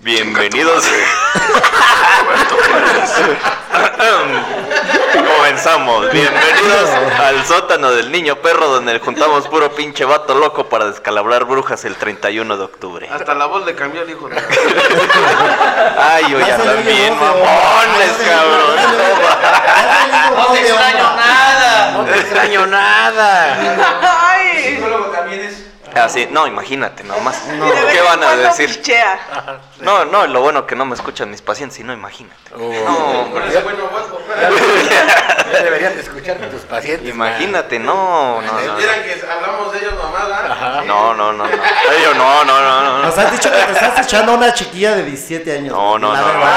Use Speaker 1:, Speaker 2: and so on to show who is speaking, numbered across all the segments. Speaker 1: Bienvenidos. Comenzamos. Bienvenidos al sótano del niño perro donde juntamos puro pinche vato loco para descalabrar brujas el 31 de octubre.
Speaker 2: Hasta la voz le cambió el hijo. de-
Speaker 1: Ay, yo ya
Speaker 3: Pásale,
Speaker 1: también,
Speaker 3: yo,
Speaker 1: mamones,
Speaker 3: pásale,
Speaker 1: cabrón.
Speaker 3: yo,
Speaker 4: No
Speaker 1: No
Speaker 4: te extraño nada.
Speaker 1: te extraño nada.
Speaker 5: Ay,
Speaker 1: Así, no, imagínate nomás.
Speaker 5: de vez
Speaker 1: ¿Qué
Speaker 5: en
Speaker 1: van a
Speaker 5: cuando
Speaker 1: decir?
Speaker 5: pichea.
Speaker 1: No, no, lo bueno que no me escuchan mis pacientes, sino imagínate. No, hombre.
Speaker 3: Ya Deberían de escuchar a tus pacientes.
Speaker 1: Imagínate, no, no, no.
Speaker 2: Vieran que hablamos de ellos mamada.
Speaker 1: No, no, no. no. Ay, yo, no, no, no, no,
Speaker 3: Nos
Speaker 1: no.
Speaker 3: han dicho que te estás echando a una chiquilla de 17 años.
Speaker 1: No, no,
Speaker 3: la
Speaker 1: no,
Speaker 3: verdad.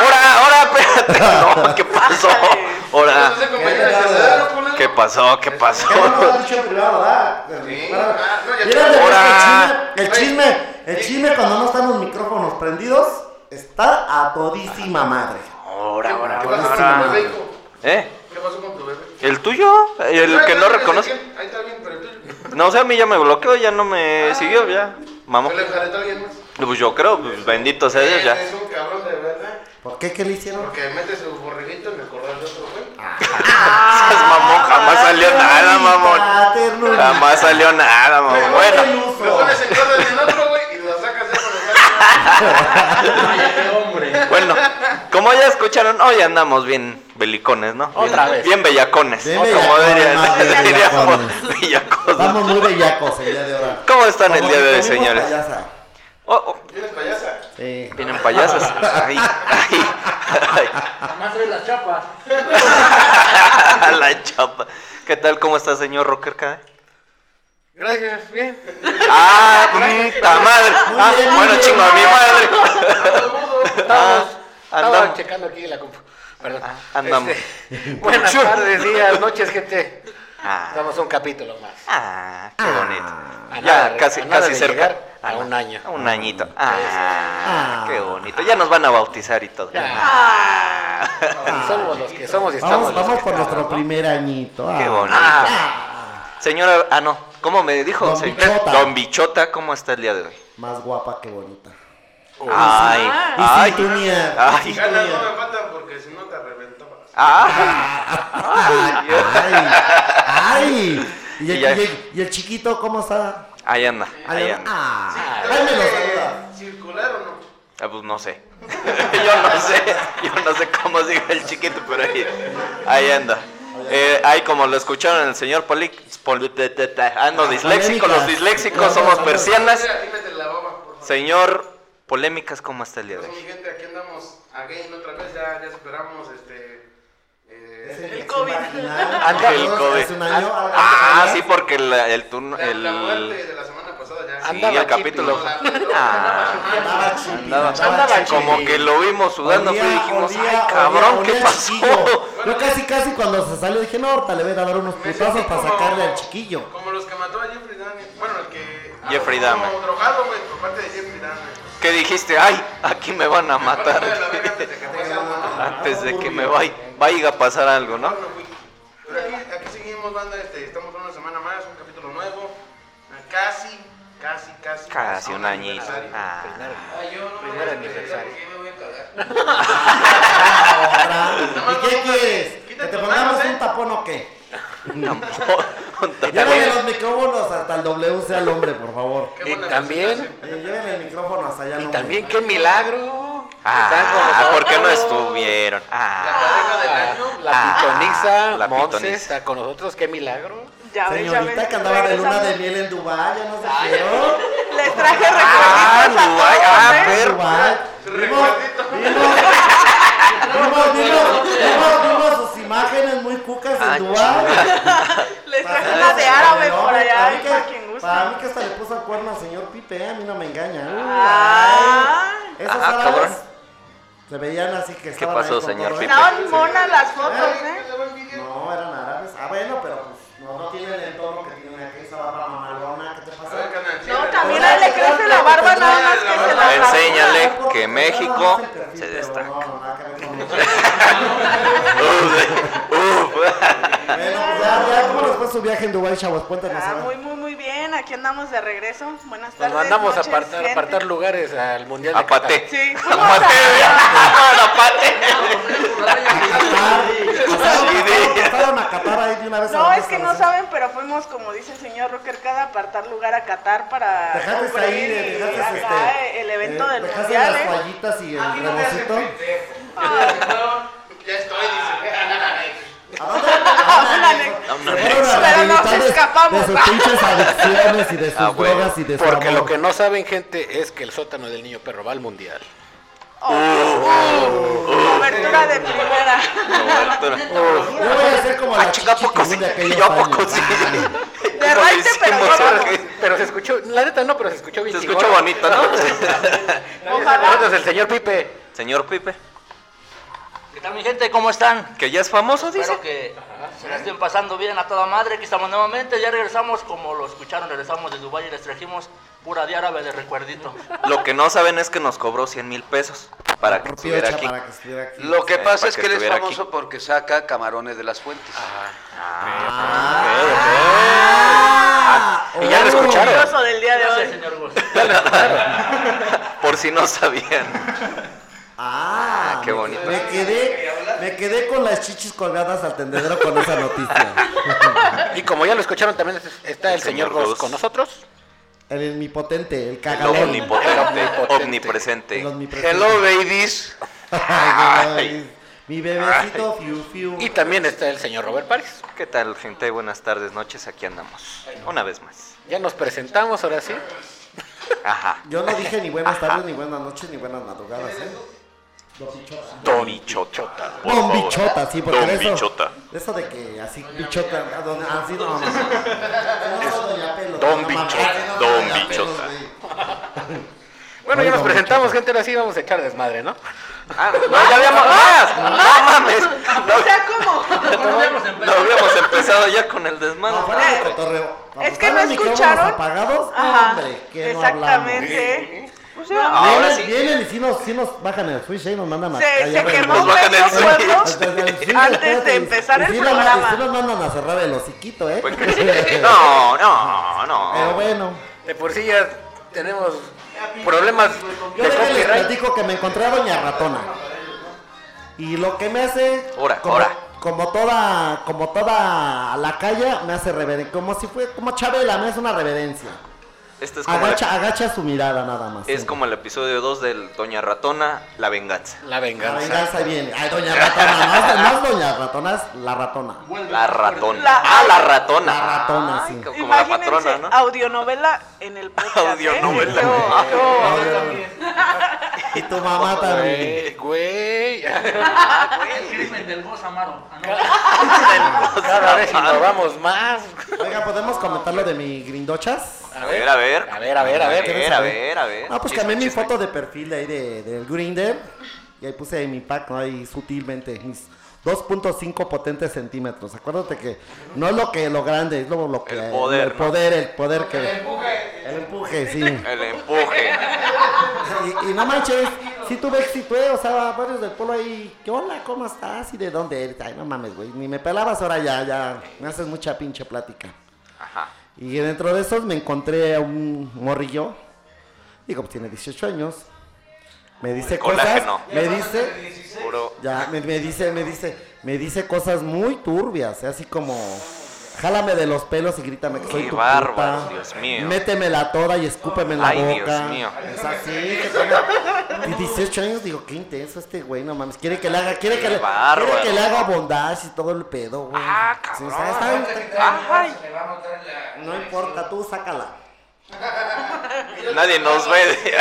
Speaker 1: Ahora, ahora, espérate. No, ¿qué pasó? Ahora. ¿Qué pasó? ¿Qué pasó?
Speaker 3: ¿Qué no lo han dicho en privado, verdad?
Speaker 2: ah, no, ya
Speaker 3: Mira,
Speaker 2: te-
Speaker 3: de
Speaker 1: Ahora.
Speaker 3: verdad que el chisme, el chisme, el chisme cuando no están los micrófonos prendidos está a todísima madre.
Speaker 1: Ahora, ahora,
Speaker 2: ¿Qué
Speaker 1: ahora.
Speaker 2: pasó
Speaker 3: Ahora.
Speaker 2: con tu bebé, hijo?
Speaker 1: ¿Eh?
Speaker 2: ¿Qué pasó con tu bebé?
Speaker 1: ¿El tuyo? ¿El que no reconoce?
Speaker 2: Ahí está bien, pero el tuyo.
Speaker 1: No, o sea, a mí ya me bloqueó, ya no me siguió, ya. Mamó.
Speaker 2: ¿Se le enjaretó a alguien más?
Speaker 1: Pues yo creo, pues bendito sea Dios, ya.
Speaker 2: Es un cabrón de verdad.
Speaker 3: ¿Por qué? ¿Qué le hicieron?
Speaker 2: Porque mete su borreguito y me acordó de otro güey. Ah.
Speaker 1: Seas mamón, jamás salió nada, mamón.
Speaker 3: Ah, ternurita.
Speaker 1: Jamás salió nada, mamón. Bueno.
Speaker 2: Me pones en contra del otro güey y lo sacas de por
Speaker 1: Bueno, como ya escucharon, hoy andamos bien belicones, ¿no?
Speaker 4: Otra
Speaker 1: Bien-
Speaker 4: vez.
Speaker 1: Bien bellacones.
Speaker 3: Bien
Speaker 1: o como
Speaker 3: bellacones,
Speaker 1: dirían-
Speaker 3: más bien
Speaker 1: diríamos, bellacos.
Speaker 3: Vamos muy bellacos el día de ahora.
Speaker 1: ¿Cómo están el
Speaker 3: Como
Speaker 1: día de hoy,
Speaker 3: comimos
Speaker 1: señores?
Speaker 3: payasa.
Speaker 1: Oh, oh,
Speaker 2: ¿Tienes payasa?
Speaker 3: Sí.
Speaker 1: vienen payasos. Ay, ay, ay.
Speaker 4: Además soy la chapa.
Speaker 1: La chapa. ¿Qué tal? ¿Cómo está, señor Rocker K?
Speaker 2: Gracias, bien.
Speaker 1: Ah, puta madre.
Speaker 3: Muy
Speaker 1: Ah,
Speaker 3: bien,
Speaker 1: bueno,
Speaker 3: muy
Speaker 1: chingo a mi madre. Ah,
Speaker 4: Estamos,
Speaker 1: andamos. Ah,
Speaker 4: checando aquí la compu. Perdón.
Speaker 1: andamos.
Speaker 4: Este, buenas tardes, días, noches, gente.
Speaker 1: Ah,
Speaker 4: Estamos a un capítulo más.
Speaker 1: ah, qué bonito. Ya,
Speaker 4: A nada-
Speaker 1: casi,
Speaker 4: a nada
Speaker 1: casi
Speaker 4: de
Speaker 1: cerca.
Speaker 4: llegar A un año.
Speaker 1: Un añito. Ah,
Speaker 3: Ah.
Speaker 1: qué bonito. Ya nos van a bautizar y todo. Ah.
Speaker 4: Ya. Y somos los que somos y
Speaker 3: Vamos,
Speaker 4: estamos.
Speaker 3: vamos
Speaker 4: los
Speaker 3: por
Speaker 4: que
Speaker 3: nuestro
Speaker 4: estamos,
Speaker 3: primer añito.
Speaker 1: Qué
Speaker 3: Ah.
Speaker 1: bonito.
Speaker 3: Ah.
Speaker 1: Señora, ah, no, ¿cómo me dijo?
Speaker 3: Don
Speaker 1: señor?
Speaker 3: Bichota.
Speaker 1: Don Bichota, ¿cómo está el día de hoy?
Speaker 3: Más guapa que bonita.
Speaker 4: Oh.
Speaker 1: Ay,
Speaker 4: Ah,
Speaker 3: Y
Speaker 1: ay,
Speaker 3: sintonía, y
Speaker 1: ay,
Speaker 3: sintonía.
Speaker 2: Ganas Ah, no me faltan porque si no te reventabas.
Speaker 1: Ah, ay.
Speaker 3: ay, ay. ¿Y el,
Speaker 1: Y ya-
Speaker 3: y el- y el chiquito cómo está?
Speaker 1: Ahí anda,
Speaker 3: Ay,
Speaker 1: ahí anda.
Speaker 3: ah,
Speaker 2: ¿Te
Speaker 3: ay, me lo
Speaker 2: duele
Speaker 3: saluda.
Speaker 2: ¿Circular o no?
Speaker 1: Ah, pues no sé. yo no sé, yo no sé cómo sigue el chiquito, pero ahí, ahí anda. Eh, ahí como lo escucharon el señor Polic, poli- te- te- te- ah, no, disléxico, los disléxicos somos persianas.
Speaker 2: Mira, aquí mete la baba, por favor.
Speaker 1: Señor Polémicas, ¿cómo está el día de
Speaker 2: Pues, mi
Speaker 1: hoy?
Speaker 2: gente, aquí andamos again otra vez, ya, ya superamos este... eh,
Speaker 3: Es
Speaker 5: COVID.
Speaker 3: imaginar,
Speaker 1: Ángel
Speaker 3: ¿no?
Speaker 1: COVID.
Speaker 3: Hace un año,
Speaker 1: Ah, sí, porque el, el turno,
Speaker 2: la, la muerte
Speaker 1: el...
Speaker 2: de la semana pasada ya.
Speaker 1: Sí,
Speaker 4: Andaba
Speaker 1: el capítulo...
Speaker 2: chipi.
Speaker 1: Ah.
Speaker 3: andaba chipi,
Speaker 1: Andaba-
Speaker 4: andaba chipi.
Speaker 1: como que lo vimos sudando
Speaker 3: Olía,
Speaker 1: feo y dijimos,
Speaker 3: olía,
Speaker 1: ay cabrón,
Speaker 3: olía,
Speaker 1: ¿qué
Speaker 3: olía
Speaker 1: pasó?
Speaker 3: chiquillo. Yo casi casi cuando se salió dije, no, ahorita le voy a dar unos
Speaker 2: Me
Speaker 3: putazos
Speaker 2: sentí
Speaker 3: para
Speaker 2: como-
Speaker 3: Pues sacarle al chiquillo.
Speaker 2: Como los que mató a Jeffrey Dahmer. Bueno, el que.
Speaker 1: Jeffrey
Speaker 2: ah, como
Speaker 1: Dahmer.
Speaker 2: drogado, güey, por parte de Jeffrey Dahmer.
Speaker 1: ¿Qué dijiste? Ay, aquí me van a matar.
Speaker 2: Bueno, la verga antes de que pase algo, ¿no?
Speaker 1: Antes de que me vaya, vaya a pasar algo, Ah, ¿no?
Speaker 2: Bueno, fui. Pero aquí, aquí seguimos, banda. Este, estamos una semana más, un capítulo nuevo. Casi, casi, casi.
Speaker 1: Casi un añito.
Speaker 2: aniversario.
Speaker 1: Ah,
Speaker 4: Primer aniversario.
Speaker 3: ¿Y qué quieres? ¿Que te pongamos un tapón o qué?
Speaker 1: un tambor, un
Speaker 3: Llévale
Speaker 1: tambor.
Speaker 3: los micrófonos hasta el WC al hombre, por favor.
Speaker 2: Qué
Speaker 4: Y
Speaker 2: buena
Speaker 4: también,
Speaker 3: Eh, Llévale el micrófono hasta allá al
Speaker 4: y
Speaker 3: hombre.
Speaker 4: también, qué milagro. Están con
Speaker 1: Ah,
Speaker 4: nosotros.
Speaker 1: ¿por qué no estuvieron? Ah,
Speaker 4: Ah, La
Speaker 1: Ah,
Speaker 4: pitoniza,
Speaker 1: la
Speaker 4: Monse
Speaker 1: pitoniza.
Speaker 4: está con nosotros, qué milagro.
Speaker 5: Ya ves, ya
Speaker 3: Señorita
Speaker 5: ves.
Speaker 3: que andaba de luna de
Speaker 5: Regresamos.
Speaker 3: miel en Dubái, ya no se quedó.
Speaker 5: Les traje recuerditos
Speaker 1: Ah,
Speaker 5: a todos,
Speaker 1: Dubái, ah,
Speaker 5: ¿eh?
Speaker 1: pero-
Speaker 3: Dubái. Vimos,
Speaker 2: Recuerdito.
Speaker 3: vimos, vimos, vimos, vimos, vimos sus imágenes muy cucas
Speaker 1: Ah,
Speaker 3: en Dubái.
Speaker 5: Les traje una de árabe por allá, ¿eh? para quien
Speaker 3: Para mí
Speaker 5: gusta.
Speaker 3: que hasta le puso el cuerno al señor Pipe, ¿eh? a mí no me engaña. Uy,
Speaker 5: Ah.
Speaker 3: ay. Esas
Speaker 1: Ah,
Speaker 3: árabes
Speaker 1: cabrón.
Speaker 3: se veían así que
Speaker 1: ¿Qué
Speaker 3: estaban
Speaker 1: pasó,
Speaker 3: ahí con
Speaker 1: señor
Speaker 3: todo el-
Speaker 1: Pipe?
Speaker 5: Estaban monas las fotos,
Speaker 2: ¿Qué
Speaker 5: ¿eh?
Speaker 2: le va el video?
Speaker 3: No, eran árabes. Ah, bueno, pero pues no, no tienen el tono que tienen aquí esa barba mamalona. ¿Qué te
Speaker 2: A
Speaker 3: pasa?
Speaker 2: ver, canal, sí,
Speaker 5: No,
Speaker 2: la-
Speaker 5: también a él le crece la barba nada más que se la
Speaker 1: Enséñale.
Speaker 5: rasura.
Speaker 3: Porque
Speaker 1: que México se
Speaker 3: pero
Speaker 1: destaca.
Speaker 3: no, no, nada que ver con México.
Speaker 1: uf, uf.
Speaker 3: Bueno, pues ya, ya, ¿cómo les fue su viaje en Dubái, chavos? Cuéntanos. a
Speaker 5: Ah,
Speaker 3: ver.
Speaker 5: muy, muy, muy bien. Aquí andamos de regreso. Buenas
Speaker 4: Nos
Speaker 5: tardes.
Speaker 4: mandamos a
Speaker 5: noches,
Speaker 4: apartar,
Speaker 5: gente.
Speaker 4: apartar lugares al Mundial de
Speaker 1: A Paté.
Speaker 5: Sí,
Speaker 1: A
Speaker 5: fuimos
Speaker 1: Paté, güey.
Speaker 5: a-
Speaker 1: A Paté.
Speaker 3: Ah, Pasaron- Pasaron a Qatar ahí de una vez. a
Speaker 5: No,
Speaker 3: la
Speaker 5: es que
Speaker 3: mesa,
Speaker 5: no saben, pero fuimos, como dice el señor Rocker, cada apartar lugar a Qatar para
Speaker 3: Dejaste
Speaker 5: cubrir
Speaker 3: ahí, de- dejaste
Speaker 5: acá
Speaker 3: este,
Speaker 5: el evento
Speaker 3: eh,
Speaker 5: del
Speaker 3: dejaste
Speaker 5: mundial.
Speaker 3: las
Speaker 5: ¿eh?
Speaker 3: toallitas y el
Speaker 2: A mí no me hacen
Speaker 3: rebocito.
Speaker 2: pendejo.
Speaker 5: Ah.
Speaker 2: Ya estoy, dice.
Speaker 3: ¿A dónde? ¿A
Speaker 1: A una
Speaker 3: dónde? Se fueron a
Speaker 5: Pero nos
Speaker 3: rehabilitar de-
Speaker 5: escapamos.
Speaker 3: De sus pinches adicciones y de sus
Speaker 1: Ah, güey,
Speaker 3: drogas y de su
Speaker 4: Porque
Speaker 3: amor.
Speaker 4: lo que no saben, gente, es que el sótano del niño perro va al Mundial.
Speaker 5: Oh, cobertura de primera.
Speaker 3: Yo voy a hacer como la
Speaker 1: Ah, chinga, ¿a poco
Speaker 3: chiquitín
Speaker 1: sí?
Speaker 3: de aquellos
Speaker 1: Yo a poco
Speaker 3: años. Ah,
Speaker 1: sí.
Speaker 5: De
Speaker 1: Como
Speaker 5: raite, pero
Speaker 1: hicimos,
Speaker 5: no,
Speaker 1: ahora
Speaker 5: no.
Speaker 1: que-
Speaker 4: Pero se escuchó, la neta no, pero se escuchó bien.
Speaker 1: Se escucha bonito, ¿no?
Speaker 4: Ojalá. el señor Pipe.
Speaker 1: Señor Pipe,
Speaker 6: ¿Qué tal mi gente? ¿Cómo están?
Speaker 1: que ya es famoso, dice.
Speaker 6: Espero que se la estén pasando bien a toda madre. Aquí estamos nuevamente. Ya regresamos, como lo escucharon, regresamos de Dubái y les trajimos pura diárabe de recuerdito.
Speaker 1: Lo que no saben es que nos cobró 100 mil pesos para que
Speaker 3: Por
Speaker 1: estuviera
Speaker 3: piocha,
Speaker 1: aquí.
Speaker 3: para que estuviera aquí.
Speaker 7: Lo que
Speaker 1: Sí,
Speaker 7: pasa
Speaker 1: Eh, para
Speaker 7: es
Speaker 1: que
Speaker 7: que él es
Speaker 1: estuviera
Speaker 7: famoso
Speaker 1: aquí.
Speaker 7: porque saca camarones de las fuentes.
Speaker 3: Ah,
Speaker 4: Y ya lo
Speaker 3: oh.
Speaker 4: escucharon.
Speaker 5: Curioso del día de
Speaker 6: Gracias,
Speaker 5: hoy.
Speaker 6: señor Gus.
Speaker 1: Por si no sabían.
Speaker 3: Ah,
Speaker 1: Ah, qué
Speaker 3: me-
Speaker 1: bonito.
Speaker 3: Me quedé, me quedé con las chichis colgadas al tendedero con esa noticia.
Speaker 4: Y como ya lo escucharon, también es- está el,
Speaker 1: El
Speaker 4: señor
Speaker 1: señor
Speaker 4: Gus
Speaker 1: Gus.
Speaker 4: con nosotros.
Speaker 3: El omnipotente, el
Speaker 1: El
Speaker 3: cagalón.
Speaker 1: omnipotente,
Speaker 4: Omnipotente.
Speaker 1: omnipresente.
Speaker 3: El omnipresente.
Speaker 7: Hello, babies.
Speaker 3: Ay, Mi bebecito, fiu, fiu.
Speaker 4: Y también está el señor Robert Paris.
Speaker 1: ¿Qué tal, gente? Buenas tardes, noches. Aquí andamos. Una vez más.
Speaker 4: Ya nos presentamos, ahora sí.
Speaker 1: Ajá.
Speaker 3: Yo no dije ni buenas tardes, ni buenas noches, ni buenas madrugadas, ¿eh? Don Bichota.
Speaker 1: Don Bichota. por
Speaker 3: Don
Speaker 1: favor.
Speaker 3: Bichota, sí, porque
Speaker 1: Don
Speaker 3: de eso,
Speaker 1: Bichota.
Speaker 3: Eso de que así Bichota, ah, don, así no mames. No, doña Pelos,
Speaker 1: Don
Speaker 3: no mames,
Speaker 1: Bichota,
Speaker 3: no,
Speaker 1: Don
Speaker 3: doña Pelos,
Speaker 1: Bichota.
Speaker 3: güey.
Speaker 4: Bueno, ya
Speaker 3: Oiga,
Speaker 4: nos presentamos,
Speaker 3: muchacho.
Speaker 4: gente, ahora sí vamos a echar desmadre, ¿no?
Speaker 1: Ah, no, ya habíamos. ¡Ah! ¡No mames!
Speaker 5: O sea, ¿cómo?
Speaker 1: No habíamos empezado ya con el desmano.
Speaker 3: No, fuera de cotorreo. Cuando
Speaker 5: Es que no
Speaker 3: están los micrófonos
Speaker 5: escucharon.
Speaker 3: apagados?
Speaker 5: Ajá,
Speaker 3: Hombre, que no hablamos.
Speaker 5: exactamente. O
Speaker 1: Ah,
Speaker 5: sea, oh,
Speaker 1: Ahora
Speaker 3: Vienen-
Speaker 1: sí.
Speaker 3: Vienen y sí nos, sí nos bajan el switch, ¿eh? Nos mandan a
Speaker 5: se, se
Speaker 3: callar el-
Speaker 5: quemó
Speaker 1: Nos bajan
Speaker 5: medio
Speaker 1: el switch.
Speaker 5: pueblo
Speaker 3: Hasta el switch,
Speaker 5: antes
Speaker 3: espérate,
Speaker 5: de
Speaker 3: y-
Speaker 5: empezar
Speaker 3: y
Speaker 5: el
Speaker 3: sí nos- y Sí
Speaker 5: programa.
Speaker 3: nos mandan a cerrar el hociquito, ¿eh?
Speaker 1: No, no,
Speaker 3: Pero
Speaker 1: no.
Speaker 3: bueno.
Speaker 4: De por sí ya tenemos problemas
Speaker 3: Yo
Speaker 4: de
Speaker 3: de que les
Speaker 4: copyright.
Speaker 3: platico que me encontré a Doña Ratona. Y lo que me hace.
Speaker 1: Ora,
Speaker 3: como,
Speaker 1: ora.
Speaker 3: como toda. Como toda la calle, me hace reverencia. Como si fue. Como Chabela, me hace una reverencia.
Speaker 1: Este es como, el,
Speaker 3: Agacha, agacha su mirada nada más.
Speaker 1: es
Speaker 3: sí.
Speaker 1: como el episodio 2 del Doña Ratona, La Venganza.
Speaker 4: La
Speaker 3: La
Speaker 4: venganza.
Speaker 3: venganza viene. Ay, Doña Ratona. No es, no es Doña Ratona, es la ratona.
Speaker 1: La ratona.
Speaker 5: La-
Speaker 1: ah, la ratona.
Speaker 3: La ratona,
Speaker 1: Ay,
Speaker 3: sí.
Speaker 1: co- Como la
Speaker 5: Imagínense,
Speaker 1: patrona, ¿no?
Speaker 5: audionovela en el podcast. ¿eh?
Speaker 1: Audionovela.
Speaker 5: Qué bo- qué bo-
Speaker 3: Y tu mamá también.
Speaker 4: Güey, güey.
Speaker 1: Ah,
Speaker 6: El crimen del Gus Amaro. Ah, no.
Speaker 4: Cada vez innovamos más.
Speaker 3: Oiga, ¿podemos comentar lo de mi grindochas?
Speaker 1: A ver, a ver.
Speaker 4: A ver, a ver, a
Speaker 1: A
Speaker 4: ver.
Speaker 1: ver, a ver, a ver.
Speaker 3: Ah, pues
Speaker 1: Chisme,
Speaker 3: cambié mi
Speaker 1: chisme.
Speaker 3: foto de perfil de ahí de, del Grinder. Y ahí puse ahí mi pack, ¿no? Ahí sutilmente. Mis 2.5 potentes centímetros. Acuérdate que no es lo que lo grande, es lo, lo que.
Speaker 1: El poder,
Speaker 3: El
Speaker 1: ¿no?
Speaker 3: poder, el poder que. El empuje. El empuje, sí.
Speaker 1: El empuje.
Speaker 3: Y, y no manches, sí tuve éxito, eh, o sea, varios del pueblo ahí, ¿qué onda? ¿Cómo estás? ¿Y de dónde eres? Ay, no mames, güey, ni me pelabas ahora ya, ya, me haces mucha pinche plática.
Speaker 1: Ajá.
Speaker 3: Y dentro de esos me encontré a un morrillo, digo, pues tiene 18 años, me dice cosas,
Speaker 1: colágeno.
Speaker 3: me dice,
Speaker 1: Puro.
Speaker 3: ya, me, me dice, me dice, me dice cosas muy turbias, ¿eh? así como, jálame de los pelos y grítame que soy
Speaker 1: Qué
Speaker 3: tu
Speaker 1: bárbaro,
Speaker 3: puta.
Speaker 1: Dios mío.
Speaker 3: Métemela toda y escúpeme en la
Speaker 1: Ay, Dios
Speaker 3: boca.
Speaker 1: mío.
Speaker 3: Es así, que tenga- y 18 años, digo, qué intenso este güey, no mames, quiere que le haga, quiere que
Speaker 1: Qué
Speaker 3: le,
Speaker 1: bárbaro.
Speaker 3: quiere que le haga bondage y todo el pedo, güey.
Speaker 1: Ah,
Speaker 3: Sí,
Speaker 1: cabrón.
Speaker 3: está- está- está-
Speaker 2: Ajá.
Speaker 3: no importa, tú sácala.
Speaker 1: Nadie nos ve.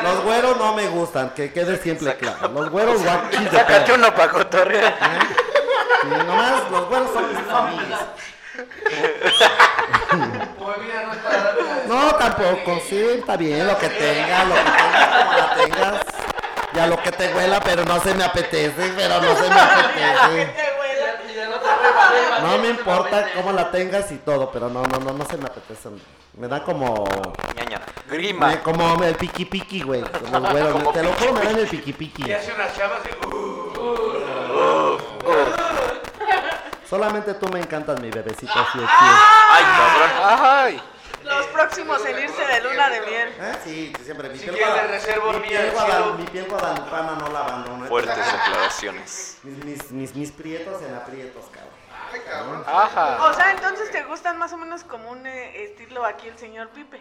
Speaker 3: Los güeros no me gustan, que quede siempre claro. Los güeros guachis de
Speaker 4: Sácate
Speaker 3: pedo.
Speaker 4: uno para cotorrear.
Speaker 3: Y nomás los güeros son mis familias. No, tampoco, sí, está bien, lo que tenga, lo que tengas, como la tengas. Y a lo que te huela, pero no se me apetece, pero no
Speaker 1: Ah.
Speaker 3: se me apetece.
Speaker 5: qué huela.
Speaker 3: No me importa cómo la tengas y todo, pero no, no, no, no se me apetece. Me da como...
Speaker 1: Ñaña.
Speaker 3: me- como el piqui piqui, güey. Los güeros, te lo juro, me dan el piqui piqui.
Speaker 2: "Uh, hace unas chavas y.
Speaker 1: Uh,
Speaker 3: Solamente tú me encantas, mi bebecito así de chido.
Speaker 1: Ay, cabrón.
Speaker 7: Ay,
Speaker 5: Los próximos en irse de luna de miel.
Speaker 3: ¿Eh? Sí, siempre. Mi
Speaker 2: Si
Speaker 3: piel,
Speaker 2: quieres,
Speaker 3: guada-
Speaker 2: le reservo
Speaker 3: mi
Speaker 2: mía
Speaker 3: piel
Speaker 2: del
Speaker 3: guada-
Speaker 2: cielo.
Speaker 3: mi piel guadalupana no la abandono. ¿eh?
Speaker 1: Fuertes declaraciones.
Speaker 3: Mis, mis, mis, mis prietos en aprietos, cabrón.
Speaker 2: Ay, cabrón.
Speaker 7: ajá.
Speaker 5: O sea, entonces te gustan más o menos como un eh, estilo aquí el señor Pipe.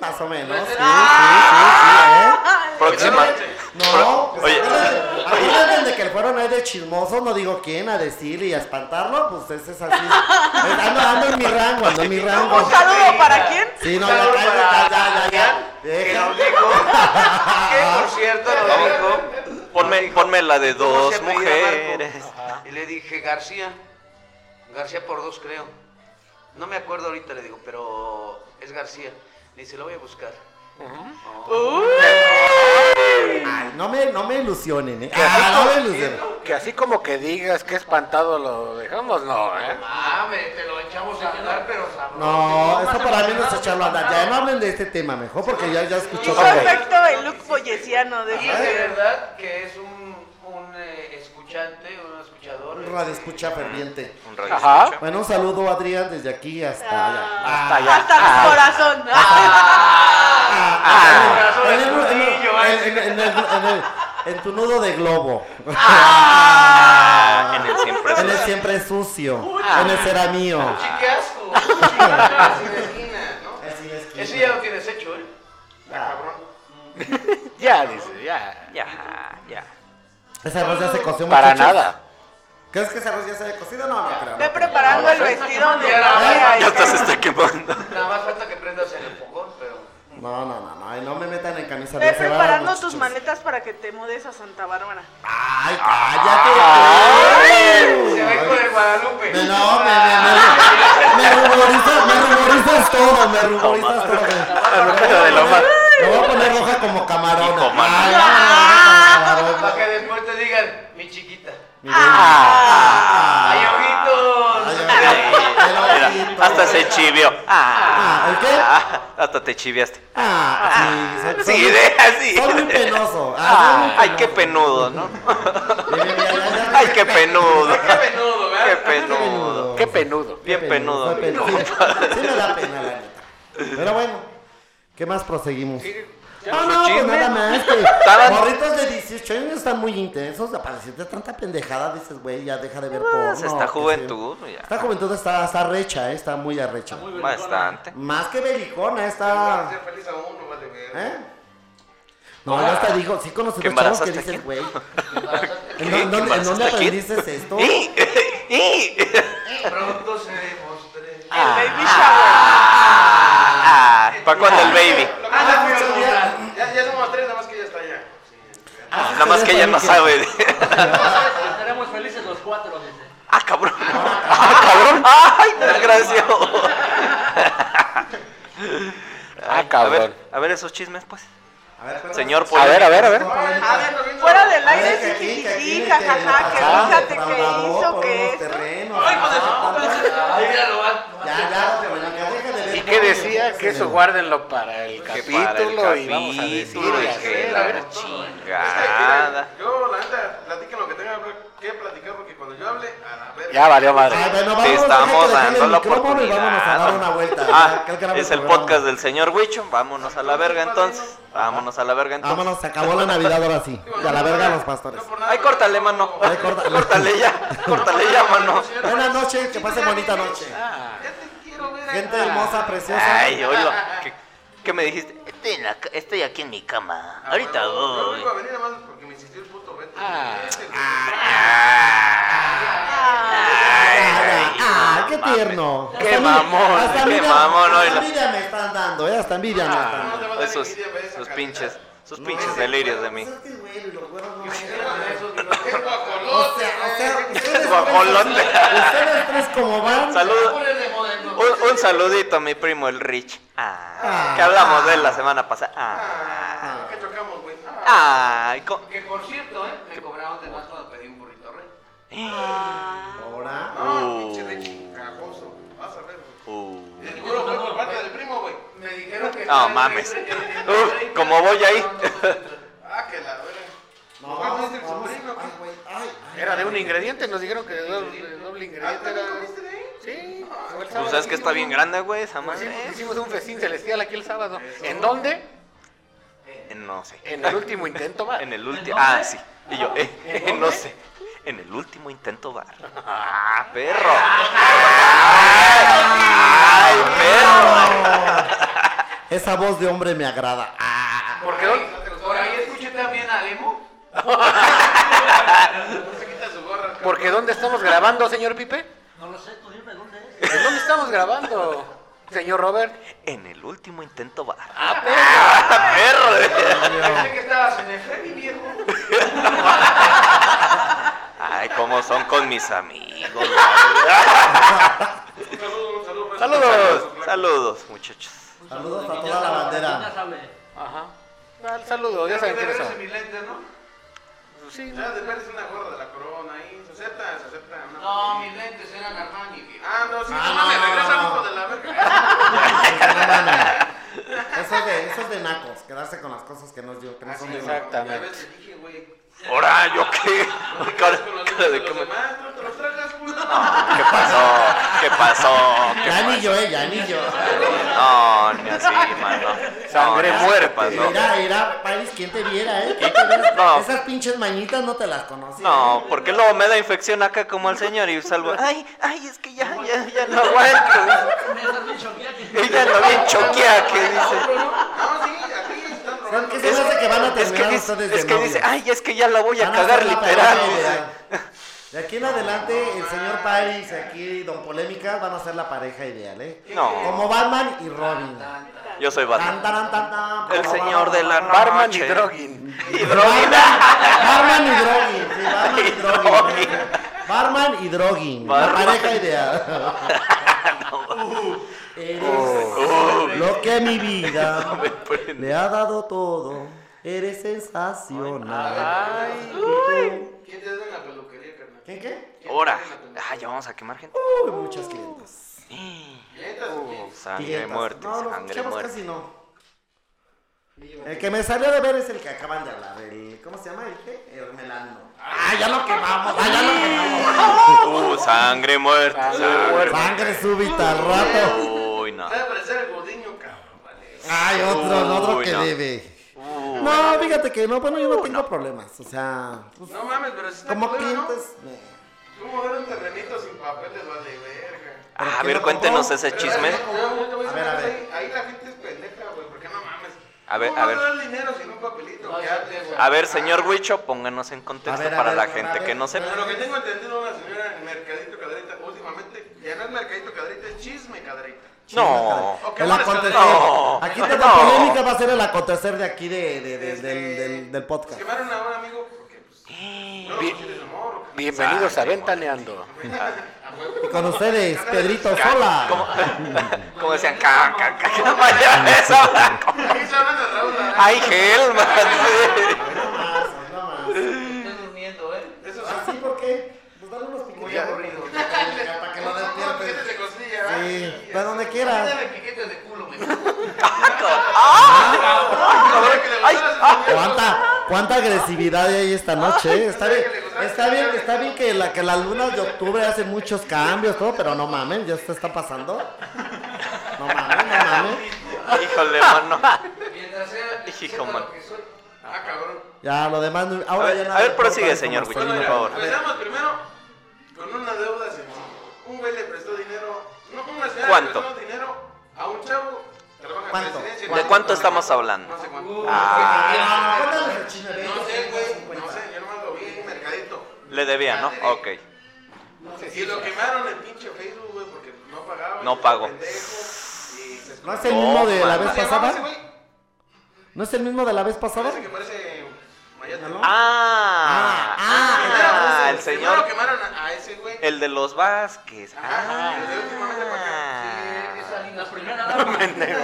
Speaker 3: Más o menos. Sí, sí, sí, sí,
Speaker 1: Próxima.
Speaker 3: ¿eh? No.
Speaker 1: Oye.
Speaker 3: Acuérdense de que fueron ahí de chismoso, no digo quién, a decir y a espantarlo, pues ese es así. Ando, ando en mi rango, ando en mi rango.
Speaker 5: Un saludo para quién?
Speaker 3: Sí, no, ya,
Speaker 2: Saludos
Speaker 3: ya,
Speaker 2: para
Speaker 3: ya, ya, ya, ya.
Speaker 2: Adrián, Que
Speaker 3: Deja.
Speaker 2: nos dijo. Que por cierto nos dijo.
Speaker 1: Ponme, ponme la de
Speaker 2: ¿Cómo se
Speaker 1: dos
Speaker 2: apellida
Speaker 1: mujeres.
Speaker 2: Marco?
Speaker 7: Y le dije, García. García por dos, creo. No me acuerdo ahorita, le digo, pero es García. Le dice, lo voy a buscar.
Speaker 3: Ay, no me, no me ilusionen, eh. Ah, no me ilusionen.
Speaker 4: Que así como que digas que espantado lo dejamos, no, ¿eh?
Speaker 7: Mames, te lo echamos a andar, pero sabroso.
Speaker 3: No, eso para mí no es echarlo a andar. Ya no hablen de este tema mejor porque ya, ya escuchó.
Speaker 5: Hizo efecto el look boyesiano de
Speaker 7: Y de verdad que es un, un eh, escuchante, un escuchador.
Speaker 3: Un radio escucha ferviente.
Speaker 1: Un radio
Speaker 4: Ajá.
Speaker 1: escucha.
Speaker 3: Bueno, un saludo, Adrián, desde aquí hasta allá.
Speaker 5: Ah, Hasta mi corazón.
Speaker 3: Ah,
Speaker 7: ah,
Speaker 3: en el-
Speaker 7: ah,
Speaker 3: en el-
Speaker 7: ah,
Speaker 3: en el- en el- en el- En tu nudo de globo.
Speaker 1: Ah, En el siempre.
Speaker 3: En el siempre sucio. En el será mío.
Speaker 2: ¡Qué asco! Chingada, sin esquina, ¿no?
Speaker 3: Así es que-
Speaker 7: Eso ya lo tienes hecho, ¿eh?
Speaker 3: Ah.
Speaker 4: Ya, dice, ya.
Speaker 6: Ya, ya.
Speaker 3: Ese arroz ya se coció
Speaker 4: Para
Speaker 3: muchachos.
Speaker 4: nada.
Speaker 3: ¿Crees que ese arroz ya se haya cocido? No, no, creo,
Speaker 5: Ve
Speaker 3: no creo.
Speaker 5: preparando el vestido de novia.
Speaker 1: Ya hasta se está quemando.
Speaker 7: Nada más falta que prendas en el fogón, pero.
Speaker 3: No, no, no, no. ay, No me metan en camisa de
Speaker 5: Ve
Speaker 3: once varas,
Speaker 5: preparando tus
Speaker 3: muchachos.
Speaker 5: maletas para que te mudes a Santa Bárbara.
Speaker 3: Ay, cállate.
Speaker 7: Se ve con el Guadalupe.
Speaker 3: Me- No, me, me, me, me ruborizas, me ruborizas todo, me ruborizas todo.
Speaker 4: Pero de lo más.
Speaker 3: Me voy a poner roja como camarón.
Speaker 1: Hijo, mano.
Speaker 3: Ay, no, no, no, no,
Speaker 7: Para
Speaker 3: camarón.
Speaker 7: que después te digan, mi chiquita.
Speaker 3: Mi baby. Ah.
Speaker 7: ¡Ay, ojitos!
Speaker 1: Mira,
Speaker 3: Ay, ay,
Speaker 1: hasta se chivió. Ah,
Speaker 3: Ah, ¿El qué?
Speaker 1: ah, hasta te chiviaste.
Speaker 3: Ah, sí.
Speaker 1: Sí, deja así.
Speaker 3: Soy muy penoso. Ah,
Speaker 1: Ay, qué penudo, ¿no?
Speaker 3: soy muy penoso. Ya, ya, ya,
Speaker 1: Ay, qué penudo.
Speaker 2: Qué menudo,
Speaker 1: Qué
Speaker 2: ¿verdad?
Speaker 1: penudo.
Speaker 4: Qué penudo.
Speaker 1: Bien penudo,
Speaker 3: Fue
Speaker 1: amigo.
Speaker 3: pen- Sí, sí me da pena, la neta. Pero bueno, ¿qué más proseguimos? No, no, pues nada más. que Morritos de 18 años están muy intensos. Para decirte tanta pendejada, dices, güey, ya deja de ver porno.
Speaker 1: Pues esta
Speaker 3: que sí.
Speaker 1: juventud, ya.
Speaker 3: Esta juventud está, está recha, eh, está muy arrecha.
Speaker 1: Bastante.
Speaker 3: Más que belicona,
Speaker 2: Para
Speaker 3: está.
Speaker 2: hacer feliz a uno, vale, verga.
Speaker 3: ¿Eh? No, yo hasta digo, sí conocí
Speaker 1: ¿Que
Speaker 3: unos chavos que
Speaker 1: embarazaste
Speaker 3: dicen,
Speaker 1: a
Speaker 3: güey.
Speaker 1: ¿Qué?
Speaker 3: ¿En, dónde-
Speaker 1: ¿Qué
Speaker 3: dónde- en dónde
Speaker 1: embarazaste a quién?
Speaker 3: aprendiste esto?
Speaker 1: ¡Y! ¡Y!
Speaker 7: Pronto seremos tres.
Speaker 5: El
Speaker 2: Ah.
Speaker 5: baby shower.
Speaker 1: ¿Para cuándo el baby?
Speaker 2: Lo que
Speaker 7: Ah,
Speaker 2: pasa
Speaker 7: no,
Speaker 2: es que
Speaker 7: no,
Speaker 2: ya- ya- ya somos tres, nada más que ella está allá.
Speaker 1: Nada más que ella no sabe.
Speaker 6: Estaremos felices los cuatro, dice.
Speaker 1: ¡Ah, cabrón! ¡Ah, cabrón! ¡Ay, desgraciado!
Speaker 4: Ah,
Speaker 1: A ver,
Speaker 4: cabrón.
Speaker 1: a ver esos chismes, pues.
Speaker 3: A ver, espérame.
Speaker 1: Señor,
Speaker 4: A ver, a ver, a ver.
Speaker 5: A ver, fuera del aire, sí, sí, sí, jajaja, que fíjate que hizo que eso.
Speaker 3: Ah, Ya, ya, pero ya, ya, deja de ver
Speaker 4: ¿Y qué
Speaker 3: porno,
Speaker 4: decía?
Speaker 3: ya,
Speaker 4: Que
Speaker 3: sí,
Speaker 4: eso
Speaker 3: no.
Speaker 4: guárdenlo para el
Speaker 1: Que para el
Speaker 4: capítulo y vamos a decir.
Speaker 1: capítulo y
Speaker 4: y
Speaker 1: que
Speaker 4: hacer, a ver.
Speaker 1: la
Speaker 2: Ah.
Speaker 1: chingada.
Speaker 2: Yo, la neta, platiquen lo que tengan que platicar, porque cuando yo hable, a la verga.
Speaker 4: Ya valió madre.
Speaker 3: Ay, Ah, bueno,
Speaker 1: Te
Speaker 3: vámonos,
Speaker 1: estamos
Speaker 3: deja que dejen
Speaker 1: dando
Speaker 3: el
Speaker 1: la
Speaker 3: micrófono
Speaker 1: oportunidad.
Speaker 3: Y vámonos a dar una vuelta.
Speaker 1: Ah,
Speaker 3: ya, que él grabe
Speaker 1: es
Speaker 3: su
Speaker 1: el
Speaker 3: programa.
Speaker 1: podcast del señor Wichon. Vámonos a la verga entonces. Vámonos a la verga entonces.
Speaker 3: Vámonos, se acabó la Navidad ahora sí.
Speaker 2: Digo,
Speaker 3: Y a la
Speaker 2: no,
Speaker 3: verga
Speaker 2: no,
Speaker 3: los pastores.
Speaker 2: no por nada,
Speaker 1: Ay,
Speaker 2: pero-
Speaker 1: córtale, mano.
Speaker 3: Ay, córtale.
Speaker 1: Córtale ya. Córtale ya, mano.
Speaker 3: Buenas noches, que pasen bonita noche.
Speaker 2: Ya te quiero ver
Speaker 3: Gente
Speaker 2: acá.
Speaker 3: hermosa, preciosa.
Speaker 1: Ay, hola. ¿Qué, qué me dijiste? Estoy, en la ca- estoy aquí en mi cama. Ahorita
Speaker 2: Yo no
Speaker 1: voy.
Speaker 2: iba a venir nada más porque me insistió el puto Beto. Ah. Ese, güey.
Speaker 1: Ah,
Speaker 3: Ah, ah, qué
Speaker 1: no mames.
Speaker 3: tierno.
Speaker 1: Qué
Speaker 3: Hasta envidia-
Speaker 1: mamón,
Speaker 3: hasta
Speaker 1: qué
Speaker 3: envidia-
Speaker 1: mamón,
Speaker 3: Hasta
Speaker 1: oíla.
Speaker 3: envidia me están dando, eh, hasta envidia me están
Speaker 2: No
Speaker 3: dando.
Speaker 2: te va a dar
Speaker 1: Esos,
Speaker 2: envidia, ve esa
Speaker 1: esos
Speaker 2: carita.
Speaker 1: pinches, esos
Speaker 3: No,
Speaker 1: pinches
Speaker 3: ese
Speaker 1: delirios de
Speaker 3: güero,
Speaker 1: mí.
Speaker 3: pues es que, güey, los güeros no-
Speaker 2: Esos
Speaker 3: O
Speaker 2: dinosaurios guajolotes,
Speaker 3: sea, o
Speaker 2: güey.
Speaker 3: sea, ustedes tres-
Speaker 1: Guajolote.
Speaker 3: Ustedes tres como van.
Speaker 1: Saludos. Un, un saludito a mi primo el Rich. Ah, que hablamos de él la semana pasada. Ah,
Speaker 2: Ah, ¿Qué chocamos, güey? Ah,
Speaker 1: ay, co-
Speaker 7: Que por cierto, ¿eh? Me cobraron de más cuando pedí un burrito rey.
Speaker 3: Ahora.
Speaker 1: Oh.
Speaker 2: no, Ah, pinche de cagoso. Vas a ver, güey. Y Seguro fue por parte del primo, güey.
Speaker 7: Me dijeron que.
Speaker 1: No mames. Uh, como voy ahí.
Speaker 2: Ah, que la verga.
Speaker 3: No,
Speaker 2: ¿Cuál fuiste el
Speaker 3: vamos, ay,
Speaker 2: sobrino, qué?
Speaker 3: güey, ay, ay.
Speaker 4: Era de un ingrediente, nos dijeron que de doble, doble el ingrediente. era-
Speaker 2: Ah, comiste de ahí?
Speaker 4: Sí.
Speaker 1: Pues sabes que está bien grande, güey, esa madre.
Speaker 4: Hicimos un festín celestial aquí el sábado. ¿En dónde?
Speaker 1: Eh, No sé.
Speaker 4: En el último intento más.
Speaker 1: En el último. Ah, sí. Y yo, eh, eh, no sé. En el último intento bar. ¡Ah, perro! ¡Ay, perro!
Speaker 3: Esa voz de hombre me agrada. Ah.
Speaker 4: Porque
Speaker 7: Por ahí escuché también a Lemo.
Speaker 4: Porque ¿dónde estamos grabando, señor Pipe?
Speaker 6: No lo sé, tú dime dónde es.
Speaker 4: ¿En dónde estamos grabando, señor Robert?
Speaker 1: En el último intento bar.
Speaker 4: Ah, perro.
Speaker 1: ¡Ah, perro!
Speaker 7: Pensé que estabas en el Freddy, viejo.
Speaker 1: Ay, cómo son con mis amigos. güey.
Speaker 2: Un saludo, un saludo. para esos
Speaker 1: Saludos,
Speaker 2: flacos.
Speaker 1: saludos, muchachos.
Speaker 3: Saludos a toda la bandera.
Speaker 6: Ya sabe.
Speaker 4: Ajá. Ah, el saludo, ya
Speaker 7: Creo
Speaker 4: saben
Speaker 7: que
Speaker 4: quién
Speaker 7: debes
Speaker 4: es.
Speaker 7: de mi lente, ¿no?
Speaker 4: Sí,
Speaker 2: Ya, de perder una gorra de la corona ahí. ¿Se acepta? ¿Se acepta?
Speaker 7: No, mis lentes eran Armani, viejo.
Speaker 2: Ah, no, sí.
Speaker 3: Ah,
Speaker 2: no, me
Speaker 3: no,
Speaker 2: regresa el
Speaker 3: no.
Speaker 2: hijo de la verga.
Speaker 3: Eso es, de, eso es de nacos, quedarse con las cosas que no, yo-
Speaker 1: Ah,
Speaker 3: que no son de uno.
Speaker 2: Ya
Speaker 4: exactamente.
Speaker 2: ves, te dije, güey.
Speaker 1: Ahora, ¿yo qué?
Speaker 2: No te
Speaker 1: Cara-
Speaker 2: quedes con
Speaker 1: cara
Speaker 2: los hijos de
Speaker 1: de que
Speaker 2: los
Speaker 1: me-
Speaker 2: demás. No te los tragas, culo.
Speaker 1: ¿Qué pasó? ¿Qué pasó? ¿Qué
Speaker 3: Ya
Speaker 1: pasó?
Speaker 3: ni yo, eh, ya ni yo.
Speaker 1: No, ni así, mano.
Speaker 4: Sangre
Speaker 1: No,
Speaker 4: muerta.
Speaker 1: ¿qué pasó?
Speaker 3: Mira, mira, Paris, ¿quién te viera, eh? ¿Quién te viera?
Speaker 1: No.
Speaker 3: Esas pinches mañitas no te las eh. conoces.
Speaker 1: No, porque luego me da infección acá como al señor y salgo. Ay, ay, es que ya, ya, ya no aguanto.
Speaker 6: Me estás bien choqueada que-
Speaker 1: Ella lo bien choquea que dice.
Speaker 2: No, sí, aquí están
Speaker 3: ¿Saben
Speaker 2: robando.
Speaker 3: qué se me hace que van a
Speaker 1: Es que
Speaker 3: terminar
Speaker 1: dice,
Speaker 3: ustedes de
Speaker 1: es que dice,
Speaker 3: novios?
Speaker 1: ay, es que ya la voy a
Speaker 3: Van
Speaker 1: cagar
Speaker 3: hacer la
Speaker 1: literal.
Speaker 3: pareja
Speaker 1: dice.
Speaker 3: ideal. De aquí en adelante, el señor Paris y aquí Don Polémica van a ser la pareja ideal, ¿eh?
Speaker 1: No,
Speaker 3: Como Batman y Robin.
Speaker 1: yo soy
Speaker 3: Tan,
Speaker 1: Batman.
Speaker 3: tan, tan, tan,
Speaker 1: El
Speaker 3: pa,
Speaker 1: señor
Speaker 3: pa,
Speaker 1: de
Speaker 3: pa,
Speaker 1: la
Speaker 3: pa, pa.
Speaker 1: Barman
Speaker 4: Barman y Drogin.
Speaker 1: Y
Speaker 3: Barman y Droguin. Sí, Barman y
Speaker 1: Y
Speaker 3: Droguin.
Speaker 1: Droguin.
Speaker 3: Barman y Droguin. La
Speaker 1: Barman.
Speaker 3: pareja ideal. Uh, Eres uh, lo que mi vida le ha dado todo. Eres sensacional.
Speaker 2: ¿Quién te da en la peluquería, carnal?
Speaker 3: ¿Quién qué?
Speaker 1: Ahora, ah, ya vamos a quemar gente. Uh,
Speaker 3: Uy, muchas clientas.
Speaker 2: ¿Clientas o quién?
Speaker 1: Sangre
Speaker 3: Clientas.
Speaker 1: muerte,
Speaker 3: no, los
Speaker 1: sangre
Speaker 3: chavos
Speaker 1: muerte.
Speaker 3: casi no. El que me salió de ver es el que acaban de hablar. El, ¿Cómo se llama? ¿El qué? Hermelando. Ah, ya lo quemamos. Ah, ya lo quemamos.
Speaker 1: Uh, sangre muerte, sangre
Speaker 3: Sangre súbita al rato.
Speaker 1: Uy, no.
Speaker 2: Debe parecer el gordiño, cabrón. vale.
Speaker 3: Ay, otro, otro
Speaker 1: Uy,
Speaker 3: que
Speaker 1: no.
Speaker 3: debe. No, fíjate que no, bueno, yo no tengo problemas. O sea, pues,
Speaker 2: No mames, pero si está
Speaker 3: como
Speaker 2: culero, ¿no?
Speaker 3: clientes. eh,
Speaker 2: ¿Cómo ver un terrenito sin papeles, vale, verga?
Speaker 1: Ah, A
Speaker 3: ¿quién
Speaker 1: ver,
Speaker 3: lo
Speaker 1: cuéntenos
Speaker 3: compró?
Speaker 1: ese
Speaker 2: Pero,
Speaker 1: chisme.
Speaker 2: eh, yo te voy a
Speaker 3: A ver,
Speaker 2: decir una
Speaker 3: a
Speaker 2: cosa,
Speaker 3: ver.
Speaker 2: Ahí ahí la gente es pendeja, güey, ¿por qué no mames?
Speaker 1: A ver,
Speaker 2: ¿Cómo
Speaker 1: a
Speaker 2: vas
Speaker 1: ver.
Speaker 2: dar el dinero sin un papelito? que hables, güey?
Speaker 1: A ver, señor Huicho, pónganos en
Speaker 3: A
Speaker 1: contexto
Speaker 3: ver, a
Speaker 1: para
Speaker 3: ver,
Speaker 1: la
Speaker 3: a
Speaker 1: gente
Speaker 3: ver.
Speaker 1: que no sepa.
Speaker 2: Pero lo que tengo entendido una señora en Mercadito Cadrita, últimamente, ya no es Mercadito Cadrita, es Chisme Cadrita.
Speaker 1: No.
Speaker 2: Ok,
Speaker 3: El
Speaker 2: bueno,
Speaker 3: acontecer.
Speaker 1: no.
Speaker 3: Aquí te la
Speaker 1: No.
Speaker 3: polémica va a ser el acontecer de aquí de, de- de-
Speaker 2: Este,
Speaker 3: del, del- del podcast.
Speaker 2: Pues quemaron a un amigo porque, pues,
Speaker 1: Eh,
Speaker 2: no lo pusiste de morro.
Speaker 4: Bienvenidos a Ventaneando.
Speaker 3: Y con ustedes, Pedrito Sola.
Speaker 1: Como decían, ca, ca, ca, ca, mañana es ahora.
Speaker 2: Aquí se hablan de Raúl, ¿verdad?
Speaker 1: Ay, Helman.
Speaker 3: No más, no más.
Speaker 7: Estoy durmiendo, ¿eh?
Speaker 2: Eso sí.
Speaker 3: ¿Así por qué? Pues dale unos piquetes.
Speaker 7: Muy aburrido.
Speaker 3: Para que no
Speaker 2: Paquetes de
Speaker 3: despiertes.
Speaker 2: costilla, ¿verdad?
Speaker 3: Sí, de donde
Speaker 7: Dame
Speaker 3: quieras.
Speaker 7: piquetes de culo, me
Speaker 2: Ahora que le gustaras,
Speaker 3: ¿Cuánta, cuánta agresividad hay esta noche? eh? Está bien, está bien, está bien que la que las lunas de octubre hacen muchos cambios, todo, pero no mamen, ya se está pasando. No mamen, no mamen.
Speaker 1: Híjole, mano.
Speaker 7: Mientras sea
Speaker 1: Hijo,
Speaker 7: sepa
Speaker 1: man.
Speaker 7: lo que soy.
Speaker 2: Ah, cabrón.
Speaker 3: Ya, lo demás. no-
Speaker 1: A
Speaker 3: Ahora
Speaker 1: ver,
Speaker 3: ya nada
Speaker 1: a ver,
Speaker 3: importa,
Speaker 1: prosigue,
Speaker 3: como
Speaker 1: señor Wicho, por
Speaker 2: Bueno,
Speaker 3: Marcelino.
Speaker 2: mira,
Speaker 1: favor.
Speaker 2: empezamos primero con una deuda sencilla. Un güey le prestó dinero, no una señora
Speaker 1: ¿Cuánto?
Speaker 2: le prestó dinero a un chavo que trabaja en
Speaker 3: ¿Cuánto?
Speaker 2: presidencia.
Speaker 1: ¿De cuánto estamos hablando? Uh,
Speaker 2: No sé cuánto.
Speaker 1: Ah,
Speaker 3: Cuéntales el chisme, ve,
Speaker 2: No sé, güey, no
Speaker 3: 50.
Speaker 2: sé, yo nomás lo vi en mercadito.
Speaker 1: le debía, ¿no? Ok.
Speaker 2: Y lo quemaron en pinche Facebook, güey, porque no pagaba.
Speaker 1: No pagó.
Speaker 2: pendejo, y se
Speaker 3: ¿No es
Speaker 2: escondió.
Speaker 3: el mismo de la vez
Speaker 2: ¿Cómo se llamaba ese
Speaker 3: pasada?
Speaker 2: güey?
Speaker 3: ¿No es el mismo de la vez pasada?
Speaker 2: Parece que parece Mayate, ¿no?
Speaker 1: Ah, ah, el
Speaker 2: Primero
Speaker 1: señor,
Speaker 2: quemaron a, a ese güey.
Speaker 1: el de los Vázquez.
Speaker 2: Ajá, el de últimamente para
Speaker 1: Ah.
Speaker 6: Esa ni la primera dama.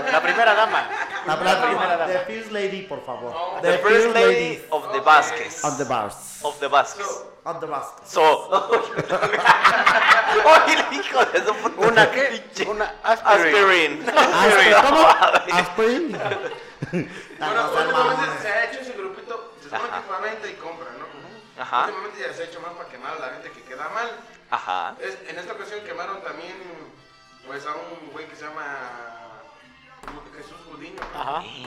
Speaker 4: La primera dama.
Speaker 3: La primera
Speaker 4: primera
Speaker 3: The First Lady, por favor.
Speaker 1: The first lady
Speaker 3: Lady
Speaker 1: of the Vázquez.
Speaker 3: on the bars.
Speaker 1: Of the Vázquez.
Speaker 3: On the bars.
Speaker 1: So. Oye, el hijo de su puta.
Speaker 4: ¿Una qué? Una
Speaker 1: Aspirin.
Speaker 4: aspirin.
Speaker 3: Aspirin,
Speaker 1: Aspirin.
Speaker 3: ¿Cómo? Aspirin. Ah,
Speaker 2: Bueno,
Speaker 3: no sean
Speaker 2: últimamente
Speaker 3: mamones.
Speaker 2: se ha hecho ese grupito, se supone que fue a venta y compra, ¿no?
Speaker 1: Ajá.
Speaker 2: Últimamente ya se ha hecho más para quemar a la gente que queda mal.
Speaker 1: Ajá.
Speaker 2: Es- en esta ocasión quemaron también pues a un güey que se llama Jesús Gudiño.
Speaker 4: Ajá.
Speaker 2: Y,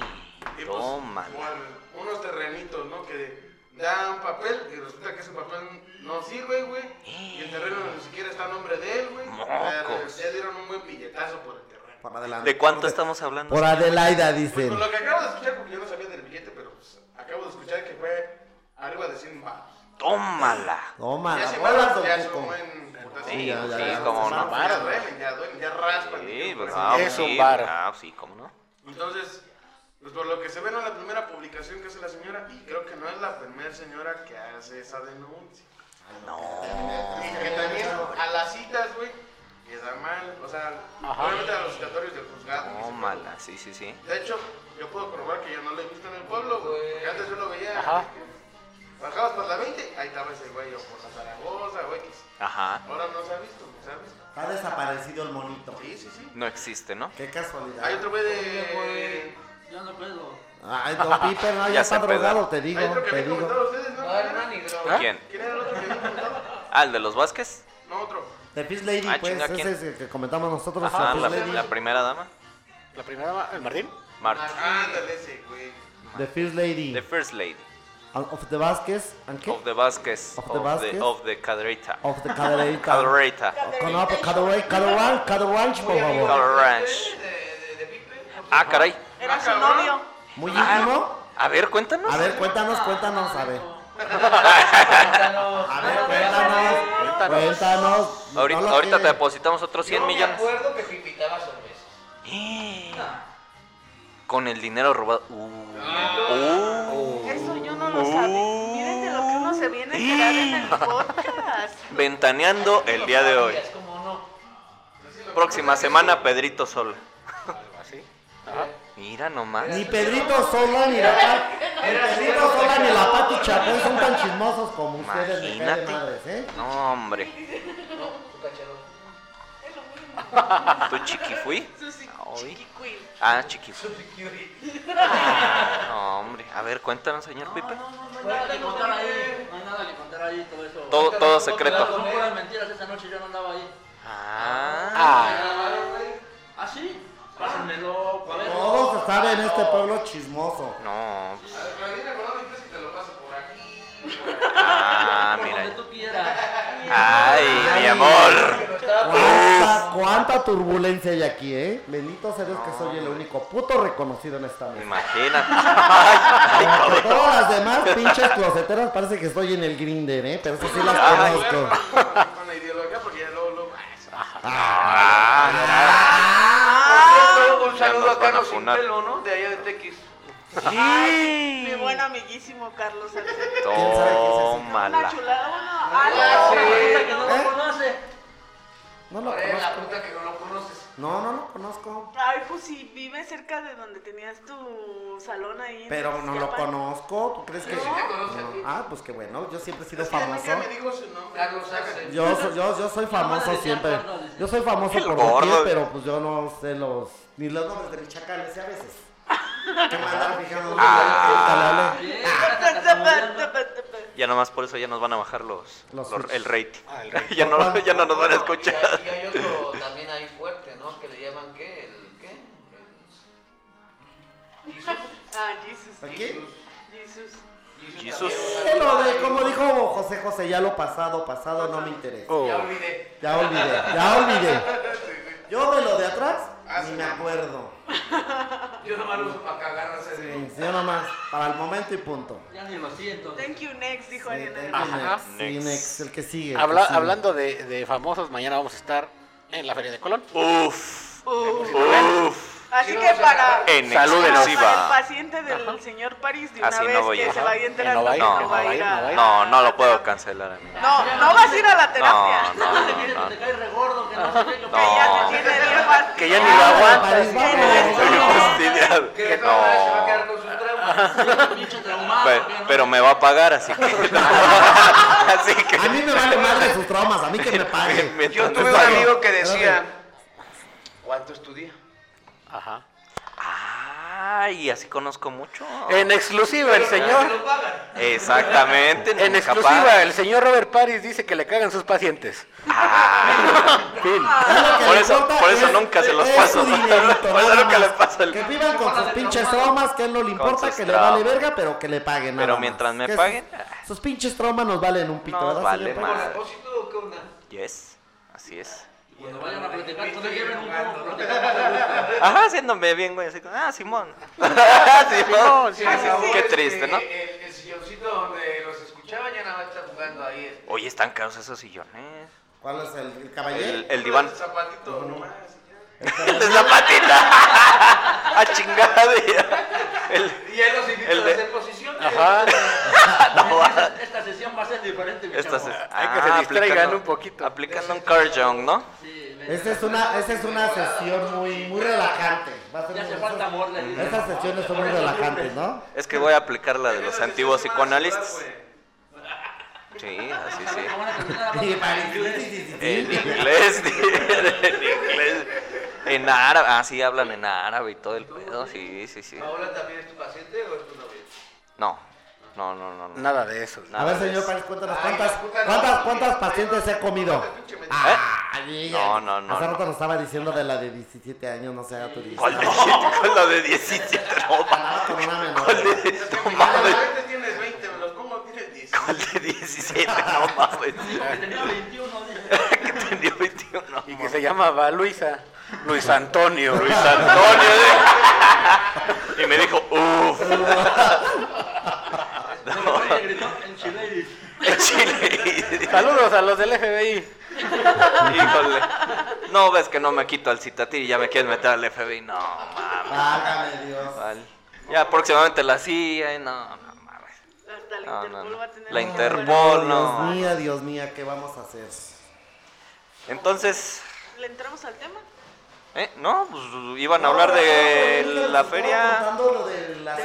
Speaker 2: pues,
Speaker 1: Tómala.
Speaker 2: como unos terrenitos, ¿no? Que dan papel y resulta que ese papel no sirve, güey. Y el terreno ni siquiera está a nombre de él, güey. Pero
Speaker 1: Mocos.
Speaker 2: ya dieron un buen billetazo por el terreno.
Speaker 3: Por adelante.
Speaker 1: ¿De cuánto
Speaker 3: Por-
Speaker 1: estamos hablando?
Speaker 3: Por Adelaida,
Speaker 2: Pues
Speaker 3: dicen.
Speaker 2: con lo que acabo de escuchar, porque yo no sabía del billete, pero pues, acabo de escuchar que fue arriba de 100 baros.
Speaker 1: Tómala.
Speaker 3: Toma,
Speaker 2: Ah, Ya
Speaker 3: la
Speaker 2: se
Speaker 3: bola,
Speaker 2: ya es
Speaker 3: don
Speaker 2: un
Speaker 3: Cuco.
Speaker 2: buen putazo.
Speaker 1: Sí,
Speaker 3: ya, ya,
Speaker 1: sí,
Speaker 3: ya,
Speaker 1: cómo
Speaker 3: ya,
Speaker 1: no.
Speaker 2: Ya duelen, ya duelen, ya raspan.
Speaker 1: Sí,
Speaker 2: tío,
Speaker 1: pues,
Speaker 2: pues,
Speaker 1: ah,
Speaker 4: Es
Speaker 1: sí,
Speaker 4: un bar.
Speaker 1: Ah, sí, cómo no.
Speaker 2: Entonces, pues por lo que se ve, no la primera publicación que hace la señora, y creo que no es la primera señora que hace esa denuncia. No. Y que también a las citas, güey, les da mal. O sea, obviamente a los citatorios del juzgado. que se-
Speaker 1: Tómala, sí, sí, sí.
Speaker 2: De hecho, yo puedo probar que yo no lo he visto en el pueblo, güey. porque Antes yo lo veía.
Speaker 4: Ajá.
Speaker 2: Bajabas por la 20, ahí estaba ese güey, o por la Zaragoza, o X.
Speaker 1: Ajá.
Speaker 2: Ahora no se ha visto, ¿no se ha visto?
Speaker 3: Ha desaparecido el monito.
Speaker 2: Sí, sí, sí.
Speaker 1: No existe, ¿no?
Speaker 3: Qué casualidad.
Speaker 2: Hay otro güey de.
Speaker 6: Ya no puedo.
Speaker 3: Ay, don Piper, no, ya,
Speaker 1: Ya
Speaker 3: está
Speaker 1: se empedó.
Speaker 3: drogado, te digo,
Speaker 2: Hay otro que
Speaker 3: te
Speaker 2: habían
Speaker 3: digo.
Speaker 2: comentado ustedes, ¿no?
Speaker 7: No, Ah, hermano, ni droga.
Speaker 1: ¿Quién?
Speaker 2: ¿Quién era el otro que habían comentado?
Speaker 1: Ah, el de los Vázquez.
Speaker 2: No, otro.
Speaker 3: The Peace Lady,
Speaker 1: Ah,
Speaker 3: pues,
Speaker 1: chinga, ¿quién?
Speaker 3: ese es el que comentamos nosotros.
Speaker 1: Ajá, pues,
Speaker 3: The
Speaker 1: la,
Speaker 3: Peace Lady.
Speaker 1: la primera dama.
Speaker 4: La primera, ma- el Martín.
Speaker 7: Ah,
Speaker 1: Marta.
Speaker 2: Ándale ese, güey.
Speaker 3: The First Lady.
Speaker 1: The First Lady.
Speaker 3: Of the Vázquez. ¿and qué?
Speaker 1: Of the Vázquez.
Speaker 3: Of
Speaker 1: Of
Speaker 3: the Vázquez.
Speaker 1: the, of the Cadreita.
Speaker 3: Of the Cadereyta.
Speaker 1: Cadreita.
Speaker 3: Con no, pues, Caderey- Caderey- Caderey, por favor.
Speaker 1: Color Ranch. Ah, caray.
Speaker 5: Era su novio.
Speaker 3: Muy
Speaker 1: Ah,
Speaker 3: íntimo.
Speaker 1: a ver, cuéntanos.
Speaker 3: A ver, cuéntanos, cuéntanos, a ver. A ver, cuéntanos,
Speaker 4: Cuéntanos.
Speaker 3: cuéntanos.
Speaker 1: Ahorita,
Speaker 3: No lo
Speaker 1: ahorita te
Speaker 3: tiene.
Speaker 1: depositamos otros 100
Speaker 7: Yo me
Speaker 1: millones. Eh,
Speaker 7: acuerdo que te invitaba a cerveza.
Speaker 1: Con el dinero robado. Uh. Uh.
Speaker 5: Ah. Eso yo no lo sabía. Miren de lo que uno se viene a enterar en el podcast.
Speaker 1: Ventaneando el día de hoy.
Speaker 7: Como no.
Speaker 1: Próxima semana, Pedrito Sol.
Speaker 5: ¿Ah,
Speaker 4: Así.
Speaker 1: Mira nomás.
Speaker 3: Ni Pedrito Sola ni la Pati. Ni Pedrito Sola ni la Pati Chapón son tan chismosos como ustedes. me cae de
Speaker 1: Imagínate.
Speaker 3: madres, ¿eh?
Speaker 1: No, hombre. ¿Tú chiqui fui? Ay. Ah, chiqui fui. Ah, No, hombre. A ver, cuéntanos, señor Pipe.
Speaker 6: No hay nada que contar ahí. No hay nada que contar ahí, todo eso.
Speaker 1: Todo, todo
Speaker 6: Son
Speaker 1: secreto.
Speaker 6: puras mentiras, esa noche yo no andaba ahí.
Speaker 1: Ah.
Speaker 6: ¿Ah, sí? Pásenmelo, a ver.
Speaker 3: Todo se sabe en este pueblo chismoso.
Speaker 1: No. pues,
Speaker 2: A ver, pero dime, ¿por dónde crees que te lo paso? ¿Por aquí?
Speaker 3: Pues
Speaker 1: Ah,
Speaker 6: Por donde
Speaker 1: mira.
Speaker 6: tú quieras.
Speaker 1: Ay, mi amor.
Speaker 3: ¿Cuánta, cuánta turbulencia hay aquí, eh? Bendito sea Dios que soy el único puto reconocido en esta mesa.
Speaker 1: Imagínate.
Speaker 3: Como que todas las demás pinches closeteras parece que estoy en el grinder, eh. Pero eso sí las
Speaker 1: Ah,
Speaker 2: Ay, güey,
Speaker 3: conozco.
Speaker 2: con- Con la ideología, porque ya luego, luego. ah, eso. ah,
Speaker 5: Ah,
Speaker 7: un
Speaker 1: Ya nos
Speaker 7: saludo
Speaker 1: van
Speaker 7: a
Speaker 1: a
Speaker 7: Carlos sin
Speaker 1: funar.
Speaker 7: pelo, ¿no? De allá de Tequis.
Speaker 5: Mi buen amiguísimo Carlos Salcedo. Una
Speaker 1: Tómala.
Speaker 5: chulada, bueno,
Speaker 6: Ah,
Speaker 5: algo.
Speaker 6: la gente que no
Speaker 3: ¿Eh?
Speaker 6: lo conoce.
Speaker 3: No lo
Speaker 7: Eres la
Speaker 3: conozco.
Speaker 7: puta que no lo conoces.
Speaker 3: No, no lo conozco.
Speaker 5: Ay, pues sí, vive cerca de donde tenías tu salón ahí. en
Speaker 3: Pero no lo
Speaker 5: Iztapan.
Speaker 3: conozco. ¿Tú crees que.?
Speaker 7: Sí te conoce a ti.
Speaker 3: Ah, pues qué bueno. Yo siempre he sido
Speaker 2: Es que
Speaker 3: famoso.
Speaker 2: nunca me dijo su nombre.
Speaker 7: Carlos Sánchez.
Speaker 3: Yo, so- yo, yo soy famoso siempre. Yo soy famoso
Speaker 1: El
Speaker 3: por lo que
Speaker 1: gordo.
Speaker 3: pero pues yo no sé los. Ni los nombres de mis chacales, a veces. ¿Qué me andan fijando?
Speaker 1: Ah.
Speaker 3: Dale, dale.
Speaker 1: Ya nomás por eso ya nos van a bajar los,
Speaker 3: Los
Speaker 1: los-
Speaker 3: switch.
Speaker 1: el rating.
Speaker 4: Ah, el rating.
Speaker 1: ya, no, ya no nos van a escuchar.
Speaker 7: Y hay otro también ahí fuerte, ¿no? Que le llaman ¿qué? El ¿qué?
Speaker 5: Ah, Jesús.
Speaker 3: Aquí.
Speaker 5: Jesús.
Speaker 7: El-
Speaker 1: Jesús.
Speaker 3: Eh, lo de- como dijo José José, ya lo pasado, pasado no me interesa.
Speaker 7: Ya olvidé.
Speaker 3: Ya olvidé, ya olvidé. Yo de lo de atrás, ni me acuerdo.
Speaker 7: Yo nomás lo uso para cagarse de
Speaker 3: Sí, yo nomás, para el momento y punto.
Speaker 6: Ya ni lo siento.
Speaker 5: Thank you, next, dijo
Speaker 3: Sí,
Speaker 5: Ariana.
Speaker 3: thank you,
Speaker 4: Ajá.
Speaker 3: next. Sí,
Speaker 1: Next.
Speaker 3: next, el que sigue. el que
Speaker 4: Habla-
Speaker 3: sigue.
Speaker 4: hablando de, de famosos, mañana vamos a estar en la Feria de Colón.
Speaker 1: Uf.
Speaker 5: Uf.
Speaker 1: Uf.
Speaker 5: Así que para,
Speaker 1: En
Speaker 4: Salúdenos.
Speaker 5: para el
Speaker 1: exclusiva.
Speaker 5: paciente del señor París, de una
Speaker 1: Así no
Speaker 5: vez
Speaker 1: voy
Speaker 5: que
Speaker 1: a-
Speaker 5: se vaya enterando
Speaker 4: No va a
Speaker 5: que
Speaker 4: ir,
Speaker 5: no
Speaker 4: no
Speaker 5: va a ir
Speaker 4: no va a
Speaker 5: a...
Speaker 4: ir.
Speaker 1: No, no lo puedo cancelar, amigo.
Speaker 5: No, no vas a ir a la terapia.
Speaker 1: No, no, no,
Speaker 6: Mira
Speaker 1: no.
Speaker 6: que te caes regordo, que no sé qué,
Speaker 5: Que ya te
Speaker 1: No.
Speaker 5: tiene bien mal.
Speaker 4: Que ya ni lo aguantas.
Speaker 3: París,
Speaker 5: Que
Speaker 3: vamos.
Speaker 5: no es-
Speaker 1: Fastidiado.
Speaker 7: Que
Speaker 1: No.
Speaker 7: toda la se va a quedar con sus traumas.
Speaker 6: lo pinche traumado.
Speaker 1: Pe-
Speaker 6: que no-
Speaker 1: Pero me va a pagar, así que. así que.
Speaker 3: A mí me vale madre sus traumas, a mí que me paguen.
Speaker 7: Yo
Speaker 1: mientras
Speaker 7: tuve un
Speaker 1: tanto-
Speaker 7: amigo que decía, ¿cuánto es tu día?
Speaker 4: Ajá.
Speaker 1: Ah, Ay, así conozco mucho.
Speaker 4: En exclusiva, el señor.
Speaker 1: Exactamente.
Speaker 4: En
Speaker 1: nunca
Speaker 4: exclusiva,
Speaker 1: pagan.
Speaker 4: el señor Robert Paris dice que le cagan sus pacientes.
Speaker 1: Ah,
Speaker 4: Fin.
Speaker 1: Por eso, por eso nunca se los paso. Por eso nunca les paso
Speaker 3: Que
Speaker 1: el.
Speaker 3: vivan con sus pinches traumas, que no le importa,
Speaker 1: sus
Speaker 3: que le
Speaker 1: traumas.
Speaker 3: vale verga, pero que le paguen. nada
Speaker 1: Pero
Speaker 3: más.
Speaker 1: mientras me
Speaker 3: Que sus-
Speaker 1: paguen,
Speaker 3: Sus, pinches traumas nos valen un pito,
Speaker 1: Nos
Speaker 3: ¿verdad?
Speaker 1: vale
Speaker 3: señor?
Speaker 1: madre.
Speaker 7: ¿Positivo o qué onda?
Speaker 1: Yes, así es.
Speaker 6: Cuando vayan a platicar, no lleven un poco.
Speaker 1: Ajá, haciéndome bien, güey. Así como, ah, Simón. Simón.
Speaker 7: Ah, sí, sí.
Speaker 1: Qué
Speaker 7: Este,
Speaker 1: triste, ¿no?
Speaker 7: El, el silloncito donde los escuchaba ya nada más está jugando ahí. este.
Speaker 1: Oye, están caros esos sillones.
Speaker 3: ¿Cuál es el, el
Speaker 1: El,
Speaker 4: ¿Eh?
Speaker 3: caballero?
Speaker 1: el diván.
Speaker 2: El zapatito, nomás.
Speaker 1: El de zapatita. A chingada. güey. El-
Speaker 7: Y él los invita
Speaker 1: El
Speaker 7: a
Speaker 1: de-
Speaker 7: hacer posiciones.
Speaker 4: Ajá,
Speaker 6: Esta- Esta sesión va a ser diferente, mi
Speaker 1: Estas Ah,
Speaker 6: chavo.
Speaker 4: Hay que se distraigan
Speaker 1: aplicando-
Speaker 4: un poquito.
Speaker 1: Aplicando un Carl Jung, ¿no?
Speaker 6: Sí, le-
Speaker 3: Esta es una, esta es una sesión muy, muy relajante. Va a ser
Speaker 6: Ya hace
Speaker 3: muy-
Speaker 6: falta amor, le dice.
Speaker 3: Estas sesiones son muy relajantes, ¿no?
Speaker 1: Es que voy a aplicar la de los
Speaker 2: Esas
Speaker 1: antiguos
Speaker 2: sesiones van a
Speaker 1: psicoanalistas.
Speaker 2: sudar, güey.
Speaker 1: Sí, así sí.
Speaker 6: Van a terminar hablando
Speaker 3: Sí,
Speaker 6: en
Speaker 3: Paris, sí,
Speaker 6: inglés.
Speaker 3: sí, sí, sí.
Speaker 1: En inglés, en inglés. En árabe, ah, sí, hablan en árabe y todo el pedo, sí, sí, sí.
Speaker 7: ¿Paola también es tu paciente o es tu novia?
Speaker 1: No, no, no, no. no.
Speaker 4: Nada de eso.
Speaker 3: A ver, señor Paris, cuéntanos, ¿cuántas, cuántas, cuántas pacientes he comido? Ay,
Speaker 1: ¿Eh? No, no, no,
Speaker 3: Hace
Speaker 1: no.
Speaker 3: rato nos estaba diciendo de la de 17 años, no sea turista.
Speaker 1: ¿Cuál de, con la de 17? No,
Speaker 3: Ah,
Speaker 1: ma-
Speaker 3: con una menor.
Speaker 1: ¿Cuál de,
Speaker 2: Es que
Speaker 1: no
Speaker 2: mi
Speaker 1: mames?
Speaker 7: Ah, este
Speaker 2: antes tienes 20, me los como tienes 10.
Speaker 1: ¿Cuál de 17? No mames.
Speaker 6: Que tenía 21, dice.
Speaker 1: Que tenía 21. no,
Speaker 4: Y que se llamaba Luisa. Luis Antonio.
Speaker 1: Luis Antonio. ¿eh? Y me dijo, uff.
Speaker 6: Después le gritó en Chile.
Speaker 1: En Chile.
Speaker 4: Saludos a los del FBI.
Speaker 1: Híjole. No ves que no me quito al citatir y ya me quieres meter al FBI. No mames.
Speaker 3: Válgame Dios.
Speaker 1: Vale. Ya próximamente la CIA. y No, no mames.
Speaker 5: Hasta la
Speaker 1: No, no,
Speaker 5: Interpol
Speaker 1: no.
Speaker 5: va a tener
Speaker 1: La
Speaker 5: un
Speaker 1: Interpol,
Speaker 5: número.
Speaker 1: no.
Speaker 3: Dios mío, Dios mío, ¿qué vamos a hacer?
Speaker 1: Entonces,
Speaker 5: ¿Le entramos al tema?
Speaker 1: ¿eh? ¿no? Pues, iban a hablar
Speaker 3: Ah,
Speaker 1: de la feria.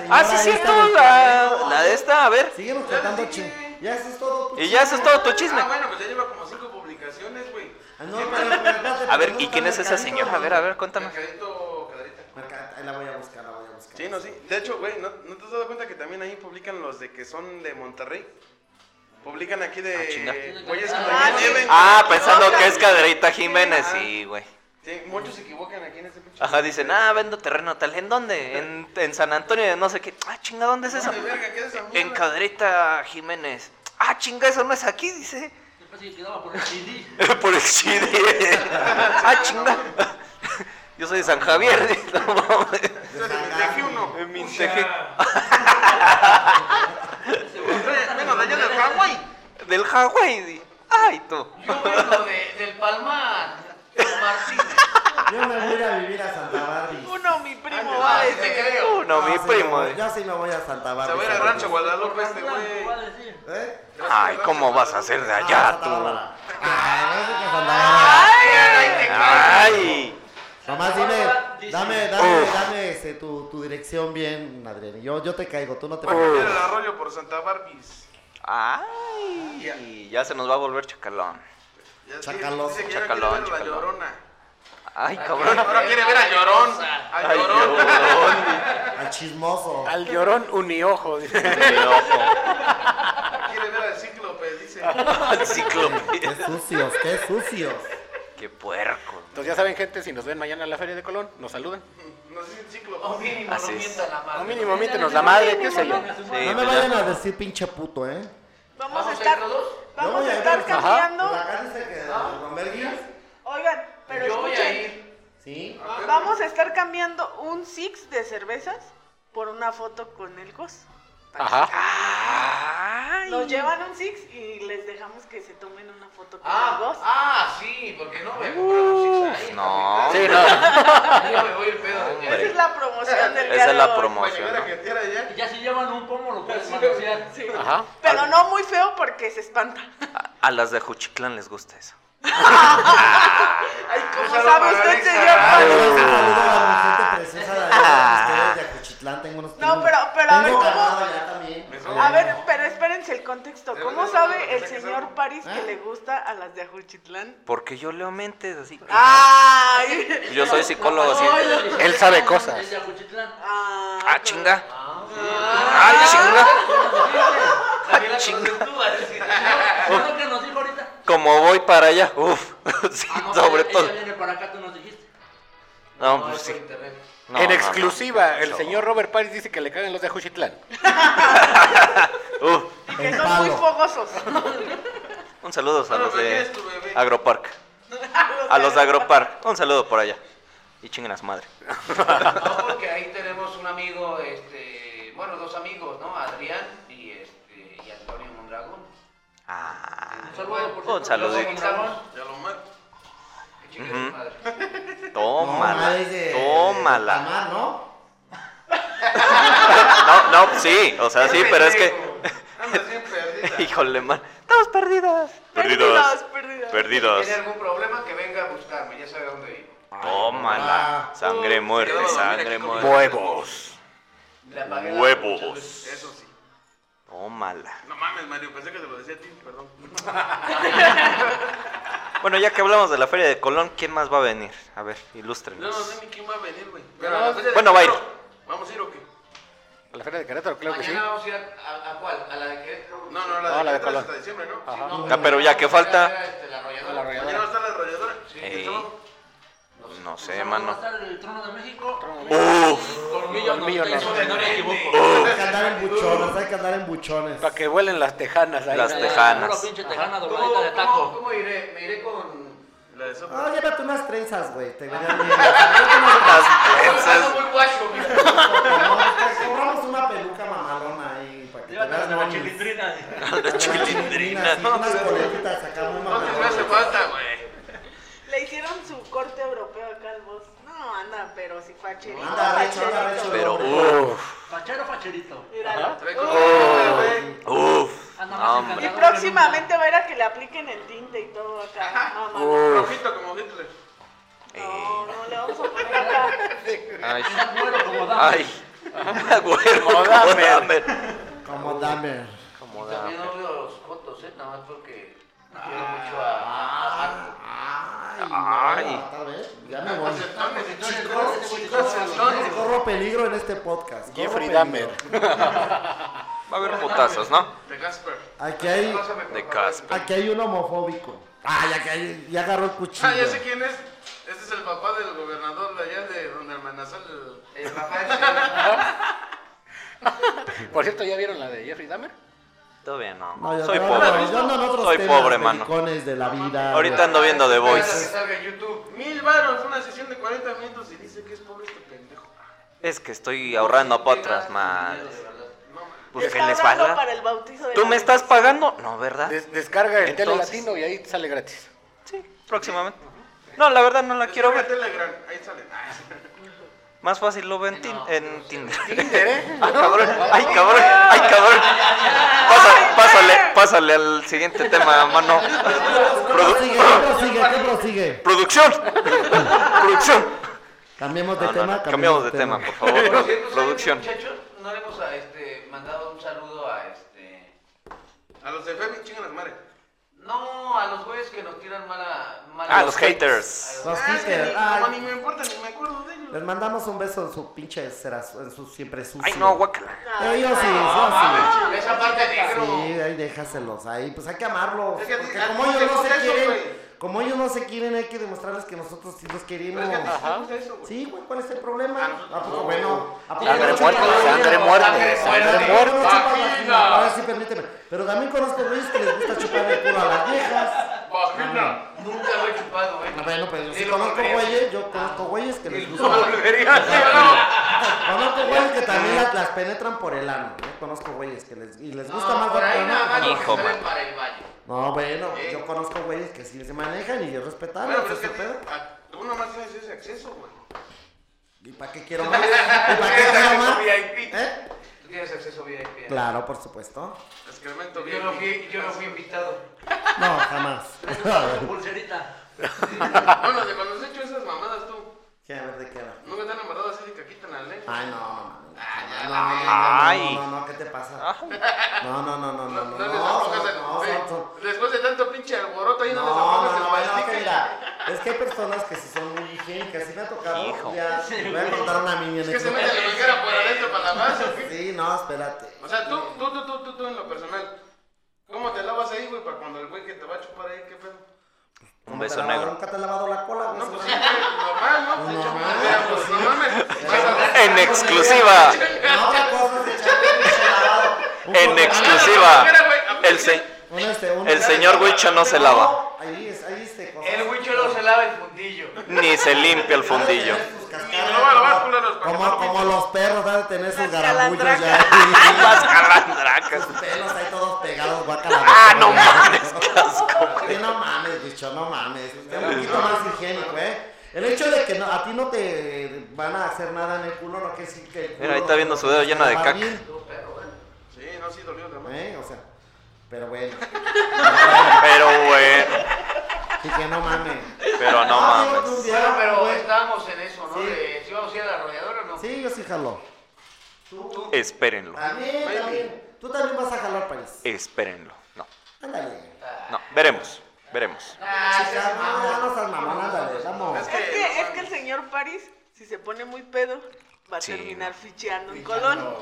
Speaker 1: Ah, sí, cierto. La, la de esta, a ver.
Speaker 3: Síguenos contando ching. Ya eso es todo. pues. tu
Speaker 1: Y ya, eso es todo tu chisme.
Speaker 2: Ah, bueno, pues ya lleva como 5 publicaciones, güey.
Speaker 3: Ah, no, pero- pero espérate,
Speaker 1: A ver,
Speaker 3: pero no
Speaker 1: ¿y
Speaker 3: está
Speaker 1: quién es esa
Speaker 3: Mercadito.
Speaker 1: señora? A ver, a ver, cuéntame.
Speaker 2: Mercadito, Caderita.
Speaker 3: Mercadito, ahí La voy a buscar, la voy a buscar.
Speaker 2: Sí, no, sí. De hecho, güey, ¿no, no te has dado cuenta que también ahí publican los de que son de Monterrey? Publican aquí de.
Speaker 1: Ah, chinga.
Speaker 2: güeyes que
Speaker 5: Ah,
Speaker 2: no
Speaker 5: sí.
Speaker 2: lleven.
Speaker 1: Ah, pensando que es Caderita Jiménez. Sí, güey.
Speaker 2: Sí, muchos se equivocan aquí en este pinche.
Speaker 1: Ajá, dicen, ah, vendo terreno tal. ¿En dónde? En, en San Antonio de no sé qué. Ah, chinga, ¿dónde es eso?
Speaker 2: ¿Dónde, verga, qué es esa mierda?
Speaker 1: En Caderita Jiménez. Ah, chinga, eso no es aquí, dice.
Speaker 6: Yo pensé que quedaba por el CD.
Speaker 1: Por el CD. ah, chinga. Yo soy de San Javier. dice, No mames.
Speaker 2: Entonces, me dejé uno.
Speaker 1: En mi teje-
Speaker 2: Venga, mañana el Hawái.
Speaker 1: Del Hawái. di. Ay, tú.
Speaker 7: Yo vengo de, del Palmar, del Martínez.
Speaker 3: Yo me voy a ir a vivir a Santa Barbie.
Speaker 5: Uno, mi primo va
Speaker 7: Ah,
Speaker 5: a
Speaker 7: sí te
Speaker 5: decir.
Speaker 7: creo.
Speaker 1: Uh, no, mi
Speaker 3: Ah, sí me
Speaker 1: primo.
Speaker 3: voy-
Speaker 1: di.
Speaker 3: Yo sí me voy a Santa
Speaker 2: Se
Speaker 3: Barbie.
Speaker 2: va a ir al
Speaker 3: Santa Barbie.
Speaker 2: rancho Guadalupe este,
Speaker 6: Blanco, va a
Speaker 2: güey.
Speaker 6: decir.
Speaker 3: ¿Eh?
Speaker 1: Ay, ¿cómo vas a ser de allá,
Speaker 3: Ah, Santa
Speaker 1: tú?
Speaker 3: Bárbara. Ay, no sé qué Santa Bárbara.
Speaker 1: Ay.
Speaker 3: Nomás dime,
Speaker 6: Dice-
Speaker 3: dame, dame, dame este, tu, tu dirección bien, Adrián. Yo, yo te caigo, tú no te preocupes.
Speaker 2: Era el arroyo por Santa Barbis.
Speaker 1: Ay. Ya se nos va a volver chacalón.
Speaker 2: Ya sí,
Speaker 3: Chacalón.
Speaker 2: Dice que ya
Speaker 1: Chacalón,
Speaker 2: quiere ver a la
Speaker 1: chacalón.
Speaker 2: llorona.
Speaker 1: Ay, cabrón.
Speaker 2: Ahora quiere ver a Llorón. A
Speaker 1: Ay,
Speaker 2: Llorón.
Speaker 1: cabrón.
Speaker 3: Al chismoso.
Speaker 4: Al llorón uniojo. dice.
Speaker 1: Mi ojo.
Speaker 2: Quiere ver al Cíclope, dice.
Speaker 1: Al cíclope.
Speaker 3: Qué sucios, qué sucios.
Speaker 1: Qué puerco.
Speaker 4: Entonces ya saben, gente, si nos ven mañana en la Feria de Colón, nos saludan.
Speaker 2: No sé si el
Speaker 7: O
Speaker 2: Cíclope.
Speaker 7: mínimo, no
Speaker 1: Así es.
Speaker 7: mientan la
Speaker 4: O
Speaker 7: madre.
Speaker 4: mínimo, mítenos la madre, qué sé yo.
Speaker 1: Sí,
Speaker 3: No me
Speaker 1: pues ya.
Speaker 3: vayan a decir pinche puto, ¿eh?
Speaker 5: Vamos a
Speaker 7: ¿Vamos a
Speaker 5: estar,
Speaker 7: ir todos?
Speaker 3: Yo
Speaker 5: vamos
Speaker 3: voy
Speaker 5: a
Speaker 3: ir
Speaker 5: estar
Speaker 3: con-
Speaker 5: cambiando.
Speaker 3: Ajá,
Speaker 5: Ah.
Speaker 3: ¿Con la cara esa que- con Berguías?
Speaker 5: Oigan, pero
Speaker 7: Yo voy a
Speaker 5: escuchen,
Speaker 7: ir. Ah.
Speaker 3: Sí.
Speaker 5: vamos a estar cambiando un six de cervezas por una foto con el cos.
Speaker 4: Ajá.
Speaker 5: Nos llevan un six y les dejamos que se tomen una foto con el
Speaker 7: Ah,
Speaker 5: cos.
Speaker 7: ah, sí, porque no voy a comprar un six ahí.
Speaker 1: No.
Speaker 4: Sí, no.
Speaker 7: papi. Yo me voy el pedo. de-
Speaker 5: Esa es la promoción del día
Speaker 1: Esa es
Speaker 5: de
Speaker 1: la
Speaker 5: hoy.
Speaker 2: Para llegar
Speaker 1: promoción.
Speaker 2: a
Speaker 1: ¿no?
Speaker 2: Gentera allá.
Speaker 6: Ya si llevan un pomo lo pueden manosear.
Speaker 5: Sí.
Speaker 4: Ajá.
Speaker 1: Ah.
Speaker 5: Pero no muy feo porque se espanta.
Speaker 1: A- A las de Juchiclán les gusta eso.
Speaker 5: Ay, ¿cómo
Speaker 2: Déjalo
Speaker 5: sabe
Speaker 2: para
Speaker 5: usted,
Speaker 2: Alexa.
Speaker 5: señor?
Speaker 7: Ah,
Speaker 3: Ah, Un saludo a mi gente preciosa de allá, de ustedes de Tenochtitlán tengo unos
Speaker 5: No, pero, pero a ver,
Speaker 3: tengo ganado
Speaker 5: ¿cómo?
Speaker 3: allá también.
Speaker 2: Me sobra.
Speaker 5: A ver, pero espérense el contexto. ¿Cómo sabe el
Speaker 2: ¿Eh?
Speaker 5: señor París
Speaker 7: Ah.
Speaker 5: que le gusta a las de Ajulchitlán?
Speaker 1: Porque yo leo mentes, así que...
Speaker 5: Ah.
Speaker 7: Ah.
Speaker 5: ¡Ay!
Speaker 1: Yo soy psicólogo, sí.
Speaker 4: Él sabe cosas.
Speaker 6: Es de Ajuchitlán.
Speaker 5: Ah,
Speaker 1: Ah,
Speaker 5: pero-
Speaker 1: chinga. Ah, chinga.
Speaker 7: También la tú, va a decir.
Speaker 6: ¿Qué es lo que nos dijo ahorita?
Speaker 1: Como voy para allá, uff, sí,
Speaker 6: Ah, no,
Speaker 1: sobre
Speaker 6: ella-
Speaker 1: todo.
Speaker 6: Ella viene para acá, tú nos dijiste.
Speaker 1: No,
Speaker 7: No,
Speaker 1: pues
Speaker 7: es por
Speaker 1: sí.
Speaker 7: internet.
Speaker 1: No,
Speaker 4: en
Speaker 1: no, no.
Speaker 4: exclusiva, el señor Robert Paris dice que le cagan los de Juchitlán.
Speaker 1: Uf,
Speaker 5: Y que
Speaker 3: El
Speaker 5: son muy
Speaker 3: palo.
Speaker 5: fogosos.
Speaker 1: un saludo a
Speaker 2: No,
Speaker 1: los
Speaker 2: pero ¿quién
Speaker 1: de
Speaker 2: es tu bebé?
Speaker 1: Agropark. A los de Agropark. Un saludo por allá. Y chinguen a su madre.
Speaker 7: No, porque ahí tenemos un amigo, este, bueno, dos amigos, ¿no? Adrián y, este, y Antonio Mondragón.
Speaker 1: Ah,
Speaker 6: Un saludo, por
Speaker 1: Un
Speaker 6: cierto,
Speaker 1: saludito.
Speaker 6: luego Mondragón.
Speaker 2: Ya lo mato.
Speaker 7: Que chingue
Speaker 1: Ujú.
Speaker 7: su madre.
Speaker 3: No,
Speaker 1: tómala.
Speaker 3: es de- de
Speaker 1: Tómala.
Speaker 3: Tamar, ¿no?
Speaker 1: No, no, sí, o sea, sí, pero es que.
Speaker 2: Anda bien perdida.
Speaker 1: Híjole, man. Estamos perdidas.
Speaker 5: Perdidos, perdidos.
Speaker 1: Perdidas.
Speaker 7: tiene algún problema que venga a buscarme, ya sabe dónde vivo.
Speaker 1: Tómala. Sangre muerte, sangre muerte.
Speaker 4: Huevos.
Speaker 7: Le apagué la
Speaker 1: Huevos.
Speaker 7: luz muchas veces.
Speaker 2: Eso sí.
Speaker 1: Tómala.
Speaker 2: No mames, Mario, pensé que te lo decía a ti, perdón.
Speaker 1: Bueno, ya que hablamos de la Feria de Colón, ¿quién más va a venir? A ver,
Speaker 2: Yo no sé
Speaker 1: ilústrenos.
Speaker 2: ni quién va a venir, güey.
Speaker 7: Pero a la fecha de
Speaker 1: Bueno, va a ir.
Speaker 2: ¿Vamos a ir o qué?
Speaker 4: ¿A la feria de Querétaro? Claro que sí.
Speaker 7: Mañana vamos a ir a, a- a cuál, a la de Querétaro.
Speaker 2: No, no, la de,
Speaker 4: No, la
Speaker 2: Querétaro
Speaker 4: de
Speaker 2: es
Speaker 4: Colón.
Speaker 2: hasta diciembre, ¿no?
Speaker 4: Ajá.
Speaker 7: No,
Speaker 1: Ah, pero ya que falta.
Speaker 7: era, este, la arrolladora.
Speaker 4: La arrolladora.
Speaker 2: Mañana va a estar la arrolladora. Sí,
Speaker 1: Ey. No sé,
Speaker 6: Va a
Speaker 1: mano.
Speaker 6: estar el trono de México.
Speaker 1: Uf,
Speaker 4: Colmillo
Speaker 6: Colmillo 91,
Speaker 4: norteño.
Speaker 6: si no me equivoco.
Speaker 3: Hay que andar en buchones, hay que andar en buchones.
Speaker 4: Para que vuelen las tejanas ahí.
Speaker 1: Las
Speaker 6: Eh,
Speaker 1: tejanas.
Speaker 6: pura pinche tejana
Speaker 7: ¿Cómo,
Speaker 6: dobladita de
Speaker 7: cómo-
Speaker 6: taco.
Speaker 7: cómo iré? Me iré con...
Speaker 2: La de Sopa.
Speaker 3: Ah, llévate unas trenzas, güey. Te verían bien. Llévate unas-
Speaker 1: esas-
Speaker 7: Ando muy guacho, mira.
Speaker 3: No, te compramos una peluca mamalona ahí. Para que te
Speaker 6: Llévatela
Speaker 3: veas
Speaker 6: de la
Speaker 3: monis.
Speaker 6: chilindrina.
Speaker 1: Ah,
Speaker 3: Una chilindrina. sí, Unas coletitas acá muy
Speaker 2: No, que me hace
Speaker 3: mamalonas.
Speaker 2: falta, güey.
Speaker 5: Le hicieron su corte europeo acá al boss. No, anda, pero si facherito.
Speaker 3: Anda, recho, anda, recho.
Speaker 1: pero
Speaker 3: hombre.
Speaker 1: uff,
Speaker 6: Fachero, facherito.
Speaker 5: Míralo.
Speaker 2: Trae
Speaker 5: Uh,
Speaker 7: Oh.
Speaker 2: con- güey.
Speaker 1: uff.
Speaker 6: Anda
Speaker 1: No,
Speaker 6: Ah, más
Speaker 1: hombre.
Speaker 5: Y
Speaker 6: encantador que
Speaker 5: próximamente va a ir a que le apliquen el tinte y todo acá. No, mamá.
Speaker 2: Rojito como Hitler.
Speaker 1: Eh.
Speaker 5: No, no, le vamos a poner acá.
Speaker 1: Ay,
Speaker 6: nunca. Anda güero como dama.
Speaker 1: ay. Güero,
Speaker 4: Como
Speaker 1: como
Speaker 4: Dahmer.
Speaker 1: Dahmer. uh.
Speaker 3: Como Dahmer.
Speaker 1: Como
Speaker 7: También
Speaker 1: Dahmer.
Speaker 7: no veo los fotos, ¿eh? Nada más porque
Speaker 6: Ah,
Speaker 7: quiero mucho a- a... a Arco.
Speaker 1: Ay.
Speaker 3: Ay, tal vez. Ya me voy.
Speaker 7: Entonces,
Speaker 3: Corro peligro en este podcast. corro
Speaker 4: Jeffrey
Speaker 3: peligro.
Speaker 4: Dahmer.
Speaker 1: Va a haber putazos, ¿no?
Speaker 2: De Casper.
Speaker 3: Aquí hay,
Speaker 7: pásame, por
Speaker 1: De
Speaker 7: favor.
Speaker 1: Casper.
Speaker 3: aquí hay un homofóbico. Ay, aquí hay, ya agarró el cuchillo.
Speaker 2: Ah, ya sé quién es. Este es el papá del gobernador de allá de donde amenazó el...
Speaker 7: El papá del señor.
Speaker 4: Por cierto, ¿ya vieron la de Jeffrey Dahmer?
Speaker 1: Todavía no.
Speaker 3: No, yo
Speaker 1: Soy
Speaker 3: no,
Speaker 1: pobre.
Speaker 3: Yo ando en otros
Speaker 1: Soy
Speaker 3: temas,
Speaker 1: pobre, mano.
Speaker 3: pericones de la vida.
Speaker 1: Ahorita ando viendo The
Speaker 7: Espera que
Speaker 1: Voice.
Speaker 7: salga en YouTube.
Speaker 2: Mil varos, una sesión de 40 minutos y dice que es pobre este pendejo.
Speaker 1: Es que estoy ahorrando para otras
Speaker 7: De
Speaker 1: madres.
Speaker 7: verdad.
Speaker 1: Pues que
Speaker 5: Está
Speaker 1: les
Speaker 5: hablando
Speaker 1: valga.
Speaker 5: para el bautizo de
Speaker 1: ¿Tú
Speaker 5: la
Speaker 1: me
Speaker 5: Virgen.
Speaker 1: estás pagando? No, ¿verdad?
Speaker 4: Des- descarga el tele
Speaker 1: Ah. Entonces-
Speaker 4: latino y ahí sale gratis.
Speaker 1: Sí, próximamente. No, la verdad no la quiero
Speaker 2: Descarga
Speaker 1: ver.
Speaker 2: Telegram, ahí sale. Ah,
Speaker 1: Más fácil lo ven en Tinder.
Speaker 4: Tinder, ¿eh?
Speaker 1: Ay, Ah, cabrón, ay, cabrón, ay, cabrón. Pasa- pásale, pásale al siguiente tema, mano. Produ-
Speaker 3: Prosigue, ¿qué prosigue? ¿Qué prosigue?
Speaker 1: producción, producción.
Speaker 3: Cambiemos de
Speaker 1: No, no,
Speaker 3: tema.
Speaker 1: no, cambiamos de tema, por favor. pro-
Speaker 7: Por cierto, ¿saben,
Speaker 1: Producción.
Speaker 7: Muchachos, no le hemos a, este, mandado un saludo a este.
Speaker 2: A los de Femi chingan las madres.
Speaker 7: No, a los güeyes que nos tiran mala. mala
Speaker 1: Ah, los haters.
Speaker 3: Los
Speaker 2: Ah, es que
Speaker 3: haters,
Speaker 2: ni-
Speaker 3: ay.
Speaker 2: como ni me importa, ni me acuerdo de ellos.
Speaker 3: Les mandamos un beso en su pinche cerazo, en su siempre sucio.
Speaker 1: Ay, no, guácala.
Speaker 5: Ay,
Speaker 3: Ellos sí, ellos
Speaker 7: Ah, Esa parte negro.
Speaker 3: sí. Sí, ahí déjaselos, ahí, pues hay que amarlos.
Speaker 2: Es que a ti-
Speaker 3: Porque
Speaker 2: a ti
Speaker 3: como
Speaker 2: te
Speaker 3: ellos no
Speaker 2: gusta
Speaker 3: se
Speaker 2: eso,
Speaker 3: quieren,
Speaker 2: güey.
Speaker 3: como ellos no se quieren, hay que demostrarles que nosotros sí los queremos.
Speaker 2: Pero es que a ti sí te gusta eso, güey.
Speaker 3: Sí, güey, ¿cuál es el problema?
Speaker 2: A nosotros
Speaker 3: ¿A poco
Speaker 2: no,
Speaker 3: bueno? ¿A poco
Speaker 4: Sangre
Speaker 3: no
Speaker 4: muerte,
Speaker 3: chupas la
Speaker 4: sangre
Speaker 3: vagina?
Speaker 4: muerte, sangre
Speaker 3: Sangre
Speaker 4: muerte.
Speaker 3: no chupas la
Speaker 7: Vagina.
Speaker 3: vagina. Ahora sí, permíteme. Pero también conozco güeyes que les gusta chupar el culo a las viejas.
Speaker 7: Vagina. Nunca lo he chupado, güey.
Speaker 3: Bueno, pero yo
Speaker 7: Ni
Speaker 3: sí
Speaker 7: lo
Speaker 3: conozco
Speaker 7: volvería a
Speaker 3: güeyes, yo conozco güeyes que les
Speaker 7: Ni lo
Speaker 3: gusta.
Speaker 7: volvería a hacer,
Speaker 3: Conozco güeyes que también las, las penetran por el ano. ¿eh? Conozco güeyes que les, y les
Speaker 7: no.
Speaker 3: gusta más
Speaker 7: por
Speaker 3: dar
Speaker 7: ahí
Speaker 3: por el
Speaker 7: nada más
Speaker 3: ano.
Speaker 7: los que
Speaker 1: Hijo,
Speaker 7: salen
Speaker 1: man.
Speaker 7: para el baño.
Speaker 3: No, bueno,
Speaker 2: Sí.
Speaker 3: yo conozco güeyes que sí se manejan y es respetable.
Speaker 2: Bueno,
Speaker 3: pues,
Speaker 2: pero es que
Speaker 3: ¿qué pedo?
Speaker 2: a- a- tú nomás tienes ese acceso, güey.
Speaker 3: ¿Y para qué quiero más? ¿Y para qué quiero más?
Speaker 2: VIP.
Speaker 3: ¿Eh?
Speaker 7: Tú tienes acceso VIP.
Speaker 3: Claro, por supuesto.
Speaker 2: Excremento
Speaker 7: Yo no
Speaker 2: VIP.
Speaker 7: fui, yo no fui invitado.
Speaker 3: No, jamás.
Speaker 6: Pulserita.
Speaker 2: Bueno, de cuando has hecho esas mamadas tú,
Speaker 3: ¿Qué? A ver, ¿de qué va?
Speaker 2: nunca te han amarrado así de caquita en la lengua.
Speaker 3: Ay, no, no, no. no, no,
Speaker 1: Ay.
Speaker 3: no, no, no, ¿qué te pasa? No, no, no, no, no, no, no,
Speaker 2: No les aflojas el-
Speaker 3: no,
Speaker 2: Oye,
Speaker 3: son- son-
Speaker 2: Después de tanto pinche alboroto, ahí
Speaker 3: no,
Speaker 2: no,
Speaker 3: no,
Speaker 2: les
Speaker 3: no,
Speaker 2: aflojas el
Speaker 3: no, no, que
Speaker 2: mastique.
Speaker 3: mira, es que hay personas que sí son muy higiénicas, sí me ha tocado,
Speaker 1: Hijo.
Speaker 3: ya, te voy a contar una mini
Speaker 2: Es que se
Speaker 3: anécdota.
Speaker 2: mete la manguera por adentro para lavarse, ¿o qué?
Speaker 3: Sí, no, espérate.
Speaker 2: O sea, tú, tú, tú, tú, tú, tú, en lo personal, ¿cómo te lavas ahí, güey? Para cuando el güey que te va a chupar ahí, ¿qué pedo?
Speaker 1: Un beso
Speaker 3: Nunca te has lavado-
Speaker 1: negro.
Speaker 3: Nunca te has lavado la cola, güey.
Speaker 2: No, pues sí, güey, normal, ¿no?
Speaker 3: Pues,
Speaker 2: Se chupa,
Speaker 3: normal.
Speaker 2: mira, pues, no mames. vas a-
Speaker 1: En exclusiva.
Speaker 3: No, otra cosa es echarle un pinche lavado. Un
Speaker 1: En
Speaker 3: poco-
Speaker 1: exclusiva. El, se-
Speaker 3: Un este, un-
Speaker 1: el señor Huicho no se lava.
Speaker 3: Ahí es, ahí este, cosas.
Speaker 7: El huicholo se lava el fundillo.
Speaker 1: Ni se limpia el fundillo.
Speaker 3: Ha de tener sus cascadas,
Speaker 2: Ni lo va a lavar,
Speaker 3: como-
Speaker 2: culeros, para que no
Speaker 3: Como,
Speaker 2: lo
Speaker 3: como los perros, van a tener sus
Speaker 5: Las
Speaker 3: garabullos ya.
Speaker 5: calandracas.
Speaker 1: Las
Speaker 3: ahí.
Speaker 1: calandracas.
Speaker 3: Sus pelos ahí todos pegados, guacala.
Speaker 1: Ah, no mames, qué asco.
Speaker 3: Sí, no mames, bicho, no mames. Es un poquito más higiénico, ¿eh? El hecho de que no- a ti no te van a hacer nada en el culo no quiere decir que el culo...
Speaker 1: Mira, ahí está viendo su dedo lleno de
Speaker 3: va
Speaker 1: caca.
Speaker 3: bien,
Speaker 2: Sí, no, sí, dolió la mano.
Speaker 3: ¿eh? O sea, pero bueno.
Speaker 1: Pero bueno,
Speaker 3: Así que no mames.
Speaker 1: pero no
Speaker 3: Ah, digo,
Speaker 1: mames.
Speaker 3: un día,
Speaker 7: Bueno, pero
Speaker 3: güey.
Speaker 7: estábamos en eso, ¿no?
Speaker 3: Sí.
Speaker 7: De si vamos a ir a la arrolladora o no.
Speaker 3: Sí, yo sí jalo. Tú
Speaker 1: Espérenlo,
Speaker 3: también, también. Tú también vas a jalar, país.
Speaker 1: espérenlo. No,
Speaker 3: Ándale.
Speaker 1: no, veremos, veremos.
Speaker 7: Ah,
Speaker 3: Chica,
Speaker 7: seas
Speaker 3: no, ya
Speaker 7: mamón.
Speaker 3: no seas mamón, ándale, vamos.
Speaker 5: Es que, es que el señor París, si se pone muy pedo, va a
Speaker 1: Sí.
Speaker 5: terminar ficheando en Colón.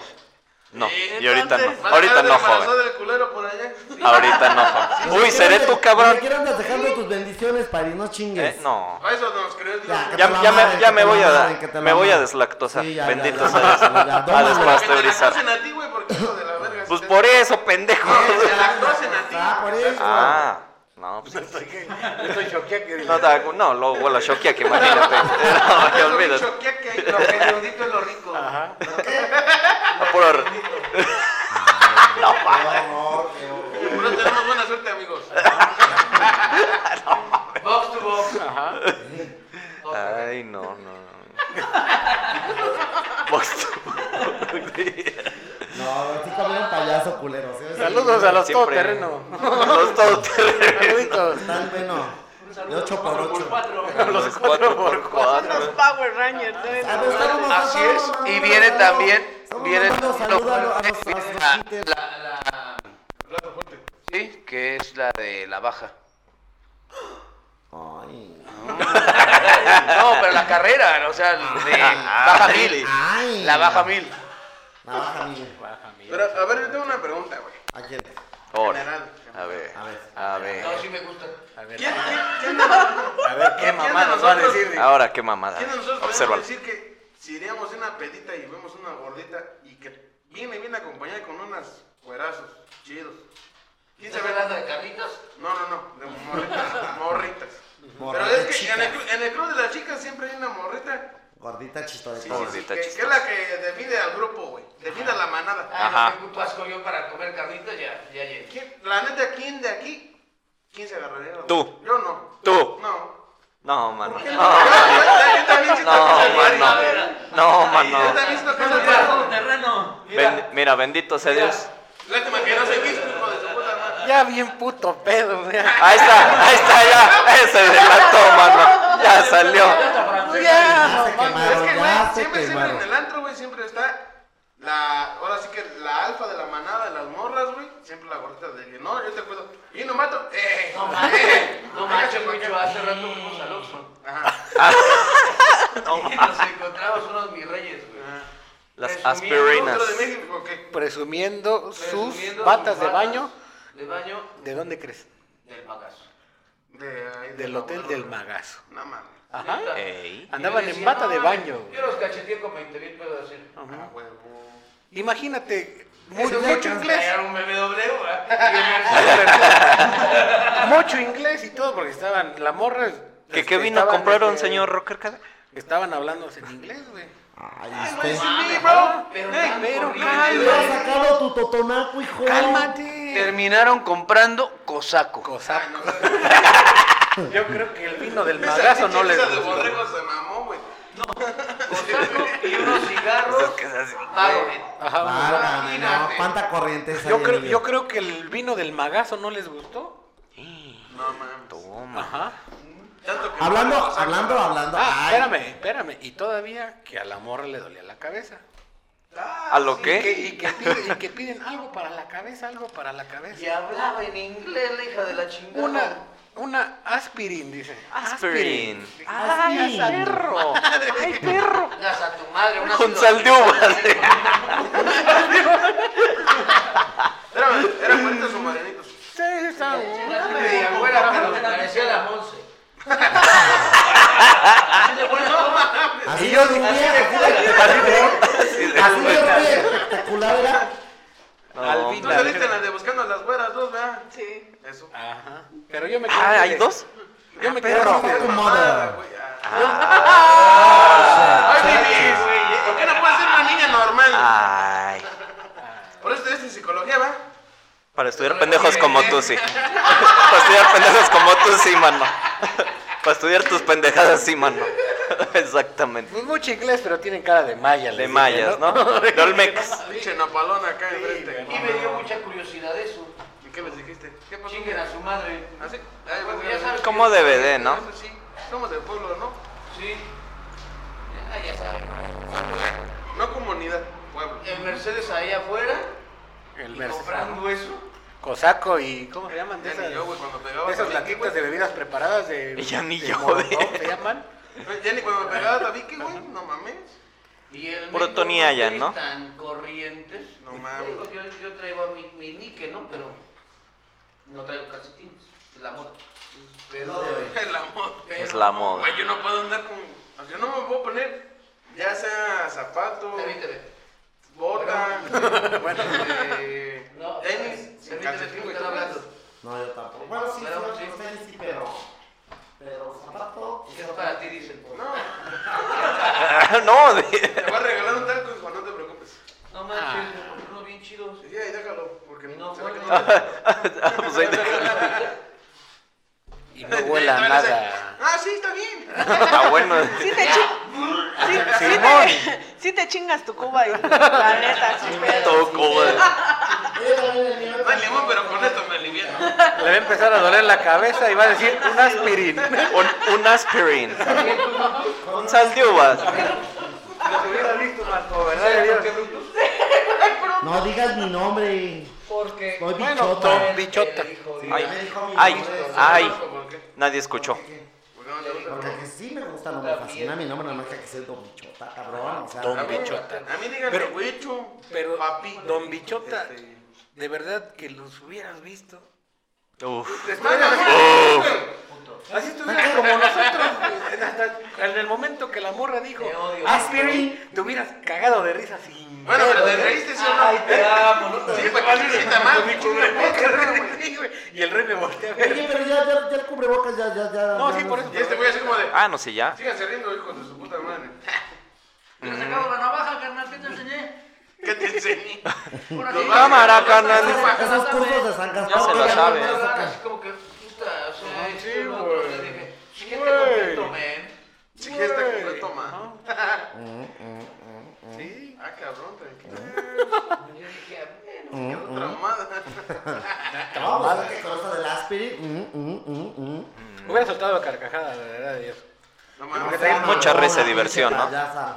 Speaker 1: No, y ahorita no,
Speaker 5: Entonces-
Speaker 1: ahorita no,
Speaker 2: joven.
Speaker 1: joven.
Speaker 2: del culero por allá.
Speaker 1: Ahorita no, joven. Uy, seré tu
Speaker 3: Ni
Speaker 1: cabrón.
Speaker 3: siquiera andas dejando tus bendiciones, París, no chingues.
Speaker 1: Eh, no.
Speaker 2: A eso nos crees, Dios.
Speaker 3: Ya, que
Speaker 1: Ya,
Speaker 3: te la
Speaker 1: ya me,
Speaker 3: madre,
Speaker 1: ya
Speaker 3: que
Speaker 1: me
Speaker 3: te la
Speaker 1: voy a
Speaker 3: madre, que
Speaker 1: dar,
Speaker 3: te la
Speaker 1: me voy a
Speaker 3: madre.
Speaker 1: deslactosar.
Speaker 3: Sí, ya, ya,
Speaker 1: Bendito
Speaker 3: ya,
Speaker 1: sea
Speaker 3: ya, ya,
Speaker 1: Dios.
Speaker 3: ya.
Speaker 1: A
Speaker 2: Que te la
Speaker 1: despasteurizar.
Speaker 2: cosen a ti, güey, porque hijo de la verga.
Speaker 1: Pues
Speaker 2: si te-
Speaker 1: por eso, pendejo.
Speaker 2: Te la cosen a ti.
Speaker 3: Ah, por eso.
Speaker 1: Ah, no, pues
Speaker 4: Estoy choqueado que
Speaker 1: no, da- no, lo huele a choquia, que imagínate. No, ya
Speaker 2: Eso
Speaker 1: olvídate.
Speaker 2: bicho, ¿qué, qué hay?
Speaker 7: Lo redondito es lo rico.
Speaker 1: A puro r-
Speaker 2: No tenemos buena suerte, amigos.
Speaker 7: Box to box. Ok.
Speaker 1: Ay, no, no, no. Pues Box
Speaker 3: No, sí comí un payaso culero. ¿sí?
Speaker 4: Saludos a los
Speaker 1: Siempre-
Speaker 4: todoterreno.
Speaker 1: Los todoterrenos.
Speaker 4: Saluditos.
Speaker 3: Tan bueno. De 8 por 8
Speaker 1: Los 4 por
Speaker 5: Son los
Speaker 1: 4
Speaker 5: Power Rangers. ¿sabes?
Speaker 3: Ah,
Speaker 7: Así es, y viene también- viene-
Speaker 3: Saludos a los- a los
Speaker 7: Ah,
Speaker 3: haters.
Speaker 7: Sí, que es la de la baja.
Speaker 3: Ay.
Speaker 7: No, pero la carrera, o sea, de
Speaker 1: Ah,
Speaker 7: baja mil.
Speaker 3: Ay.
Speaker 7: La baja mil.
Speaker 3: La baja mil.
Speaker 2: Pero, a ver, yo tengo una pregunta, güey.
Speaker 3: ¿A quién?
Speaker 1: Ahora, A ver,
Speaker 3: A ver.
Speaker 1: a ver.
Speaker 7: No, sí me gusta.
Speaker 2: ¿Quién, quién, quién de nosotros-
Speaker 4: A ver qué
Speaker 2: ¿Quién de
Speaker 4: mamá nos va a
Speaker 2: nosotros-
Speaker 4: decir.
Speaker 1: Ahora qué mamada.
Speaker 2: quién de nosotros podemos
Speaker 1: Observa.
Speaker 2: decir que si iríamos en una pedita y vemos una gordita y que viene bien acompañada con unas cuerazos chidos? ¿Quién
Speaker 7: ¿Estás
Speaker 2: sabe?
Speaker 7: hablando de carritos?
Speaker 2: No, no, no, de morritas. morritas.
Speaker 3: Morra
Speaker 2: Pero
Speaker 3: de
Speaker 2: es que
Speaker 3: chica.
Speaker 2: en el, cru- en el club de las chicas siempre hay una morrita.
Speaker 3: Gordita chistosita.
Speaker 2: Sí, sí, sí,
Speaker 1: Gordita
Speaker 2: que, que es
Speaker 1: chistosa.
Speaker 2: la que define al grupo, güey. Define a la manada.
Speaker 7: Ah,
Speaker 1: Ajá.
Speaker 7: no, qué puto asco yo para comer carritos, ya, ya llegué.
Speaker 2: ¿Quién- la neta, ¿quién de aquí? ¿Quién se agarraría? güey?
Speaker 1: Tú.
Speaker 2: Yo no.
Speaker 1: Tú.
Speaker 2: No.
Speaker 1: No, mano.
Speaker 2: Yo, yo-
Speaker 1: No,
Speaker 2: yo también siento que
Speaker 1: no,
Speaker 2: se agarraría.
Speaker 1: mano. No,
Speaker 2: Yo
Speaker 1: mano.
Speaker 2: también siento que se agarraría.
Speaker 7: terreno.
Speaker 1: Ben- mira, bendito sea Dios.
Speaker 2: Lástima que no se quiso, hijo de su puta madre.
Speaker 4: Ya bien puto pedo, o sea.
Speaker 1: Ahí está, ahí está, ya. Ese de la mano. Ya Ah, salió. Ah,
Speaker 3: Ya se
Speaker 2: Es
Speaker 3: quemaron, ya
Speaker 2: que, güey,
Speaker 3: se
Speaker 2: siempre, siempre en
Speaker 3: quemaron.
Speaker 2: el antro, güey, siempre está la, ahora sí que la alfa de la manada de las morras, güey, siempre la gordita de que no, yo te cuido, y no mato, eh,
Speaker 7: No manches,
Speaker 2: eh.
Speaker 7: no manches, mucho. Hace rato fuimos al Oxxo.
Speaker 2: Ajá.
Speaker 1: Ah.
Speaker 7: Y nos encontramos unos mis reyes, güey.
Speaker 1: Las
Speaker 2: ¿Otro
Speaker 1: aspirinas.
Speaker 2: de México o qué?
Speaker 4: Presumiendo sus
Speaker 7: Presumiendo
Speaker 4: batas
Speaker 7: sus
Speaker 4: de baño.
Speaker 7: De baño
Speaker 4: ¿De dónde crees?
Speaker 7: del bagazo.
Speaker 2: De ahí de
Speaker 4: Del
Speaker 2: la
Speaker 4: hotel
Speaker 2: morra,
Speaker 4: del
Speaker 2: güey.
Speaker 4: magazo.
Speaker 2: No mames.
Speaker 4: Ajá.
Speaker 7: Neta.
Speaker 1: Ey.
Speaker 4: Andaban
Speaker 7: Y yo
Speaker 4: en
Speaker 7: decía,
Speaker 4: bata
Speaker 7: "No,
Speaker 4: de baño.
Speaker 7: Yo los cacheteé con 20 mil pesos así.
Speaker 2: Ah, huevo.
Speaker 4: Imagínate,
Speaker 7: Eso
Speaker 4: mucho,
Speaker 7: me
Speaker 4: mucho
Speaker 7: alcanza
Speaker 4: inglés.
Speaker 7: a traer un BMW, ¿verdad?
Speaker 4: Mucho inglés y todo, porque estaban, la morra.
Speaker 1: ¿Que
Speaker 4: este,
Speaker 1: qué vino a
Speaker 4: estaban,
Speaker 1: comprar un
Speaker 4: este,
Speaker 1: señor Rocker Cada?
Speaker 4: Estaban hablándose en inglés, güey.
Speaker 3: Ay, usted.
Speaker 2: Sí, bro.
Speaker 7: Pero
Speaker 2: Ey,
Speaker 7: tan
Speaker 4: pero
Speaker 7: horrible,
Speaker 3: Ay,
Speaker 4: cálmate.
Speaker 3: le has
Speaker 7: güey.
Speaker 3: sacado tu totonaco, hijo.
Speaker 4: ¡Cálmate!
Speaker 7: Terminaron comprando cosaco.
Speaker 2: Ay,
Speaker 4: Cosa.
Speaker 2: no sé.
Speaker 4: Yo creo que el vino del
Speaker 2: Esa
Speaker 4: magazo
Speaker 2: pinche
Speaker 4: no les
Speaker 2: pizza de
Speaker 4: gustó.
Speaker 2: borrego se mamó, güey.
Speaker 7: Cosaco y unos cigarros. Baronet.
Speaker 4: Ajá.
Speaker 3: Válgame, no, cuánta corriente es
Speaker 4: Yo creo, yo creo que el vino del magazo no les gustó.
Speaker 2: No mames.
Speaker 1: Toma.
Speaker 4: Ajá.
Speaker 2: Tanto que-
Speaker 3: Hablando, hablando, hablando.
Speaker 4: Ah,
Speaker 3: ay,
Speaker 4: espérame, espérame. Y todavía que a la morra le dolía la cabeza.
Speaker 1: ¿A lo
Speaker 7: sí,
Speaker 1: qué?
Speaker 4: Que- y, que piden, y que piden algo para la cabeza, algo para la
Speaker 7: Y
Speaker 4: cabeza.
Speaker 7: hablaba en inglés, la hija de la chingada.
Speaker 4: Una, una aspirin, dice.
Speaker 1: Aspirin.
Speaker 5: Ay, perro. Ay, perro.
Speaker 7: Chingas a tu madre, una
Speaker 1: Con
Speaker 7: ciudad-
Speaker 1: sal de uva.
Speaker 2: Era, era fuerte su marianitos.
Speaker 4: Sí,
Speaker 1: Ah.
Speaker 4: está bueno.
Speaker 7: Una media güera, pero parecía la Monse. Así de buena toma.
Speaker 3: Así yo diría, así de- así yo diría, espectacular era.
Speaker 1: No,
Speaker 2: Tú saliste en la de buscando a las güeras dos, ¿verdad?
Speaker 5: Sí.
Speaker 2: Eso.
Speaker 3: Ah,
Speaker 4: Ajá. Pero yo me quedé.
Speaker 1: Ah, ¿hay
Speaker 4: de-
Speaker 1: dos? Ah,
Speaker 4: Yo me quedé.
Speaker 3: Perro,
Speaker 4: con el-
Speaker 3: tu
Speaker 2: Mamada,
Speaker 3: madre.
Speaker 2: güey, ah. Ay, Vivi, güey. ¿Por qué no puedes ser una niña
Speaker 1: Ah.
Speaker 2: normal?
Speaker 1: Ay.
Speaker 2: Por eso estudiaste psicología, ¿verdad?
Speaker 1: Para estudiar pendejos como tú, sí. Para estudiar pendejos como tú, sí, mano. Para estudiar tus pendejadas, sí, mano. Exactamente.
Speaker 4: Pues mucho inglés, pero tienen cara de maya. les
Speaker 1: De
Speaker 4: dije,
Speaker 1: mayas, ¿no? De olmecas.
Speaker 2: Pinche napalón acá enfrente.
Speaker 7: Y me dio mucha curiosidad eso.
Speaker 2: ¿Y qué les dijiste? ¿Qué pasó?
Speaker 7: Chinguen a su madre.
Speaker 4: ¿Ah,
Speaker 2: ¿Así?
Speaker 7: Bueno, ya sabes que-
Speaker 1: Como debe de, ¿no?
Speaker 2: Eso sí, somos del pueblo, ¿no?
Speaker 7: Sí. Ah, ya sabes.
Speaker 2: No comunidad, pueblo.
Speaker 7: El Mercedes ahí afuera,
Speaker 4: El
Speaker 7: y
Speaker 4: Mercedes.
Speaker 7: comprando eso.
Speaker 4: Cosaco y. ¿Cómo se llaman? De
Speaker 2: Ya
Speaker 4: esas,
Speaker 2: ni yo, güey, cuando pegaba.
Speaker 4: de esas
Speaker 2: tabique,
Speaker 4: latitas de bebidas preparadas de.
Speaker 1: Ya ni
Speaker 4: de
Speaker 1: yo, ¿eh?
Speaker 4: molotov,
Speaker 1: güey.
Speaker 4: ¿Se llaman?
Speaker 2: güey. Ya ni cuando me pegaba tabique, güey, no mames.
Speaker 7: Y el
Speaker 1: Puro
Speaker 7: México
Speaker 1: Tony
Speaker 7: no
Speaker 1: Allen,
Speaker 7: es
Speaker 1: ¿no?
Speaker 7: Tan corrientes.
Speaker 2: No mames.
Speaker 7: Digo, Yo, yo traigo a mi, mi nique, ¿no? Pero no traigo calcetines. La moda. Pero,
Speaker 2: El amor.
Speaker 1: Es la moda.
Speaker 2: Güey, yo no puedo andar con. o sea, Yo no me puedo poner, ya sea zapato,
Speaker 7: Permíteme.
Speaker 2: bota. Bueno, eh.
Speaker 7: No,
Speaker 2: Tenis, sin
Speaker 7: permíteme,
Speaker 2: calcetín,
Speaker 7: tengo
Speaker 2: güey,
Speaker 7: que estar hablando.
Speaker 3: No, yo tampoco. Bueno, sí,
Speaker 7: Pero,
Speaker 3: fueron
Speaker 7: sí.
Speaker 3: los tenis, sí, pero. Pero zapato.
Speaker 7: Es para ti, dicen.
Speaker 2: No,
Speaker 1: No, de-
Speaker 2: te voy a regalar un talco, hijo, no te preocupes.
Speaker 7: No manches, me compré uno bien chido.
Speaker 2: Sí, ahí déjalo, porque
Speaker 7: No,
Speaker 2: se ve que
Speaker 7: bueno.
Speaker 2: no te-
Speaker 1: o sea,
Speaker 4: Y no vuela
Speaker 2: Todavía dice,
Speaker 4: nada.
Speaker 2: Ah, sí, está bien.
Speaker 1: está ah, bueno.
Speaker 5: Sí te, chin- sí, sí te, sí te chingas tu Cuba y la neta, sí, pero.
Speaker 1: Toco, güey.
Speaker 3: Oye, también el nivel.
Speaker 2: No hay limón, pero con esto me aliviano.
Speaker 4: Le va a empezar a doler la cabeza y va a decir un aspirin.
Speaker 1: Un, un aspirin. Un sal de uvas.
Speaker 3: No digas mi nombre.
Speaker 7: Porque.
Speaker 3: Soy
Speaker 4: Bueno,
Speaker 3: bichota.
Speaker 4: Tom Bichota.
Speaker 1: Ay,
Speaker 3: Me dijo mi
Speaker 1: ay,
Speaker 3: nombre,
Speaker 1: ay.
Speaker 2: ¿Por qué?
Speaker 1: Nadie escuchó.
Speaker 2: Porque no te gusta.
Speaker 3: Porque que sí me gusta, no me fascina mi nombre, nada más que que sea Don Bichota, cabrón. O sea,
Speaker 4: Don
Speaker 2: A mí-
Speaker 4: Bichota.
Speaker 2: A mí díganme,
Speaker 4: Pero-
Speaker 2: huicho,
Speaker 4: Pero,
Speaker 2: papi.
Speaker 4: don Bichota,
Speaker 2: Este,
Speaker 4: de verdad que los hubieras visto.
Speaker 1: Uf.
Speaker 4: Así estuvieras como nosotros. Hasta En el momento que la morra dijo,
Speaker 7: Te odio.
Speaker 4: aspirin, te hubieras cagado de risa sin.
Speaker 2: Bueno, pero te
Speaker 4: pedos, ¿eh?
Speaker 2: reíste, ¿sí o
Speaker 7: Ay,
Speaker 2: no?
Speaker 7: te amo, no
Speaker 2: Sí,
Speaker 7: te
Speaker 2: para que se sienta mal. mi
Speaker 4: Sí, güey. Y el rey me voltea a ver.
Speaker 3: Oye, pero ya, ya, ya el cubrebocas, ya, ya, ya.
Speaker 4: No,
Speaker 3: ya
Speaker 4: sí, por eso.
Speaker 2: Y este güey así como de,
Speaker 1: Ah, no sé ya.
Speaker 2: síganse riendo, hijos de su puta madre.
Speaker 7: Te sacamos la navaja, carnal, ¿qué te enseñé?
Speaker 2: ¿Qué te enseñé?
Speaker 7: Por
Speaker 2: Nos
Speaker 7: aquí.
Speaker 1: Cámara,
Speaker 7: Por
Speaker 1: carnal.
Speaker 7: aquí, por aquí,
Speaker 3: Esos
Speaker 7: por aquí.
Speaker 3: cursos de
Speaker 1: Ya
Speaker 3: San
Speaker 1: se
Speaker 3: Gastón.
Speaker 1: la
Speaker 3: que
Speaker 1: sabe.
Speaker 3: no me
Speaker 7: Ah,
Speaker 3: sacan.
Speaker 7: Así como que, puta, o sea,
Speaker 2: Sí,
Speaker 7: esto, ¿no?
Speaker 2: güey.
Speaker 7: Entonces dije, sí que te
Speaker 2: Güey.
Speaker 7: contento, man.
Speaker 2: Sí, que está completo, man.
Speaker 4: Sí.
Speaker 2: Ah, cabrón, Mm, tranquilo.
Speaker 7: Yo dije, ah, bueno,
Speaker 2: Quedó traumada.
Speaker 3: Vamos a ver qué cosa del aspirin. Mm, mm, mm, mm.
Speaker 4: Hubiera soltado carcajadas, de verdad, Dios.
Speaker 2: No mames.
Speaker 4: Porque traen
Speaker 1: mucha
Speaker 3: Mamona,
Speaker 1: risa y diversión,
Speaker 3: pinche
Speaker 1: ¿no?
Speaker 3: payasa.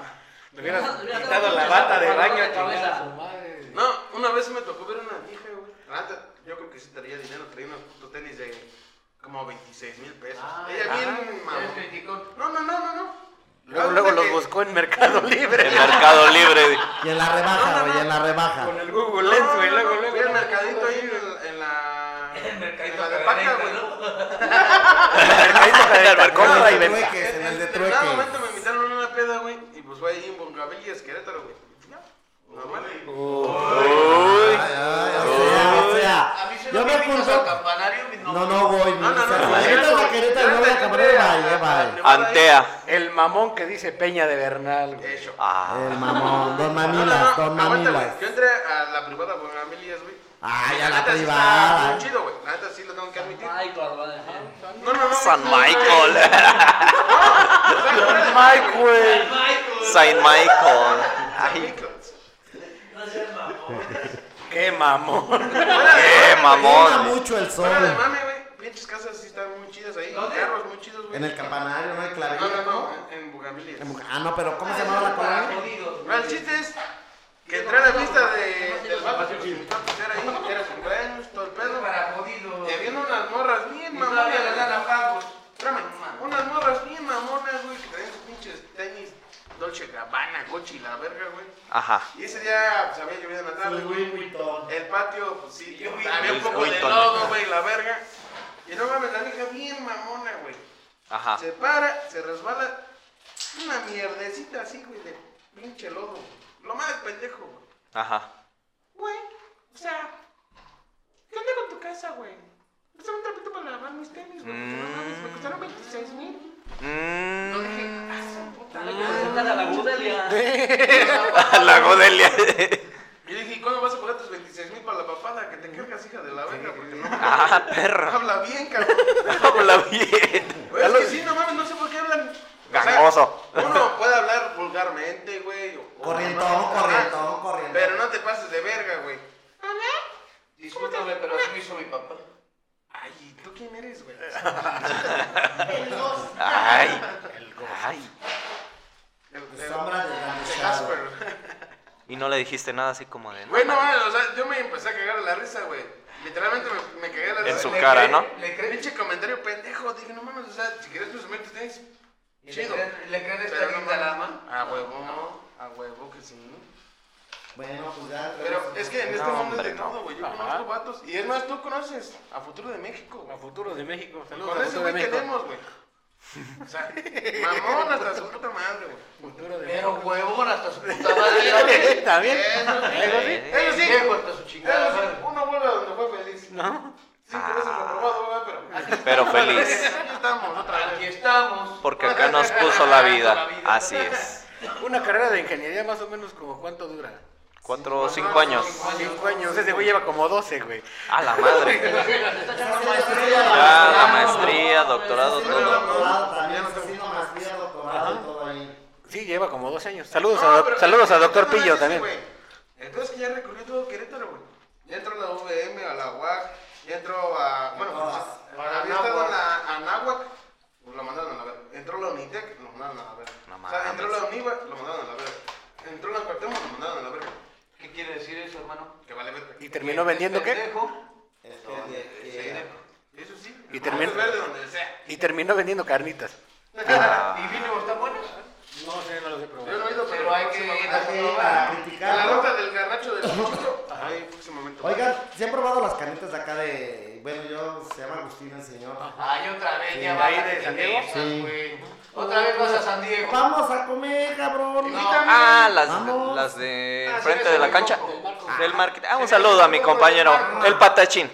Speaker 4: Le hubieras
Speaker 7: Hubiera
Speaker 4: quitado
Speaker 7: dado
Speaker 4: la
Speaker 7: mucha
Speaker 4: bata de
Speaker 7: sopa,
Speaker 4: baño
Speaker 7: de cabeza.
Speaker 4: chingada su madre.
Speaker 2: No, una vez me tocó ver una vieja, güey. La neta, yo creo que sí traía dinero, traía unos putos tenis de como 26 mil pesos.
Speaker 7: Ah,
Speaker 2: Ella bien, mamá.
Speaker 7: eres criticón.
Speaker 2: No, no, no, no, no.
Speaker 4: Luego, luego los
Speaker 2: buscó.
Speaker 4: buscó en Mercado Libre.
Speaker 1: En Mercado Libre.
Speaker 3: Y en la rebaja, güey, en la rebaja.
Speaker 4: Con el Google Lens, güey. Luego, luego.
Speaker 2: Fui al mercadito ahí en, en la.
Speaker 7: El mercadito
Speaker 2: en la de
Speaker 7: que
Speaker 2: Paca,
Speaker 7: vende,
Speaker 2: güey.
Speaker 7: ¿no?
Speaker 1: En el mercado
Speaker 3: En el de
Speaker 1: Libre.
Speaker 3: trueques, en el de
Speaker 2: En cada momento
Speaker 3: trueques.
Speaker 2: me invitaron a una peda, güey. Y pues fue ahí en Bongavillas, Querétaro, güey. Oh. Ya, Normal.
Speaker 3: Ay, ay, o sea, o sea,
Speaker 7: A mí se
Speaker 3: Yo
Speaker 7: me
Speaker 3: me
Speaker 7: invitas al
Speaker 3: apunto.
Speaker 7: campanario, mi
Speaker 3: No, no voy.
Speaker 2: No, no, no.
Speaker 3: Si ahorita la quereta no voy a acabar de baile, bye.
Speaker 1: Antea.
Speaker 4: El mamón que dice Peña de Bernal. güey.
Speaker 2: Eso.
Speaker 1: Ah.
Speaker 3: El mamón, don
Speaker 2: No, no,
Speaker 3: Mamilas,
Speaker 2: no,
Speaker 3: don
Speaker 2: aguanta, güey.
Speaker 3: Mamilas.
Speaker 2: Yo entré a la privada Bongavillas, güey.
Speaker 3: Ay, a
Speaker 2: Ah, La
Speaker 3: la
Speaker 2: neta sí está
Speaker 3: privada.
Speaker 2: bien chido, güey. La neta sí lo tengo que admitir.
Speaker 7: Ay, Barbadeján.
Speaker 2: No, no, no.
Speaker 1: San
Speaker 2: güey, no,
Speaker 1: Michael.
Speaker 4: Mike, güey.
Speaker 1: Saint Michael. Ay,
Speaker 2: Michael.
Speaker 4: Qué mamón.
Speaker 1: qué
Speaker 3: Quema
Speaker 1: mamón.
Speaker 3: mucho el
Speaker 2: Fuera de
Speaker 3: sol.
Speaker 2: mame, güey. Pinches casas sí están muy chidas ahí. Carros muy chidos, güey.
Speaker 3: En el campanario, no hay
Speaker 2: Ah, No,
Speaker 3: clavillo.
Speaker 2: no, no. En Bugambilias.
Speaker 3: Ah, no, pero ¿cómo se llamaba la
Speaker 7: Para
Speaker 3: colonia?
Speaker 7: jodidos.
Speaker 2: No, el chiste es Que entré a la fiesta de, del vato que los invitó a pistear ahí, era su cumpleaños, todo el pedo.
Speaker 7: Para jodido.
Speaker 2: Que viendo unas morras bien mamonas.
Speaker 7: todavía les dan halagos.
Speaker 2: Espérame, unas morras bien mamonas, güey, que traían sus pinches tenis Dolce Gabbana, Gucci, la verga, güey.
Speaker 1: Ajá.
Speaker 2: Y ese día, pues había llovido en la tarde,
Speaker 3: Sí,
Speaker 2: güey.
Speaker 3: Vuitton.
Speaker 2: El patio, pues sí,
Speaker 7: Yo vi
Speaker 2: había un poco de
Speaker 1: Vuitton.
Speaker 2: lodo, güey, la verga. Y no mames, la vieja bien mamona, güey.
Speaker 1: Ajá.
Speaker 2: Se para, se resbala. Una mierdecita así, güey, de pinche lodo. güey. Lo más pendejo, güey.
Speaker 1: Ajá.
Speaker 2: Güey, o sea, ¿qué onda con tu casa, güey? Pásame un trapito para lavar mis tenis, güey. No mames, Me costaron 26 mil.
Speaker 1: Mm.
Speaker 2: No dije, ah, su puta
Speaker 6: Saca
Speaker 2: madre".
Speaker 6: la Gudelia.
Speaker 1: La Godelia.
Speaker 2: Y dije, ¿y cuándo vas a pagar tus 26 mil para la papada que te cargas, hija de la verga? Porque no.
Speaker 1: Ah, perro.
Speaker 2: Habla bien, cabrón.
Speaker 1: Habla bien.
Speaker 2: Güey, Pues es que sí, no mames, no sé por qué hablan. o sea,
Speaker 1: Gangoso.
Speaker 2: uno puede hablar vulgarmente, güey. o- o-
Speaker 3: Corrientón,
Speaker 2: ajá,
Speaker 3: corrientón, corrientón.
Speaker 2: Pero no te pases de verga, güey.
Speaker 7: Discúlpame, pero así me hizo mi papá.
Speaker 2: Ay, ¿tú quién eres, güey?
Speaker 1: Ay. Ay.
Speaker 2: El- el-
Speaker 3: Sombra de la
Speaker 2: el
Speaker 3: Shadow.
Speaker 2: Casper.
Speaker 1: Y no le dijiste nada así como de.
Speaker 2: Güey, no mames, o sea, yo me empecé a cagar de la risa, güey. Literalmente me, me cagué de la risa.
Speaker 1: En su
Speaker 2: Le-
Speaker 1: cara,
Speaker 7: cree-
Speaker 1: ¿no?
Speaker 7: Le
Speaker 2: le-
Speaker 7: creen,
Speaker 2: Pinche comentario pendejo. Dije, no mames, o sea, si quieres presumir tus tenis,
Speaker 7: le
Speaker 2: chido.
Speaker 7: creen, le creen esta
Speaker 2: Pero no
Speaker 7: guinda
Speaker 2: mames.
Speaker 7: lama.
Speaker 2: A huevo, a huevo que sí.
Speaker 3: Bueno, pues ya.
Speaker 2: Pero es que en este
Speaker 1: No,
Speaker 2: mundo es
Speaker 1: hombre,
Speaker 2: de
Speaker 1: no.
Speaker 2: todo, güey. Yo
Speaker 4: Ajá.
Speaker 2: conozco vatos. Y es más, tú conoces a Futuro de México, güey.
Speaker 4: A futuro de México. Saludos
Speaker 2: Con
Speaker 4: a
Speaker 2: ese
Speaker 4: futuro de
Speaker 2: güey
Speaker 4: México.
Speaker 2: tenemos, güey. O sea, mamón hasta su puta madre, güey.
Speaker 4: Futuro de
Speaker 7: Pero huevón hasta su puta madre.
Speaker 4: México. También.
Speaker 2: Eso sí. Eso sí.
Speaker 7: Viejo hasta su
Speaker 2: Eso
Speaker 7: chingada
Speaker 2: sí,
Speaker 7: madre.
Speaker 2: uno vuelve a donde fue feliz. ¿No? Cinco veces
Speaker 4: Ah.
Speaker 2: comprobado, güey, pero. aquí
Speaker 1: Pero
Speaker 2: estamos,
Speaker 1: feliz.
Speaker 2: Aquí estamos otra
Speaker 7: Aquí
Speaker 2: vez.
Speaker 7: estamos.
Speaker 1: Porque acá nos puso la vida. Así es.
Speaker 4: Una carrera de ingeniería más o menos como cuánto dura.
Speaker 1: Cuatro o cinco años.
Speaker 4: Cinco años. Ese güey lleva como 12, güey.
Speaker 1: A la madre.
Speaker 3: Pues
Speaker 1: Ya, la maestría, doctorado, todo.
Speaker 3: También asesino maestría, doctorado y todo ahí.
Speaker 4: Sí, lleva como 12 años. Saludos,
Speaker 2: No,
Speaker 4: a,
Speaker 2: pero-
Speaker 4: saludos a Doctor
Speaker 2: no, no,
Speaker 4: Pillo
Speaker 2: sí,
Speaker 4: también.
Speaker 2: güey. Entonces que ya recorrió todo Querétaro, güey. Ya entró a la UVM, a la UAC, ya entró a. Bueno,
Speaker 3: todas.
Speaker 2: pues, había estado en la Anáhuac, pues lo mandaron a la verga. Entró a la Unitec, lo mandaron a la verga.
Speaker 1: No
Speaker 2: o sea, entró a
Speaker 1: mames.
Speaker 2: la UNIVA, lo mandaron a la verga. Entró a la Cuauhtémoc, lo mandaron a la verga.
Speaker 7: ¿Qué quiere decir eso, hermano?
Speaker 2: Que vale verga.
Speaker 4: ¿Y terminó vendiendo qué?
Speaker 7: Pendejo.
Speaker 2: Eso sí.
Speaker 4: Y
Speaker 2: el
Speaker 4: termina-
Speaker 2: mundo es verde donde sea.
Speaker 4: Y terminó vendiendo carnitas. Ah.
Speaker 7: ¿Y vino está bueno?
Speaker 4: No sé, no lo sé
Speaker 2: Yo no he ido, pero,
Speaker 7: Pero hay que
Speaker 2: próximamente-
Speaker 4: Ah,
Speaker 7: ir
Speaker 3: Así,
Speaker 7: a
Speaker 3: para
Speaker 2: En la
Speaker 3: criticar.
Speaker 2: ruta del garnacho del Chico. Ahí, próximamente.
Speaker 3: Oigan, ¿se han probado las canetas de acá de. Bueno, yo se llama Agustín el señor.
Speaker 7: Ay, otra vez ya
Speaker 3: Sí.
Speaker 7: va
Speaker 4: Ahí de San Diego.
Speaker 3: Sí.
Speaker 7: Otra vez vas a San Diego.
Speaker 3: Vamos a comer, cabrón.
Speaker 1: Ah, las,
Speaker 3: Vamos.
Speaker 1: las de
Speaker 7: Ah, sí,
Speaker 1: frente
Speaker 7: eso
Speaker 1: de la
Speaker 7: me
Speaker 1: cancha.
Speaker 7: dijo, del Marco.
Speaker 1: Del marketing. Ah, un
Speaker 7: Sí,
Speaker 1: saludo a mi
Speaker 7: del Marco.
Speaker 1: compañero, el patachín.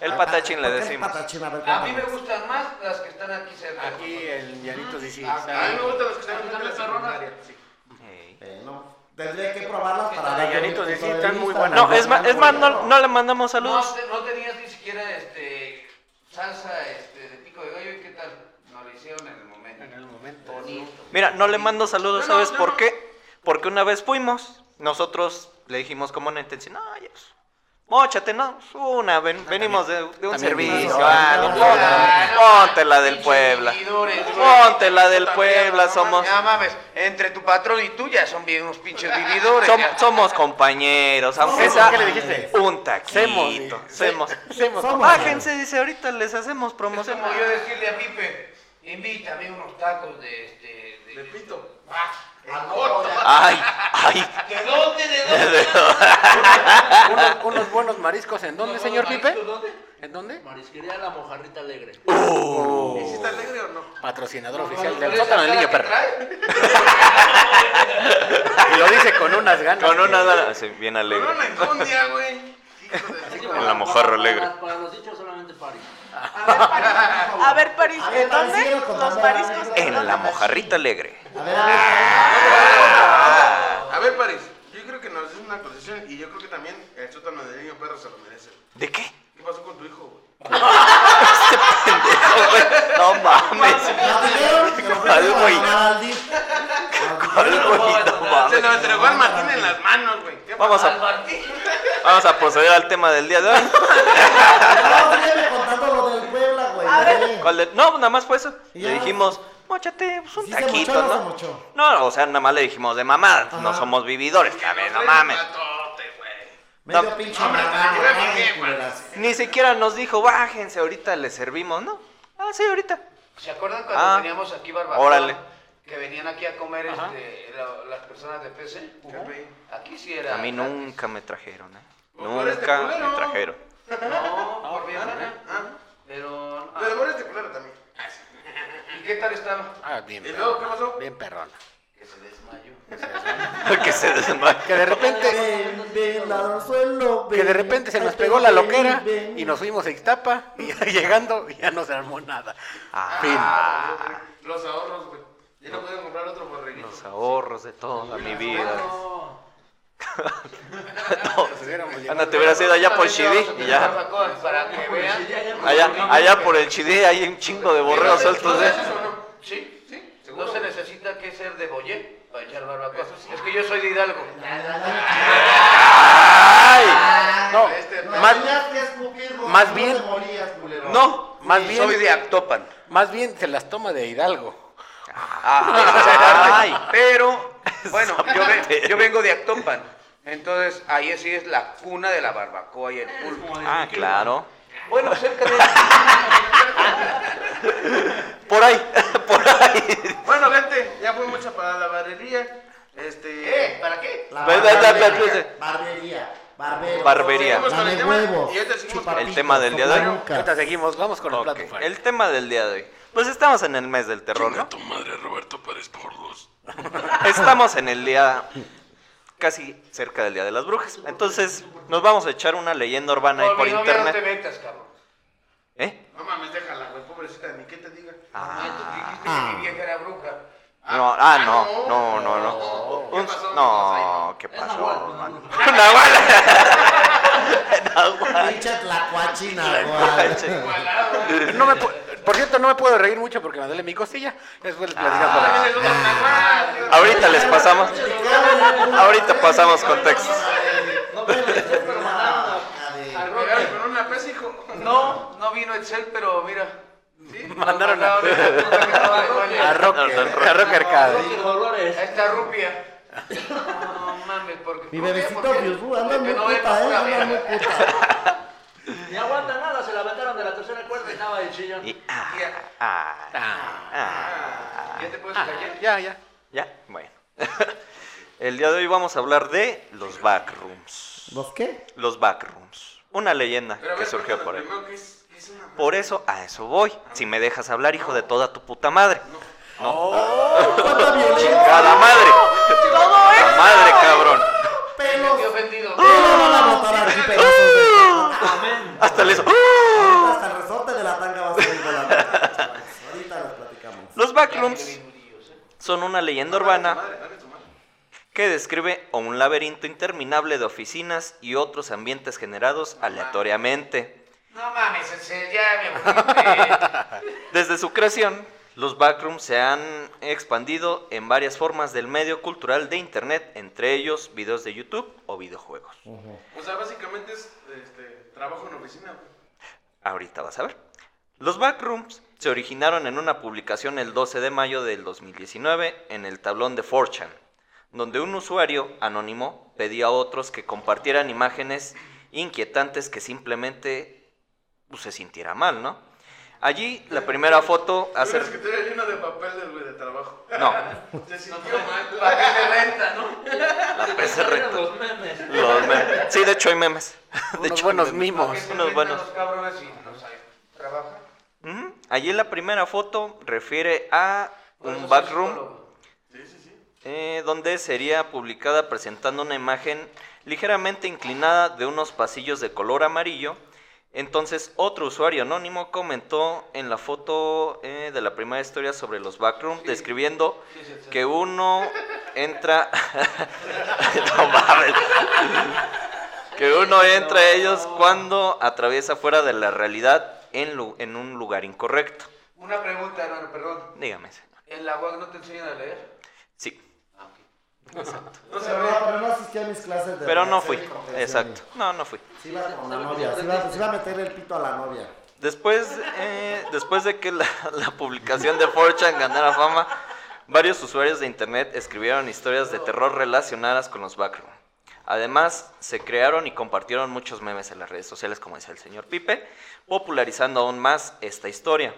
Speaker 1: El patachín le
Speaker 3: Ah, ¿Por qué el
Speaker 1: decimos.
Speaker 3: Patachín, a ver,
Speaker 7: A mí me
Speaker 3: cuéntanos.
Speaker 7: gustan más las que están aquí cerca.
Speaker 4: Aquí eh. el llanito sí, sí.
Speaker 2: Ah, A mí me
Speaker 4: está-
Speaker 2: gustan los que están en la
Speaker 7: Perrona.
Speaker 2: secundaria. Sí.
Speaker 1: Ey.
Speaker 3: Bueno, tendría que probarlas para dar.
Speaker 4: Llanitos,
Speaker 3: mi
Speaker 4: sí,
Speaker 3: punto de
Speaker 4: están muy
Speaker 3: vista.
Speaker 4: buenas.
Speaker 1: No, es más, es más no, no le mandamos
Speaker 7: No,
Speaker 1: saludos.
Speaker 7: te- no tenías ni siquiera este salsa este, de pico de gallo y qué tal. No lo hicieron en el momento.
Speaker 4: En el momento.
Speaker 7: Bonito.
Speaker 1: Mira, no le mando saludos,
Speaker 2: No, no,
Speaker 1: ¿sabes
Speaker 2: yo
Speaker 1: por
Speaker 2: no.
Speaker 1: qué? Porque una vez fuimos, nosotros le dijimos como una intención, no, ya, pues, móchate, no, es una, ven- venimos de, de un
Speaker 4: también
Speaker 1: servicio,
Speaker 4: vino,
Speaker 1: ah,
Speaker 3: ¿no?
Speaker 1: no,
Speaker 7: Ah,
Speaker 1: ponte-
Speaker 7: no,
Speaker 1: ponte la del
Speaker 7: pinches
Speaker 1: Puebla,
Speaker 7: vividores, güey.
Speaker 1: ponte la del
Speaker 2: Puta
Speaker 1: Puebla,
Speaker 2: mierda,
Speaker 1: somos,
Speaker 7: Ya mames, entre tu patrón y tú ya son bien unos pinches vividores.
Speaker 1: som-
Speaker 7: ya.
Speaker 1: somos compañeros, aunque
Speaker 4: ¿Qué
Speaker 1: sea
Speaker 4: le dijiste?
Speaker 1: un
Speaker 4: Semos,
Speaker 1: taquito,
Speaker 4: sí.
Speaker 1: semos,
Speaker 4: Hacemos
Speaker 3: Somos.
Speaker 1: bájense, dice, ahorita les hacemos
Speaker 7: Es
Speaker 1: promoción,
Speaker 7: como yo decirle a Pipe, invítame unos tacos de este. De,
Speaker 2: Repito.
Speaker 7: Ah, al
Speaker 2: corto.
Speaker 7: corto.
Speaker 1: ay, ay,
Speaker 7: ¿De dónde? ¿De dónde?
Speaker 4: unos, unos buenos mariscos. ¿En dónde,
Speaker 6: Unos
Speaker 4: señor
Speaker 6: mariscos,
Speaker 4: Pipe?
Speaker 6: ¿Dónde?
Speaker 4: ¿En dónde?
Speaker 6: Marisquería La Mojarrita Alegre.
Speaker 2: ¿Sí está alegre o no?
Speaker 4: Patrocinador oficial
Speaker 7: ¿Con
Speaker 4: del
Speaker 7: esa
Speaker 4: sótano del
Speaker 7: cara
Speaker 4: niño
Speaker 7: que
Speaker 4: perro.
Speaker 7: trae?
Speaker 4: Y lo dice con unas ganas.
Speaker 1: con
Speaker 4: güey.
Speaker 1: una, sí, bien
Speaker 2: Con
Speaker 1: alegre,
Speaker 2: una enjundia, güey. Hijo de chico.
Speaker 1: la mojarra
Speaker 6: Para-
Speaker 1: alegre.
Speaker 6: Para, para los dichos solamente París.
Speaker 5: A ver, París,
Speaker 3: A ver,
Speaker 5: ¿en
Speaker 3: París,
Speaker 5: dónde?
Speaker 3: síguenos contando
Speaker 5: Los
Speaker 3: la
Speaker 5: mariscos.
Speaker 3: anécdota.
Speaker 1: en la mojarrita alegre.
Speaker 3: A ver, a ver.
Speaker 2: A ver, París. Yo creo que nos es una concesión y yo creo que también el sótano del niño perro se lo merece.
Speaker 1: ¿De qué?
Speaker 2: ¿Qué pasó con tu hijo, güey?
Speaker 1: No mames.
Speaker 3: ¿La dijeron? Se lo
Speaker 1: ¿Cuál,
Speaker 3: dijo
Speaker 1: güey?
Speaker 3: a Valdi.
Speaker 1: ¿Cuál, güey? No
Speaker 2: Se lo
Speaker 1: mames.
Speaker 2: entregó al Martín en las manos, güey. ¿Qué
Speaker 1: Vamos
Speaker 7: Al
Speaker 1: a,
Speaker 7: Martín.
Speaker 1: vamos a proceder al tema del día de hoy.
Speaker 3: No, sígueme contando lo del Puebla, güey.
Speaker 5: A ver.
Speaker 3: dale.
Speaker 1: ¿Cuál de- No, nada más fue eso. Le dijimos, Mochate, pues un
Speaker 3: ¿Sí se
Speaker 1: taquito,
Speaker 3: mochó o no se
Speaker 1: ¿no?
Speaker 3: mochó?
Speaker 1: No, o sea, nada más le dijimos de mamada, no
Speaker 3: Ajá.
Speaker 1: somos vividores, también, no mames.
Speaker 3: Medio
Speaker 1: No.
Speaker 3: pinche
Speaker 2: Hombre,
Speaker 3: mamá,
Speaker 2: hombre,
Speaker 3: ay,
Speaker 2: qué,
Speaker 3: culeras.
Speaker 1: Ni siquiera nos dijo, bájense, ahorita les servimos, ¿no? Ah, sí, ahorita.
Speaker 7: ¿Se acuerdan cuando
Speaker 1: Ah,
Speaker 7: teníamos aquí barbacoa?
Speaker 1: órale.
Speaker 7: Que venían aquí a comer este, la- las personas de PC. Aquí sí era.
Speaker 1: A mí nunca me trajeron, ¿eh?
Speaker 2: Pues tú
Speaker 3: este
Speaker 2: eres de
Speaker 1: Nunca
Speaker 2: culero.
Speaker 1: me trajeron.
Speaker 7: No, por mi hermana. Pero. ah,
Speaker 2: Pero bueno, este culero también.
Speaker 7: ¿Y qué tal estaba?
Speaker 4: Ah, bien,
Speaker 2: ¿Y luego qué
Speaker 4: perrón.
Speaker 2: pasó?
Speaker 4: Bien perrón.
Speaker 7: Que se desmayó.
Speaker 1: que se desmayó.
Speaker 4: Que de repente,
Speaker 3: Ven, ven, ladrón suelo,
Speaker 4: que de
Speaker 3: ven.
Speaker 4: repente se nos
Speaker 3: Ay,
Speaker 4: pegó
Speaker 3: ven,
Speaker 4: la
Speaker 3: ven,
Speaker 4: loquera
Speaker 3: ven.
Speaker 4: y nos fuimos a Ixtapa y ya llegando ya no se armó nada.
Speaker 1: Ah,
Speaker 2: Los ahorros, güey. Ya no pueden comprar otro borreguito.
Speaker 1: los ahorros de toda mi vida.
Speaker 4: Nos hubiéramos
Speaker 1: Ana,
Speaker 4: llevado-
Speaker 1: te hubieras ido allá por
Speaker 7: Justamente vamos a
Speaker 1: Chidí y
Speaker 7: tener
Speaker 1: ya.
Speaker 7: barbacoa Para que vean.
Speaker 1: Allá, allá por el Chidí hay un chingo de borreos sueltos, ¿eh?
Speaker 7: Sí, sí. No se necesita que ser de Boyé para echar barbacoa. Es que yo soy de Hidalgo.
Speaker 2: Ah,
Speaker 1: ¡Ay!
Speaker 4: No,
Speaker 2: este,
Speaker 3: Más,
Speaker 4: más, más
Speaker 3: más
Speaker 4: bien-
Speaker 3: bien. Morías, culero.
Speaker 1: No,
Speaker 4: más bien,
Speaker 7: Soy de Actopan.
Speaker 4: más bien se las toma de Hidalgo.
Speaker 1: Ay.
Speaker 7: Pero, bueno, yo, ve-
Speaker 1: Zapatero.
Speaker 7: yo vengo de Actopan. Entonces, ahí sí es la cuna de la barbacoa y el pulpo.
Speaker 1: Ah, claro.
Speaker 7: Bueno, cerca de...
Speaker 1: Por ahí, por ahí.
Speaker 2: Bueno, gente, ya fue mucha para la barrería. Este.
Speaker 7: ¿Eh? ¿Para qué?
Speaker 3: La
Speaker 1: Ve, ve, ve, ve,
Speaker 3: barbería,
Speaker 1: ve, ve.
Speaker 3: Barbería. Barbería.
Speaker 1: Barbería.
Speaker 2: Seguimos con el
Speaker 3: Dame
Speaker 2: tema,
Speaker 3: huevo.
Speaker 2: y ahorita seguimos con-
Speaker 1: El tema del día de hoy.
Speaker 4: Ahorita seguimos, vamos con el
Speaker 1: Ok,
Speaker 4: plato. fuerte.
Speaker 1: El tema del día de hoy. Pues estamos en el mes del terror, ¿no?
Speaker 8: tu madre, Roberto Pérez Porros.
Speaker 1: Estamos en el día casi cerca del día de las brujas. Entonces, nos vamos a echar una leyenda urbana ahí
Speaker 7: Por
Speaker 1: por
Speaker 7: mi novia no te
Speaker 1: internet.
Speaker 7: metas, cabrón.
Speaker 1: ¿Eh?
Speaker 2: No mames, déjala, güey, pobrecita, ni qué te diga.
Speaker 7: Ah, tú dijiste que mi vieja era bruja.
Speaker 1: No, ah, no, no, no, no.
Speaker 2: ¿Qué
Speaker 1: Un-
Speaker 2: pasó?
Speaker 1: no, ¿qué pasó? hermano? Nahual. Nahual.
Speaker 3: Pinche tlacuachina,
Speaker 4: No me pu- por cierto, no me puedo reír mucho porque me duele mi costilla. Después les platicamos.
Speaker 1: Ah.
Speaker 2: También
Speaker 7: Ah,
Speaker 2: es otro nahual,
Speaker 1: Ahorita les pasamos. Ahorita pasamos contextos.
Speaker 3: güey.
Speaker 2: tío. Llegaron con una pesa, hijo.
Speaker 7: No, no vino Excel, pero mira. ¿sí?
Speaker 4: Mandaron
Speaker 7: Nos
Speaker 4: a-
Speaker 7: mandaron una puta que acaba de valer.
Speaker 4: A Rocker, a Rocker Arcade.
Speaker 7: A esta rupia. No mames, porque.
Speaker 3: Mi
Speaker 7: ¿por qué?
Speaker 3: bebecito
Speaker 7: ¿Por qué?
Speaker 3: Fiusbú, anda
Speaker 7: Porque
Speaker 3: muy
Speaker 7: no vengo
Speaker 3: puta, eh,
Speaker 7: pura
Speaker 3: anda muy
Speaker 7: verga.
Speaker 3: puta.
Speaker 6: Ni aguanta
Speaker 7: Ah,
Speaker 6: nada, se la aventaron de la tercera cuerda y estaba el chillón.
Speaker 1: Y, ah,
Speaker 7: Ya,
Speaker 1: ah, ah.
Speaker 7: ya te puedes callar.
Speaker 4: Ya, ya.
Speaker 1: Ya, bueno. El día de hoy vamos a hablar de los backrooms.
Speaker 3: ¿Los qué?
Speaker 1: Los backrooms. Una leyenda
Speaker 2: Pero a
Speaker 1: que
Speaker 2: ver,
Speaker 1: surgió por
Speaker 2: cuéntanos
Speaker 1: ahí.
Speaker 2: primero, ¿qué es- qué es una-
Speaker 1: Por eso, a eso voy. Si me dejas hablar, hijo de toda tu puta madre.
Speaker 7: Oh.
Speaker 3: Ah, Cuánta violencia.
Speaker 1: Cada madre. Cada madre, cabrón.
Speaker 7: Me he ofendido.
Speaker 3: No van a botar aquí
Speaker 1: Ah.
Speaker 3: pedazos de-
Speaker 1: Hasta les.
Speaker 3: Ahorita hasta el resorte de la tanga va a salir volando. chavales. Ahorita los platicamos.
Speaker 1: Los backrooms son una leyenda urbana que describe un laberinto interminable de oficinas y otros ambientes generados aleatoriamente.
Speaker 7: No mames, Excel, ya me ofendiste.
Speaker 1: Desde su creación, los backrooms se han expandido en varias formas del medio cultural de Internet, entre ellos videos de YouTube o videojuegos.
Speaker 2: O sea, básicamente es este, trabajo en oficina. güey.
Speaker 1: Ahorita vas a ver. Los backrooms se originaron en una publicación el 12 de mayo del 2019 en el tablón de 4chan, donde un usuario anónimo pedía a otros que compartieran imágenes inquietantes que simplemente pues, se sintiera mal, ¿no? Allí la primera foto
Speaker 2: Tiene Un
Speaker 1: hace...
Speaker 2: escritorio lleno de papeles, güey, de trabajo.
Speaker 1: No,
Speaker 2: Se sintió mal.
Speaker 7: ¿Para qué te renta, no?
Speaker 1: La PC reto.
Speaker 6: Los memes.
Speaker 1: Los memes. Sí, de hecho hay memes. De
Speaker 4: Unos
Speaker 1: hecho,
Speaker 4: buenos
Speaker 1: hay memes.
Speaker 7: ¿Para
Speaker 4: mimos.
Speaker 7: qué se
Speaker 1: Unos
Speaker 7: rentan
Speaker 1: buenos.
Speaker 7: los cabrones y no saben trabajar?
Speaker 1: Ujú. Allí la primera foto refiere a
Speaker 7: Por eso
Speaker 1: un
Speaker 7: soy
Speaker 1: backroom
Speaker 7: psicólogo.
Speaker 1: eh, donde sería publicada presentando una imagen ligeramente inclinada de unos pasillos de color amarillo. Entonces otro usuario anónimo comentó en la foto eh, de la primera historia sobre los backrooms describiendo que uno entra... No mames. que uno entra a ellos cuando atraviesa fuera de la realidad en, lu- en un lugar incorrecto.
Speaker 7: Una pregunta, hermano, perdón.
Speaker 1: Dígame. señor.
Speaker 7: ¿En la UAC no te enseñan a leer?
Speaker 1: Sí,
Speaker 3: Pero no, pero no asistí a mis clases de
Speaker 1: pero no
Speaker 3: redacción
Speaker 1: fui.
Speaker 3: y comprensión.
Speaker 1: Exacto. No, no fui.
Speaker 3: Sí iba con la novia, sí iba, sí iba a meterle el pito a la novia.
Speaker 1: Después, eh, después de que la, la publicación de 4chan ganara fama, varios usuarios de internet escribieron historias de terror relacionadas con los backroom. Además, se crearon y compartieron muchos memes en las redes sociales, como decía el señor Pipe, popularizando aún más esta historia.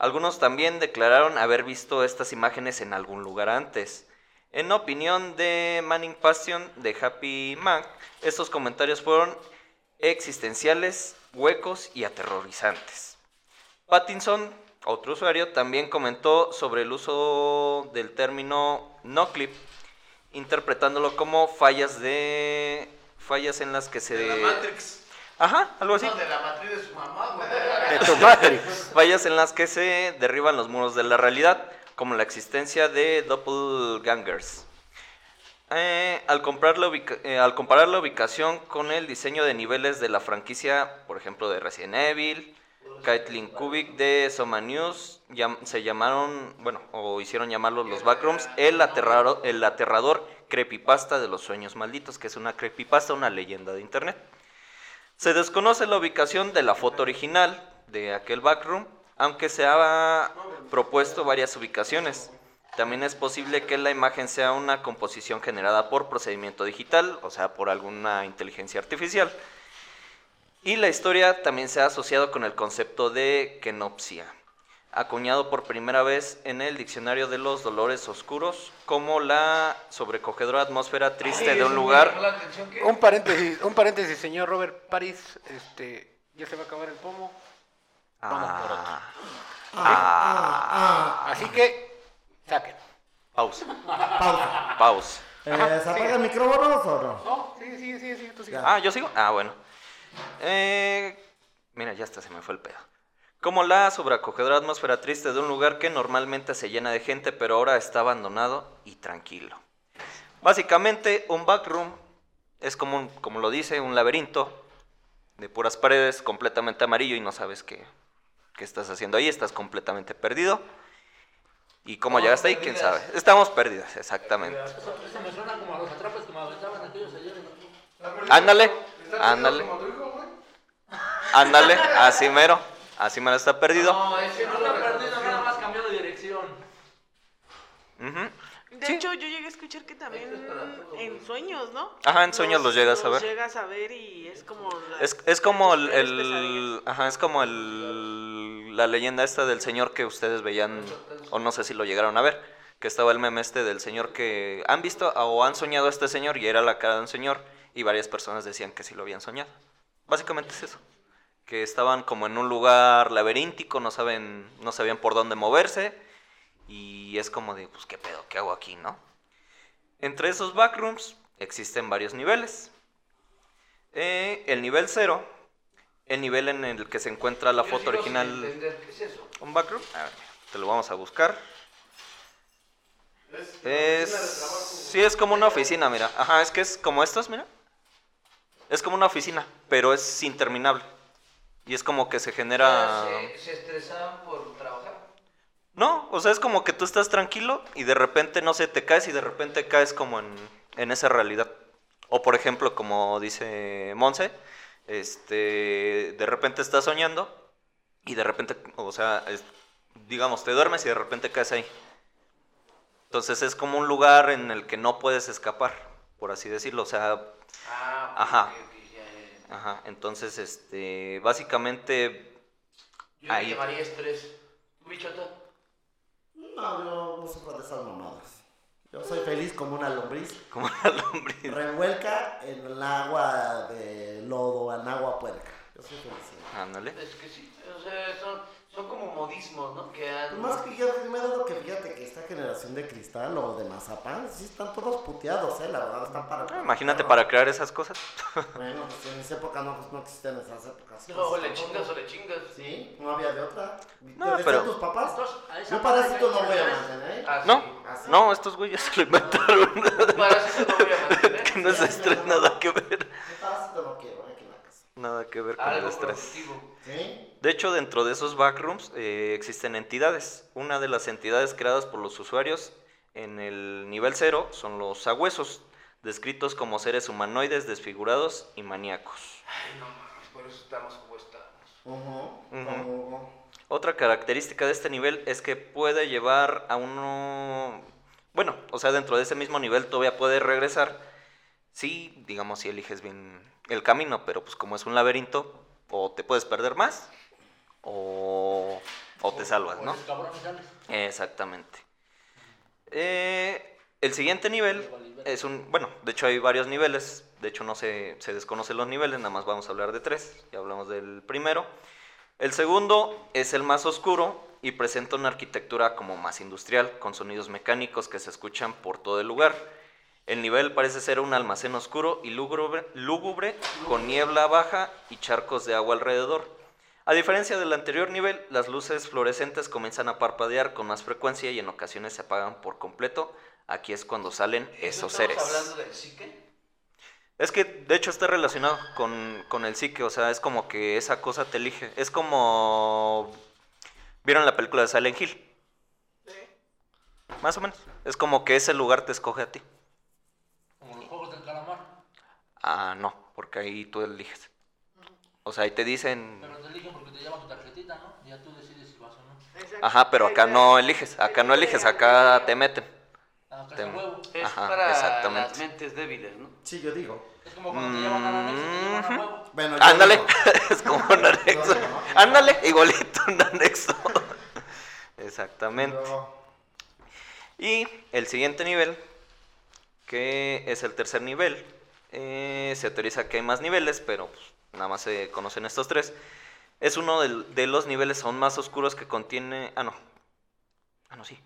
Speaker 1: Algunos también declararon haber visto estas imágenes en algún lugar antes. En opinión de Manning Passion de Happy Mac, estos comentarios fueron existenciales, huecos y aterrorizantes. Pattinson, otro usuario, también comentó sobre el uso del término no clip, interpretándolo como fallas de fallas en las que se
Speaker 2: De la Matrix.
Speaker 1: Ajá, algo así.
Speaker 2: No, de la matriz de su mamá, güey.
Speaker 1: Fallas en las que se derriban los muros de la realidad, como la existencia de doppelgangers. Eh, al, comprar la ubica- eh, al comparar la ubicación con el diseño de niveles de la franquicia, por ejemplo, de Resident Evil, Caitlin Kubik de Soma News, llam- se llamaron, bueno, o hicieron llamarlos los backrooms, el, aterrado- el aterrador creepypasta de los sueños malditos, que es una creepypasta, una leyenda de internet. Se desconoce la ubicación de la foto original de aquel backroom, aunque se ha propuesto varias ubicaciones. También es posible que la imagen sea una composición generada por procedimiento digital, o sea, por alguna inteligencia artificial. Y la historia también se ha asociado con el concepto de kenopsia, acuñado por primera vez en el Diccionario de los Dolores Oscuros como la sobrecogedora atmósfera triste de un lugar
Speaker 4: Un paréntesis, un paréntesis, señor Robert París, este, ya se va a acabar el pomo. Vamos por otro.
Speaker 1: Ah. Ah.
Speaker 4: Así que, saquen.
Speaker 1: Pausa.
Speaker 3: Pausa.
Speaker 1: Pausa.
Speaker 3: Eh, ¿Se apaga el micrófono o no?
Speaker 4: No, sí, sí, sí, sí, tú sí.
Speaker 3: Ya.
Speaker 1: Ah, ¿yo sigo? Ah, bueno. Eh, mira, ya hasta se me fue el pedo. Como la sobreacogedora atmósfera triste de un lugar que normalmente se llena de gente, pero ahora está abandonado y tranquilo. Básicamente, un backroom es como, un- como lo dice, un laberinto de puras paredes completamente amarillo y no sabes qué, qué estás haciendo ahí, estás completamente perdido. ¿Y cómo llegaste ahí? ¿Quién sabe? Estamos perdidos, exactamente.
Speaker 6: Eso, eso me suena como a los atrapes que me aventaban aquellos ayer. en-
Speaker 1: Ándale,
Speaker 2: ¿Está perdido
Speaker 1: ándale.
Speaker 2: como tu hijo, güey?
Speaker 1: Ándale, así mero. Así mero está perdido.
Speaker 7: No, ese no
Speaker 6: No
Speaker 7: lo
Speaker 6: está perdido, nada más cambió de dirección.
Speaker 1: Ujú.
Speaker 5: De hecho, yo llegué a escuchar que también en sueños, ¿no?
Speaker 1: Ajá, en sueños los llegas a ver.
Speaker 5: Los llegas a ver y es como... la-
Speaker 1: Es, es como el,
Speaker 5: las peores
Speaker 1: el-
Speaker 5: pesadillas.
Speaker 1: ajá, es como el la leyenda esta del señor que ustedes veían o no sé si lo llegaron a ver, que estaba el meme este del señor que han visto o han soñado a este señor y era la cara de un señor y varias personas decían que sí lo habían soñado. Básicamente es eso. Que estaban como en un lugar laberíntico, no saben no sabían por dónde moverse y es como de, pues qué pedo, ¿qué hago aquí, no? Entre esos backrooms existen varios niveles. Eh, el nivel 0, el nivel en el que se encuentra la foto original.
Speaker 7: ¿Qué es eso?
Speaker 1: ¿Un backroom? A ver, te lo vamos a buscar. Es. Sí, es como una oficina, mira. Ajá, es que es como estas, mira. Es como una oficina, pero es interminable. Y es como que se genera.
Speaker 7: ¿Se, se estresaban por trabajar?
Speaker 1: No, o sea, es como que tú estás tranquilo y de repente, no sé, te caes y de repente caes como en, en esa realidad. O por ejemplo, como dice Monse, este, de repente estás soñando y de repente, o sea, es- digamos, te duermes y de repente caes ahí. Entonces es como un lugar en el que no puedes escapar, por así decirlo. O sea,
Speaker 7: Ah,
Speaker 1: Ajá.
Speaker 7: ok, ok, ya, ya, ya.
Speaker 1: ajá, entonces, este, básicamente,
Speaker 7: Yo
Speaker 1: Ahí.
Speaker 7: le llamaría estrés. ¿Tú, bichota?
Speaker 3: No, yo no sufro de esas mamadas. Yo soy feliz como una lombriz.
Speaker 1: como la lombriz.
Speaker 3: Revuelca en el agua de lodo, en agua puerca. Yo soy feliz.
Speaker 1: Ándale.
Speaker 7: Es que sí, o sea, son, son como modismos, ¿no? Que han...
Speaker 3: Más que yo me he dado que fíjate que esta generación de cristal o de mazapán, sí están todos puteados, eh, la verdad, están para.
Speaker 1: Imagínate para crear esas cosas.
Speaker 3: Bueno, pues en esa época no, pues, no existían esas épocas.
Speaker 7: No, o le chingas o le chingas.
Speaker 3: Sí, no había de otra.
Speaker 1: No,
Speaker 3: No, ¿Te
Speaker 1: pero-
Speaker 3: pero... tus papás?
Speaker 6: Entonces, a esa
Speaker 3: Yo
Speaker 6: madre
Speaker 3: parásito
Speaker 6: hay que
Speaker 3: no voy a
Speaker 6: ver.
Speaker 3: mantener, ¿eh?
Speaker 7: Ah,
Speaker 1: No,
Speaker 7: sí.
Speaker 3: Así.
Speaker 1: no, estos güeyes se lo inventaron.
Speaker 7: Parásito no voy a mantener.
Speaker 1: que no es estrés, nada que ver.
Speaker 3: Yo parásito no quiero, eh, que la casa.
Speaker 1: Nada que ver con el
Speaker 7: Algo
Speaker 1: estrés.
Speaker 7: productivo.
Speaker 3: ¿Sí?
Speaker 1: De hecho, dentro de esos backrooms eh, existen entidades. Una de las entidades creadas por los usuarios en el nivel cero son los sagüesos, descritos como seres humanoides desfigurados y maníacos.
Speaker 7: Ay, no mames, por eso estamos como estamos.
Speaker 1: Otra característica de este nivel es que puede llevar a uno... Bueno, o sea, dentro de ese mismo nivel todavía puede regresar. Sí, digamos, si eliges bien el camino, pero pues como es un laberinto, o te puedes perder más, o, o te salvas, ¿no? Exactamente. Eh, el siguiente nivel es un... Bueno, de hecho hay varios niveles. De hecho no se, se desconocen los niveles, nada más vamos a hablar de tres. Ya hablamos del primero. El segundo es el más oscuro y presenta una arquitectura como más industrial, con sonidos mecánicos que se escuchan por todo el lugar. El nivel parece ser un almacén oscuro y lúgubre, lúgubre con niebla baja y charcos de agua alrededor. A diferencia del anterior nivel, las luces fluorescentes comienzan a parpadear con más frecuencia y en ocasiones se apagan por completo. Aquí es cuando salen esos seres.
Speaker 7: hablando del psique?
Speaker 1: Es que de hecho está relacionado con, con el psique, o sea, es como que esa cosa te elige. Es como... ¿Vieron la película de Silent Hill? Más o menos. Es como que ese lugar te escoge a ti.
Speaker 6: Como los juegos del calamar.
Speaker 1: Ah, no, porque ahí tú eliges. O sea, ahí te dicen...
Speaker 6: Pero te eligen porque te llevan tu tarjetita, ¿no? Ya tú decides si vas o no.
Speaker 1: Ajá, pero acá no eliges, acá no eliges, acá te meten.
Speaker 6: Hasta
Speaker 1: Te-
Speaker 6: el huevo.
Speaker 7: Es
Speaker 1: Ajá,
Speaker 7: para
Speaker 1: exactamente.
Speaker 7: las mentes débiles, ¿no?
Speaker 3: Sí, yo digo.
Speaker 6: Es como cuando te llevan a
Speaker 1: Mm,
Speaker 6: la anexo, te llevan a huevo.
Speaker 3: Bueno, yo
Speaker 1: Ándale,
Speaker 3: digo.
Speaker 1: es como un anexo. Ándale, igualito un anexo. Exactamente.
Speaker 3: Luego,
Speaker 1: Y el siguiente nivel, que es el tercer nivel, eh, se teoriza que hay más niveles, pero pues, nada más se conocen estos tres. Es uno del- de los niveles aún más oscuros que contiene... Ah, no. Ah, no, sí.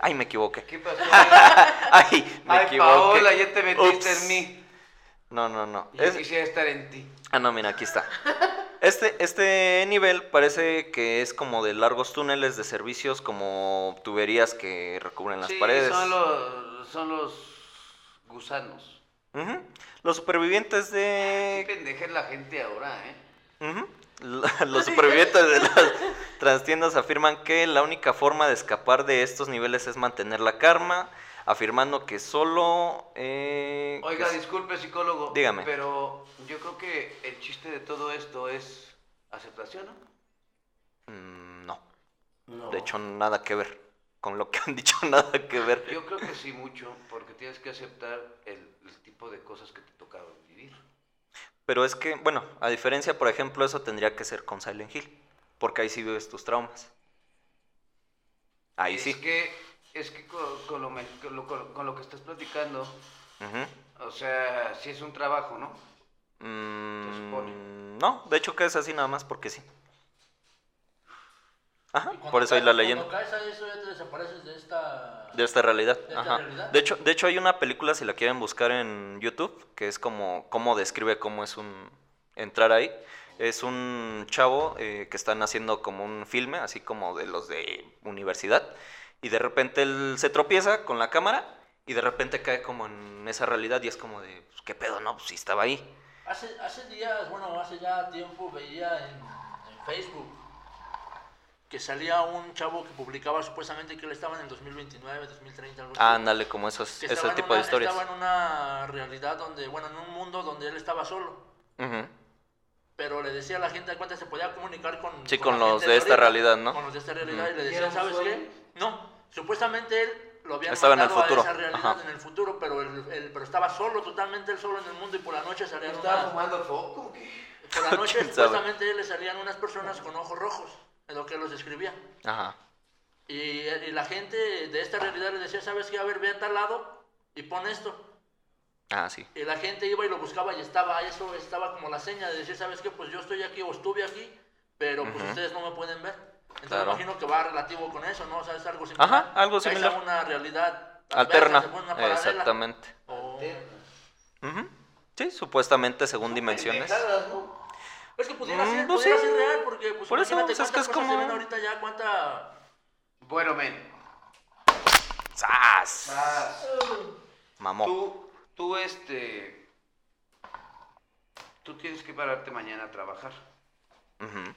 Speaker 1: Ay, me equivoqué.
Speaker 7: ¿Qué pasó?
Speaker 1: Ay, me
Speaker 7: Ay,
Speaker 1: equivoqué.
Speaker 7: Paola, ya te metiste
Speaker 1: Ups.
Speaker 7: en mí.
Speaker 1: No, no, no.
Speaker 7: Yo
Speaker 1: Es-
Speaker 7: quisiera estar en ti.
Speaker 1: Ah, no, mira, aquí está. Este, este nivel parece que es como de largos túneles de servicios, como tuberías que recubren las
Speaker 7: Sí,
Speaker 1: paredes.
Speaker 7: Son los, son los gusanos.
Speaker 1: Ujú. Los supervivientes
Speaker 7: Qué
Speaker 1: de...
Speaker 7: pendeja es la gente ahora, ¿eh?
Speaker 1: Ujú. La- Los supervivientes de las trastiendas afirman que la única forma de escapar de estos niveles es mantener la karma, afirmando que solo... eh, que
Speaker 7: Oiga,
Speaker 1: s-
Speaker 7: disculpe, psicólogo.
Speaker 1: Dígame.
Speaker 7: Pero yo creo que el chiste de todo esto es aceptación, ¿no?
Speaker 1: Mm, no,
Speaker 3: no.
Speaker 1: de hecho nada que ver. Con lo que han dicho nada que ver.
Speaker 7: Yo creo que sí mucho, porque tienes que aceptar el, el tipo de cosas que te tocaba vivir.
Speaker 1: Pero es que, bueno, a diferencia, por ejemplo, eso tendría que ser con Silent Hill. Porque ahí sí vives tus traumas. Ahí
Speaker 7: es
Speaker 1: sí.
Speaker 7: que, es que con, con lo, me- con lo- con lo- con lo que estás platicando,
Speaker 1: Ujú.
Speaker 7: o sea, sí es un trabajo, ¿no?
Speaker 1: Mm,
Speaker 7: supone.
Speaker 1: no, de hecho que es así nada más porque sí. Ajá,
Speaker 6: Y cuando
Speaker 1: por eso hay
Speaker 6: caes-
Speaker 1: la leyenda.
Speaker 6: Cuando caes a eso, ya te desapareces de esta.
Speaker 1: De esta realidad.
Speaker 6: esta
Speaker 1: Ajá.
Speaker 6: realidad.
Speaker 1: De hecho, de hecho hay una película, si la quieren buscar en YouTube, que es como cómo describe cómo es un entrar ahí. Es un chavo eh, que están haciendo como un filme, así como de los de universidad, y de repente él se tropieza con la cámara y de repente cae como en esa realidad y es como de, pues, ¿qué pedo? No, pues sí estaba ahí.
Speaker 6: Hace, hace días, bueno, hace ya tiempo veía en, en Facebook que salía un chavo que publicaba supuestamente que él estaba en el 2029, 2030, algo así.
Speaker 1: Ándale, como esos,
Speaker 6: Que
Speaker 1: ese
Speaker 6: estaba en
Speaker 1: tipo
Speaker 6: una-
Speaker 1: de historias.
Speaker 6: Estaba en una realidad donde, bueno, en un mundo donde él estaba solo.
Speaker 1: Ujú.
Speaker 6: Pero le decía a la gente de cuenta se podía comunicar con.
Speaker 1: Sí, con
Speaker 6: la
Speaker 1: los
Speaker 6: gente
Speaker 1: de esta
Speaker 6: ahorita,
Speaker 1: realidad, ¿no?
Speaker 6: Con los de esta realidad.
Speaker 1: Ujú.
Speaker 6: Y le
Speaker 7: ¿Y era
Speaker 6: decían,
Speaker 7: un
Speaker 6: ¿sabes
Speaker 7: sueño?
Speaker 6: qué? No, supuestamente él lo había
Speaker 1: Estaba en el futuro,
Speaker 6: A esa realidad
Speaker 1: ajá.
Speaker 6: en el futuro, pero, él, él- pero estaba solo, totalmente él solo en el mundo y por la noche salían
Speaker 7: ¿Estaba
Speaker 6: unas-
Speaker 7: fumando foco o qué?
Speaker 6: Por la noche
Speaker 1: ¿Quién sabe?
Speaker 6: supuestamente le salían unas personas con ojos rojos, en lo que los describía.
Speaker 1: Ajá.
Speaker 6: Y, y la gente de esta realidad le decía, ¿sabes qué? A ver, ve a tal lado y pon esto.
Speaker 1: Ah, sí.
Speaker 6: Y la gente iba y lo buscaba y estaba, eso estaba como la seña de decir, ¿sabes qué? Pues yo estoy aquí o estuve aquí, pero pues
Speaker 1: Ujú.
Speaker 6: ustedes no me pueden ver. Entonces
Speaker 1: Claro.
Speaker 6: me imagino que va relativo con eso, ¿no? O sea, es algo similar.
Speaker 1: Ajá, algo
Speaker 6: Caes a
Speaker 1: similar.
Speaker 6: una realidad adversa,
Speaker 1: Alterna.
Speaker 6: se pone una paralela. Oh.
Speaker 1: Exactamente.
Speaker 6: O-
Speaker 1: Ujú. Sí, supuestamente según dimensiones.
Speaker 7: Pendejadas, ¿no?
Speaker 6: Es que pudiera
Speaker 1: Mm,
Speaker 6: ser,
Speaker 1: pues
Speaker 6: pudiera
Speaker 1: sí.
Speaker 6: ser real, porque pues
Speaker 1: Por eso,
Speaker 6: imagínate
Speaker 1: pues, es que
Speaker 6: cuántas
Speaker 1: es
Speaker 6: cosas se
Speaker 1: como-
Speaker 6: ven ahorita ya, cuánta...
Speaker 7: Bueno, men,
Speaker 1: ¡Sas! Mamó.
Speaker 7: tú, tú este... Tú tienes que pararte mañana a trabajar.
Speaker 1: Ujú.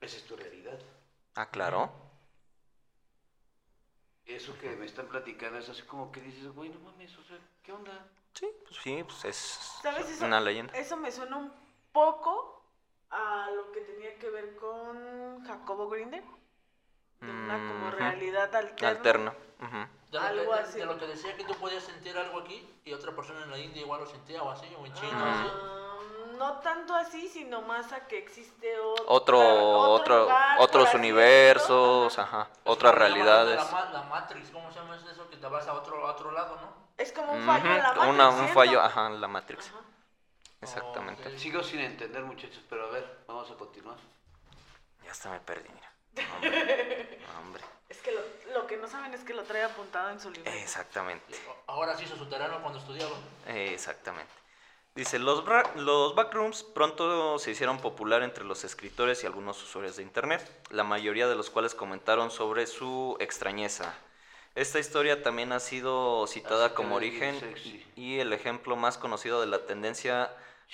Speaker 7: Esa es tu realidad.
Speaker 1: Ah, claro.
Speaker 7: Eso que me están platicando es así como que dices, güey, no mames, o sea, ¿qué onda?
Speaker 1: Sí, pues sí, pues es
Speaker 5: ¿Sabes eso?
Speaker 1: una leyenda.
Speaker 5: Eso me suena un poco a lo que tenía que ver con Jacobo Grinder. De una como
Speaker 1: Ujú.
Speaker 5: realidad alterna.
Speaker 1: Alterna. ujú.
Speaker 6: De lo,
Speaker 5: Algo
Speaker 6: que,
Speaker 5: así.
Speaker 6: de lo que decía que tú podías sentir algo aquí y otra persona en la India igual lo sentía o así, o en China o así.
Speaker 5: Ah, no tanto así, sino más a que existe otra-
Speaker 1: Otro, otro,
Speaker 5: lugar, por
Speaker 1: otros
Speaker 5: así
Speaker 1: universos,
Speaker 5: decirlo. Ajá.
Speaker 1: ajá,
Speaker 6: Es
Speaker 1: otras
Speaker 6: como le llaman
Speaker 1: realidades.
Speaker 6: La, ma- la Matrix, ¿cómo se llama eso? Que te vas a otro, a otro lado, ¿no?
Speaker 5: Es como un
Speaker 1: Ujú,
Speaker 5: fallo en la Matrix,
Speaker 1: una- un
Speaker 5: ¿cierto?
Speaker 1: fallo, ajá, en la Matrix.
Speaker 5: Ajá.
Speaker 1: Exactamente.
Speaker 6: Ok.
Speaker 7: Sigo sin entender, muchachos, pero a ver, vamos a continuar.
Speaker 1: Ya hasta me perdí, mira. Hombre. Hombre.
Speaker 5: Es que lo, lo que no saben es que lo trae apuntado en su libro.
Speaker 1: Exactamente.
Speaker 6: Ahora sí se soterano cuando estudiaba.
Speaker 1: Eh, Exactamente. Dice, los, bra- los backrooms pronto se hicieron popular entre los escritores y algunos usuarios de Internet, la mayoría de los cuales comentaron sobre su extrañeza. Esta historia también ha sido citada
Speaker 7: Así que
Speaker 1: como
Speaker 7: le digo
Speaker 1: origen
Speaker 7: sexy.
Speaker 1: y el ejemplo más conocido de la tendencia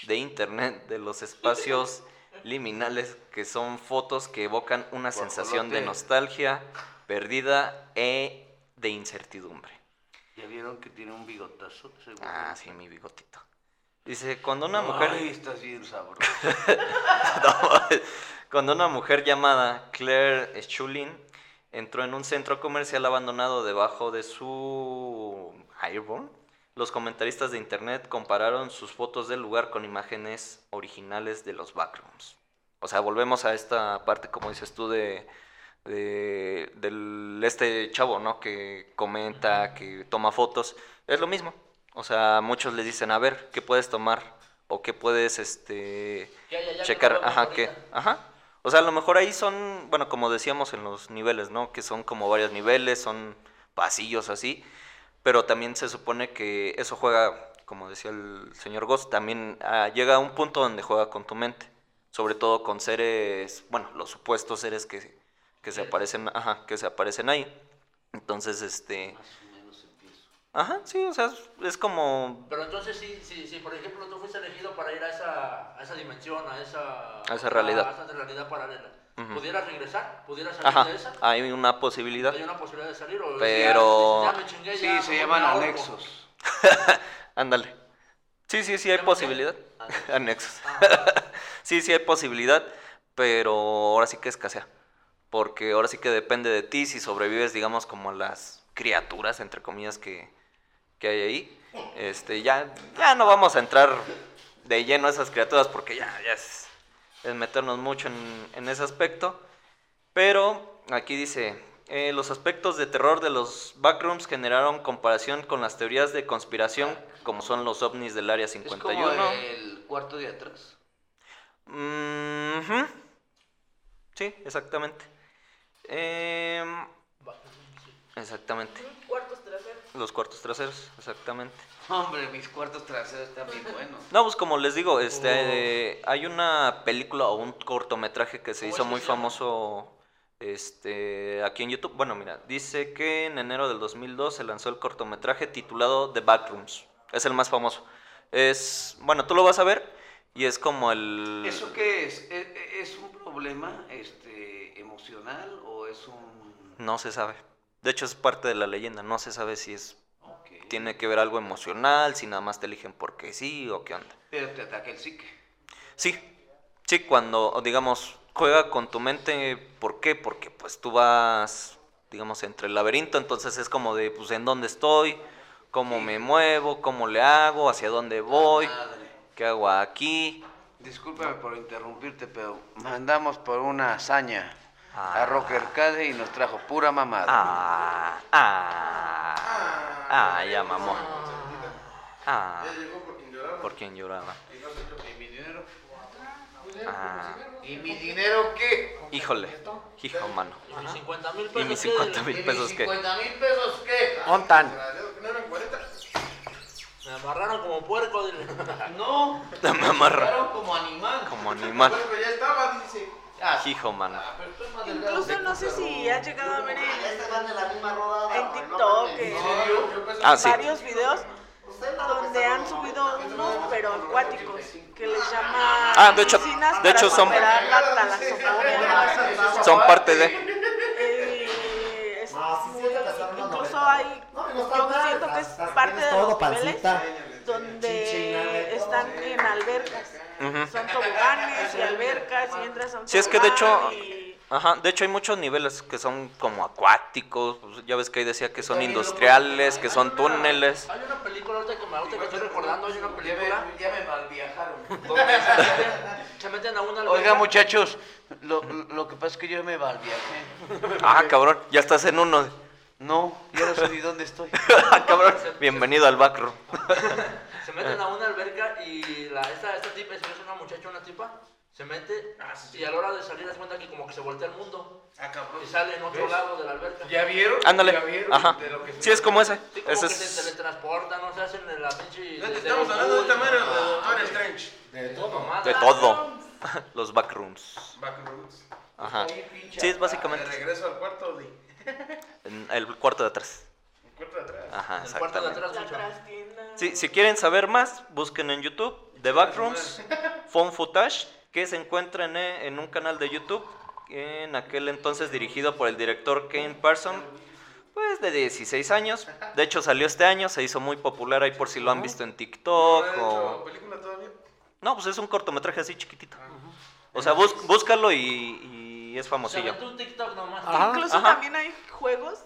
Speaker 1: de Internet de los espacios liminales, que son fotos que evocan una sensación de
Speaker 7: Guajolote.
Speaker 1: nostalgia perdida e de incertidumbre.
Speaker 7: Ya vieron que tiene un bigotazo. ese güey?
Speaker 1: Ah, sí, mi bigotito. Dice, cuando una mujer...
Speaker 7: Ay, estás bien sabroso.
Speaker 1: No, Cuando una mujer llamada Claire Schulin entró en un centro comercial abandonado debajo de su Airborne, los comentaristas de internet compararon sus fotos del lugar con imágenes originales de los backrooms. O sea, volvemos a esta parte, como dices tú, de, de- del este chavo, ¿no? Que comenta, que toma fotos. Es lo mismo. O sea, muchos le dicen, a ver, ¿qué puedes tomar? O qué puedes, este
Speaker 6: Que hay allá que
Speaker 1: checar,
Speaker 6: no vemos
Speaker 1: ajá, que,
Speaker 6: ahorita.
Speaker 1: ajá. O sea, a lo mejor ahí son, bueno, como decíamos en los niveles, ¿no? Que son como varios niveles, son pasillos así, pero también se supone que eso juega, como decía el señor Goss, también ah, llega a un punto donde juega con tu mente, sobre todo con seres, bueno, los supuestos seres que, que se aparecen, ajá, que se aparecen ahí. Entonces, este, ajá, sí, o sea, es- es como
Speaker 6: Pero entonces, si, si, si por ejemplo tú fuiste elegido para ir a esa, a esa dimensión, a esa,
Speaker 1: A esa realidad.
Speaker 6: a esa realidad paralela,
Speaker 1: Ujú.
Speaker 6: ¿pudieras regresar? ¿Pudieras salir
Speaker 1: ajá,
Speaker 6: de esa?
Speaker 1: hay una posibilidad.
Speaker 6: ¿Hay una posibilidad de salir? O
Speaker 1: Pero-
Speaker 6: ya- ya me chingué, ya
Speaker 7: Sí, se
Speaker 6: mejor
Speaker 7: llaman
Speaker 6: me ahorco.
Speaker 7: anexos.
Speaker 1: Ándale. Sí, sí, sí hay
Speaker 6: ¿Llamas qué?
Speaker 1: posibilidad. Anexos.
Speaker 6: Ah,
Speaker 1: Sí, sí hay posibilidad, pero ahora sí que escasea. Porque ahora sí que depende de ti si sobrevives, digamos, como a las criaturas, entre comillas, que, que hay ahí. Este, ya, ya no vamos a entrar de lleno a esas criaturas porque ya, ya es, es meternos mucho en, en ese aspecto. Pero aquí dice, eh, los aspectos de terror de los backrooms generaron comparación con las teorías de conspiración, como son los ovnis del Área
Speaker 7: Es
Speaker 1: 51.
Speaker 7: como el cuarto de atrás.
Speaker 1: Ujú. Sí, exactamente. Em, exactamente.
Speaker 5: Cuartos traseros.
Speaker 1: Los cuartos traseros, exactamente.
Speaker 7: Hombre, mis cuartos traseros están bien buenos.
Speaker 1: No, pues como les digo, este, eh, hay una película o un cortometraje que se
Speaker 6: ¿Cómo
Speaker 1: hizo
Speaker 6: se
Speaker 1: muy
Speaker 6: llama?
Speaker 1: famoso este, aquí en YouTube. Bueno, mira, dice que en enero del 2002 se lanzó el cortometraje titulado The Backrooms. Es el más famoso. Es, bueno, tú lo vas a ver y es como el...
Speaker 7: ¿Eso qué es? ¿Es, es un problema este, emocional o es un...?
Speaker 1: No se sabe. De hecho, es parte de la leyenda. No se sabe si es
Speaker 7: Ok.
Speaker 1: tiene que ver algo emocional, si nada más te eligen porque sí o qué onda.
Speaker 7: Pero te ataca el psique.
Speaker 1: Sí, sí, cuando, digamos, juega con tu mente, ¿por qué? Porque pues tú vas, digamos, entre el laberinto, entonces es como de, pues, ¿en dónde estoy? ¿Cómo me muevo? ¿Cómo le hago? ¿Hacia dónde voy?
Speaker 7: Madre.
Speaker 1: ¿Qué hago aquí?
Speaker 7: Discúlpame por interrumpirte, pero mandamos por una hazaña
Speaker 1: Ah.
Speaker 7: a Rocker Cade y nos trajo pura mamada.
Speaker 1: Ah, ah, ah, ya mamó. Ah,
Speaker 2: Ya llegó por quien lloraba.
Speaker 1: ¿por quién lloraba?
Speaker 7: ¿Y mi dinero?
Speaker 1: Ah,
Speaker 7: ¿Y mi dinero qué?
Speaker 1: híjole, hijo mano.
Speaker 6: y mis 50 mil pesos.
Speaker 1: Y mis
Speaker 6: ¿qué?
Speaker 1: 50 mil pesos que...
Speaker 7: mil pesos qué?
Speaker 4: Ontan.
Speaker 2: Gracias, que no eran 40.
Speaker 6: Me amarraron como puerco. dile.
Speaker 7: No,
Speaker 1: La mamarra
Speaker 7: quedaron como animal.
Speaker 1: como animal.
Speaker 2: Pero ya estaba, dice.
Speaker 7: Ah,
Speaker 1: Hijo, mano.
Speaker 7: pero tú eres más delgado
Speaker 5: Incluso
Speaker 7: que
Speaker 5: no sé
Speaker 7: tú,
Speaker 5: si
Speaker 7: cabrón.
Speaker 5: has llegado a ver
Speaker 3: Ya
Speaker 5: en,
Speaker 3: se van de la misma rodada.
Speaker 5: en
Speaker 3: güey, no
Speaker 5: TikTok,
Speaker 3: mames.
Speaker 5: en
Speaker 2: Yo, yo pensé
Speaker 1: Ah, sí.
Speaker 5: varios videos
Speaker 3: Usted no lo que
Speaker 5: donde
Speaker 3: está
Speaker 5: han
Speaker 3: haciendo,
Speaker 5: subido unos pero acuáticos que les llaman
Speaker 1: Ah, de hecho-
Speaker 5: medicinas
Speaker 1: de hecho
Speaker 5: para
Speaker 1: son-
Speaker 5: superar la talasofobia.
Speaker 1: Son parte de.
Speaker 5: Eh, es-
Speaker 3: No, sí, sí, empezaron una
Speaker 5: incluso
Speaker 3: novela.
Speaker 5: hay
Speaker 3: No, me
Speaker 5: yo
Speaker 3: gustó nada.
Speaker 5: siento que es
Speaker 3: Hasta
Speaker 5: parte
Speaker 3: tienes
Speaker 5: de
Speaker 3: todo,
Speaker 5: los niveles
Speaker 3: pancita.
Speaker 5: donde
Speaker 3: Chinchina, güey, todo.
Speaker 5: están en albercas.
Speaker 1: Ujú.
Speaker 5: Son toboganes y albercas y entras a un
Speaker 1: Sí, es que de hecho,
Speaker 5: tobogán y-
Speaker 1: ajá, de hecho hay muchos niveles que son como acuáticos, pues, ya ves que ahí decía que son industriales, que son túneles.
Speaker 6: Hay una película ahorita que me, ahorita que estoy recordando, hay una
Speaker 7: Ya
Speaker 6: película
Speaker 7: me, ya me malviajaron.
Speaker 6: se meten, se meten a una alberca.
Speaker 7: Oiga, muchachos, lo, lo que pasa es que yo me malviajé.
Speaker 1: Ah, cabrón, ya estás en uno.
Speaker 7: No, ya no sé ni dónde estoy.
Speaker 1: Ah, cabrón, bienvenido al backroom.
Speaker 6: Se meten a una alberca y la, esta, esta tipa, es una muchacha, una tipa, se mete ah, y a la hora de salir es cuenta que como que se voltea el mundo
Speaker 2: Ah, cabrón.
Speaker 6: y sale en otro
Speaker 2: ¿Ves?
Speaker 6: lado de la alberca.
Speaker 2: ¿Ya vieron?
Speaker 1: Ándale,
Speaker 2: ¿Ya vieron
Speaker 1: ajá.
Speaker 2: de lo que se-
Speaker 1: Sí, es como ese.
Speaker 6: Sí, como
Speaker 1: Ese
Speaker 6: que se
Speaker 1: es...
Speaker 6: teletransportan, no se hacen en la pinche...
Speaker 2: No, te Estamos hablando de esta manera, de Doctor Strange.
Speaker 6: de todo, mamada.
Speaker 1: De todo. Los backrooms.
Speaker 2: Backrooms.
Speaker 1: Ajá. Sí, es
Speaker 2: Ah, De
Speaker 1: básicamente
Speaker 2: regreso al cuarto de. El
Speaker 1: en el cuarto de atrás.
Speaker 2: cuarto de atrás.
Speaker 1: Ajá,
Speaker 6: El cuarto
Speaker 1: exactamente.
Speaker 6: de atrás,
Speaker 5: La
Speaker 6: mucho.
Speaker 5: trastienda.
Speaker 1: Sí, si quieren saber más, busquen en YouTube The Backrooms Phone Footage, que se encuentra en, eh, en un canal de YouTube, en aquel entonces dirigido por el director Kane Parson, pues de 16 años. De hecho, salió este año, se hizo muy popular ahí por si lo han visto en
Speaker 2: ¿No
Speaker 1: TikTok
Speaker 2: ha hecho
Speaker 1: o...
Speaker 2: película todavía?
Speaker 1: No, pues es un cortometraje así chiquitito. O sea, bus- búscalo y, y es
Speaker 6: Se
Speaker 1: famosillo.
Speaker 6: mete un TikTok nomás.
Speaker 5: Incluso
Speaker 1: Ajá.
Speaker 5: también hay juegos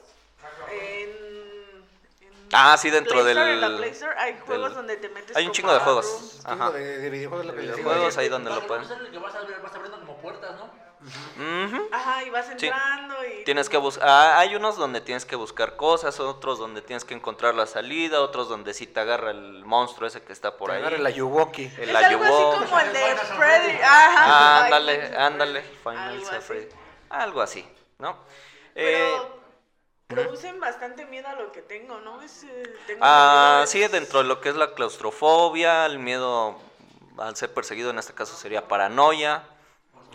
Speaker 5: en. en
Speaker 1: Ah, sí, dentro
Speaker 5: Play Store,
Speaker 1: del-
Speaker 5: en la Play Store hay juegos
Speaker 1: del-
Speaker 5: donde te metes.
Speaker 1: Hay un
Speaker 5: como ah,
Speaker 1: chingo de
Speaker 5: a
Speaker 1: juegos.
Speaker 5: rooms.
Speaker 1: Ajá.
Speaker 4: De, de videojuegos la película.
Speaker 1: Videojuegos ahí donde
Speaker 6: Para
Speaker 1: lo
Speaker 6: que
Speaker 1: pueden.
Speaker 6: no sea el que vas a ver, vas abriendo como puertas, ¿no?
Speaker 1: Ujú.
Speaker 5: Ajá, y vas entrando y.
Speaker 1: Tienes que buscar, hay unos donde tienes que buscar cosas, otros donde tienes que encontrar la salida, otros donde sí te agarra el monstruo ese que está por ahí.
Speaker 4: Agarra la Yuwoki.
Speaker 1: El
Speaker 5: es algo
Speaker 1: ayubón.
Speaker 5: así como el de Freddy. Ajá.
Speaker 1: Ah, ándale, ándale. Final
Speaker 5: Algo
Speaker 1: Fantasy
Speaker 5: así.
Speaker 1: Freddy. Algo así, ¿no? Eh,
Speaker 5: Pero producen bastante miedo a lo que tengo, ¿no? Es, eh, tengo
Speaker 1: ah,
Speaker 5: miedo de-
Speaker 1: sí, dentro de lo que es la claustrofobia, el miedo al ser perseguido, en este caso sería paranoia.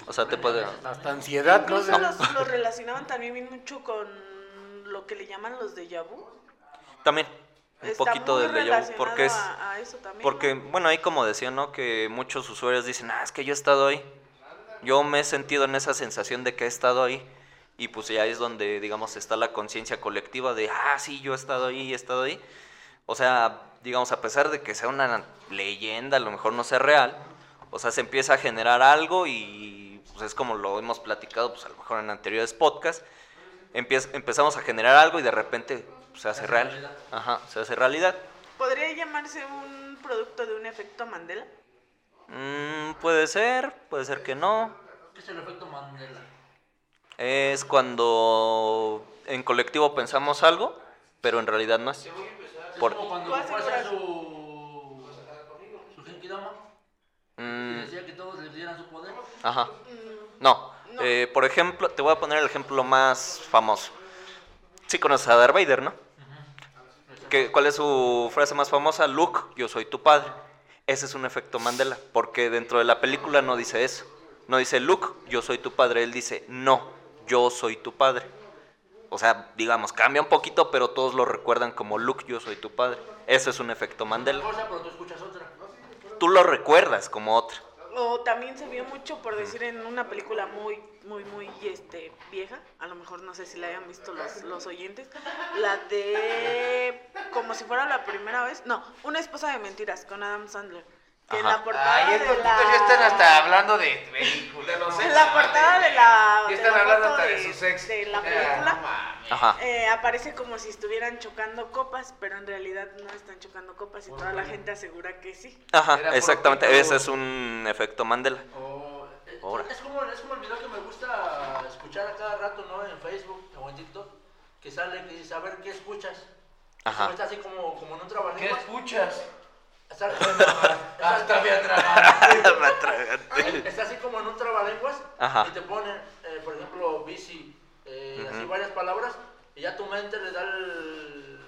Speaker 1: O sea, te puede...
Speaker 4: Hasta ansiedad, ¿no?
Speaker 5: Incluso los, los relacionaban también bien mucho con lo que le llaman los de vu.
Speaker 1: También, un
Speaker 5: Está
Speaker 1: poquito
Speaker 5: muy
Speaker 1: del déjà vu,
Speaker 5: relacionado
Speaker 1: porque es...
Speaker 5: a, a eso también,
Speaker 1: Porque,
Speaker 5: ¿no?
Speaker 1: bueno, ahí como decía, ¿no? Que muchos usuarios dicen, ah, es que yo he estado ahí. Yo me he sentido en esa sensación de que he estado ahí. Y pues ya es donde, digamos, está la conciencia colectiva de, ah, sí, yo he estado ahí, he estado ahí. O sea, digamos, a pesar de que sea una leyenda, a lo mejor no sea real, o sea, se empieza a generar algo y pues es como lo hemos platicado, pues a lo mejor en anteriores podcasts, empieza- empezamos a generar algo y de repente pues, se hace real.
Speaker 6: realidad.
Speaker 1: Ajá, se hace realidad.
Speaker 5: ¿Podría llamarse un producto de un efecto Mandela?
Speaker 1: Mm, puede ser, puede ser que no.
Speaker 6: ¿Qué es el efecto Mandela?
Speaker 1: Es cuando en colectivo pensamos algo, pero en realidad no es. Por-
Speaker 6: Como cuando
Speaker 5: Tú
Speaker 6: fue a hacer
Speaker 5: aseguras.
Speaker 6: su... su Genkidama, y
Speaker 1: Mm,
Speaker 6: decía que todos le dieran su poder.
Speaker 1: ajá. No. Eh, por ejemplo, te voy a poner el ejemplo más famoso. Sí conoces a Darth Vader, ¿no? ¿Qué- ¿Cuál es su frase más famosa? Luke, yo soy tu padre. Ese es un efecto Mandela, porque dentro de la película no dice eso. No dice Luke, yo soy tu padre. Él dice, no, yo soy tu padre. O sea, digamos, cambia un poquito, pero todos lo recuerdan como Luke, yo soy tu padre. Eso es un efecto
Speaker 6: Una
Speaker 1: Mandela.
Speaker 6: cosa, pero tú escuchas otra.
Speaker 1: Tú lo recuerdas como otra.
Speaker 5: O también se vio mucho, por decir, en una película muy, muy, muy este, vieja. A lo mejor no sé si la hayan visto los, los oyentes. La de. Como si fuera la primera vez. No, Una esposa de mentiras con Adam Sandler. Que en
Speaker 1: Ajá.
Speaker 5: la portada.
Speaker 7: Ay,
Speaker 5: de
Speaker 7: estos
Speaker 5: la...
Speaker 7: putos ya están hasta hablando de películas.
Speaker 2: De los
Speaker 5: En la portada de la.
Speaker 7: Ya
Speaker 5: de
Speaker 7: están
Speaker 5: la
Speaker 7: hablando
Speaker 5: foto
Speaker 7: hasta de
Speaker 5: de-
Speaker 7: su sexo.
Speaker 5: de la
Speaker 7: Ah,
Speaker 5: película.
Speaker 7: no mames.
Speaker 1: Ajá.
Speaker 5: Eh, aparece como si estuvieran chocando copas, pero en realidad no están chocando copas y toda la gente asegura que sí.
Speaker 7: Era
Speaker 1: Ajá,
Speaker 7: por
Speaker 1: exactamente.
Speaker 7: otro-
Speaker 1: Ese es un efecto Mandela.
Speaker 6: O, eh,
Speaker 1: Ahora.
Speaker 6: es, como, es como el video que me gusta escuchar a cada rato, ¿no? En Facebook o en TikTok, que sale que dice, a ver, ¿qué escuchas?
Speaker 1: Ajá.
Speaker 6: Ajá. Está así como, como en un
Speaker 7: ¿Qué
Speaker 6: trabalenguas.
Speaker 7: escuchas?
Speaker 6: Está, ah, está-
Speaker 7: Hasta me atraganté.
Speaker 1: Me atraganté.
Speaker 6: está así como en un trabalenguas
Speaker 1: Ajá.
Speaker 6: y te ponen, eh, por ejemplo, bici, eh, así varias palabras, y ya tu mente le da el...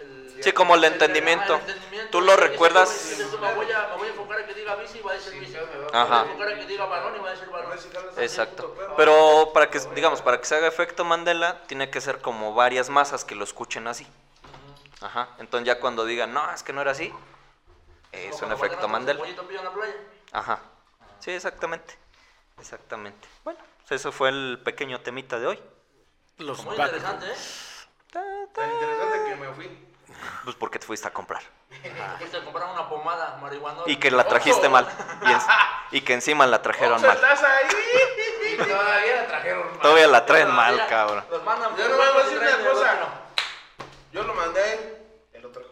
Speaker 6: el-
Speaker 1: Sí, como el
Speaker 6: el-
Speaker 1: entendimiento.
Speaker 6: ajá, el entendimiento.
Speaker 1: Tú lo
Speaker 6: Dices,
Speaker 1: recuerdas.
Speaker 6: dices, tú, Me voy, a, me voy a enfocar a que diga bici y va a decir bici. Me voy
Speaker 1: Ajá.
Speaker 6: a enfocar a que diga varón y va a decir varón.
Speaker 1: Exacto. Pero para que, digamos, para que se haga efecto Mandela, tiene que ser como varias masas que lo escuchen así. Ajá. Entonces ya cuando digan, no, es que no era así, es un
Speaker 6: Como cuando
Speaker 1: efecto
Speaker 6: van a tomar
Speaker 1: Mandela.
Speaker 6: cebollito pillo en la
Speaker 3: Pues,
Speaker 6: playa.
Speaker 1: Ajá. Sí, exactamente. Exactamente. Bueno, pues eso fue el pequeño temita de hoy.
Speaker 4: Los
Speaker 6: Muy
Speaker 4: Backrooms.
Speaker 6: interesante, ¿eh?
Speaker 1: Ta, ta.
Speaker 2: Tan interesante que me fui.
Speaker 1: Pues porque te fuiste a comprar.
Speaker 6: Fuiste a comprar una pomada marihuana.
Speaker 1: Y que la trajiste mal. Y, en- y que encima la trajeron mal.
Speaker 2: estás ahí?
Speaker 7: Y todavía la trajeron. mal.
Speaker 1: Todavía la traen mal, cabrón.
Speaker 6: Oh, Los mandan.
Speaker 2: Yo no me voy a decir una cosa. Yo lo mandé a él, el otro.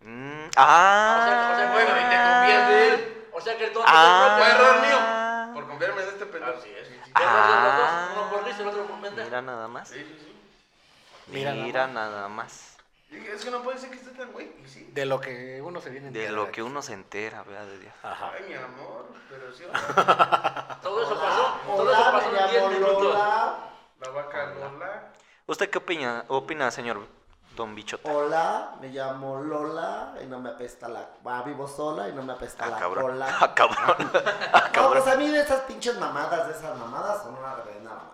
Speaker 1: Mm,
Speaker 6: O sea, o sea,
Speaker 1: ah.
Speaker 6: bueno, y te confías de él. O sea que el tonto
Speaker 1: Ah.
Speaker 2: Fue
Speaker 6: fue
Speaker 2: error mío por confiarme en este pendejo. sí, sí, sí.
Speaker 1: Ah.
Speaker 6: Uno por listo, el otro por pendejo.
Speaker 1: Mira nada más.
Speaker 2: Sí, sí, sí.
Speaker 4: Mira nada
Speaker 1: Mira nada más.
Speaker 2: Dije, Es que no puede ser que esté tan güey. Y sí.
Speaker 4: De lo que uno se viene
Speaker 1: De lo que uno se entera, vea de Dios.
Speaker 2: Ay, mi amor, pero sí.
Speaker 6: Todo eso pasó. Todo eso
Speaker 3: Hola,
Speaker 6: pasó
Speaker 3: mi
Speaker 6: en 10
Speaker 3: amor
Speaker 6: minutos.
Speaker 3: Lola.
Speaker 2: La vaca Lola.
Speaker 1: ¿Usted qué opina, opina señor Don Bichota?
Speaker 3: Hola, me llamo Lola y no me apesta la... Va, vivo sola y no me apesta
Speaker 1: Ah,
Speaker 3: la
Speaker 1: cabrón.
Speaker 3: cola.
Speaker 1: Ah, cabrón. Ah,
Speaker 3: No,
Speaker 1: cabrón.
Speaker 3: pues a mí de esas pinches mamadas, de esas mamadas son una reverenda mamada.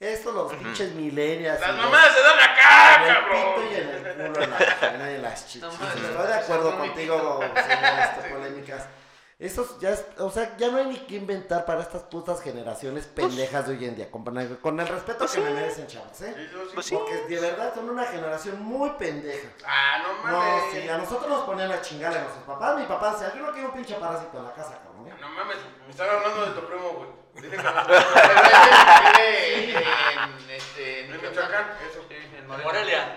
Speaker 3: Esto los pinches milenias.
Speaker 2: Las mamadas se dan acá, Ah, cabrón.
Speaker 3: En el pito y en el culo, en la vagina y en las chichis. Estoy de acuerdo contigo, señor, este, polémicas. Esos ya, es- o sea, ya no hay ni que inventar para estas putas generaciones pendejas de hoy en día, compadre. Con el respeto que me merecen, chavos, ¿eh?
Speaker 1: Pues sí.
Speaker 3: Porque de verdad son una generación muy pendeja.
Speaker 2: Ah, no
Speaker 3: No,
Speaker 2: mames.
Speaker 3: si a nosotros nos ponían a chingar a nuestros papás, mi papá decía, yo no quiero un pinche parásito en la casa, cabrón. ¿eh?".
Speaker 2: No mames, me están hablando de tu primo, güey. Dile que no.
Speaker 7: En, este, en
Speaker 2: En
Speaker 7: Michoacán.
Speaker 2: Michoacán, eso.
Speaker 7: En
Speaker 6: En
Speaker 7: Morelia.
Speaker 6: Morelia.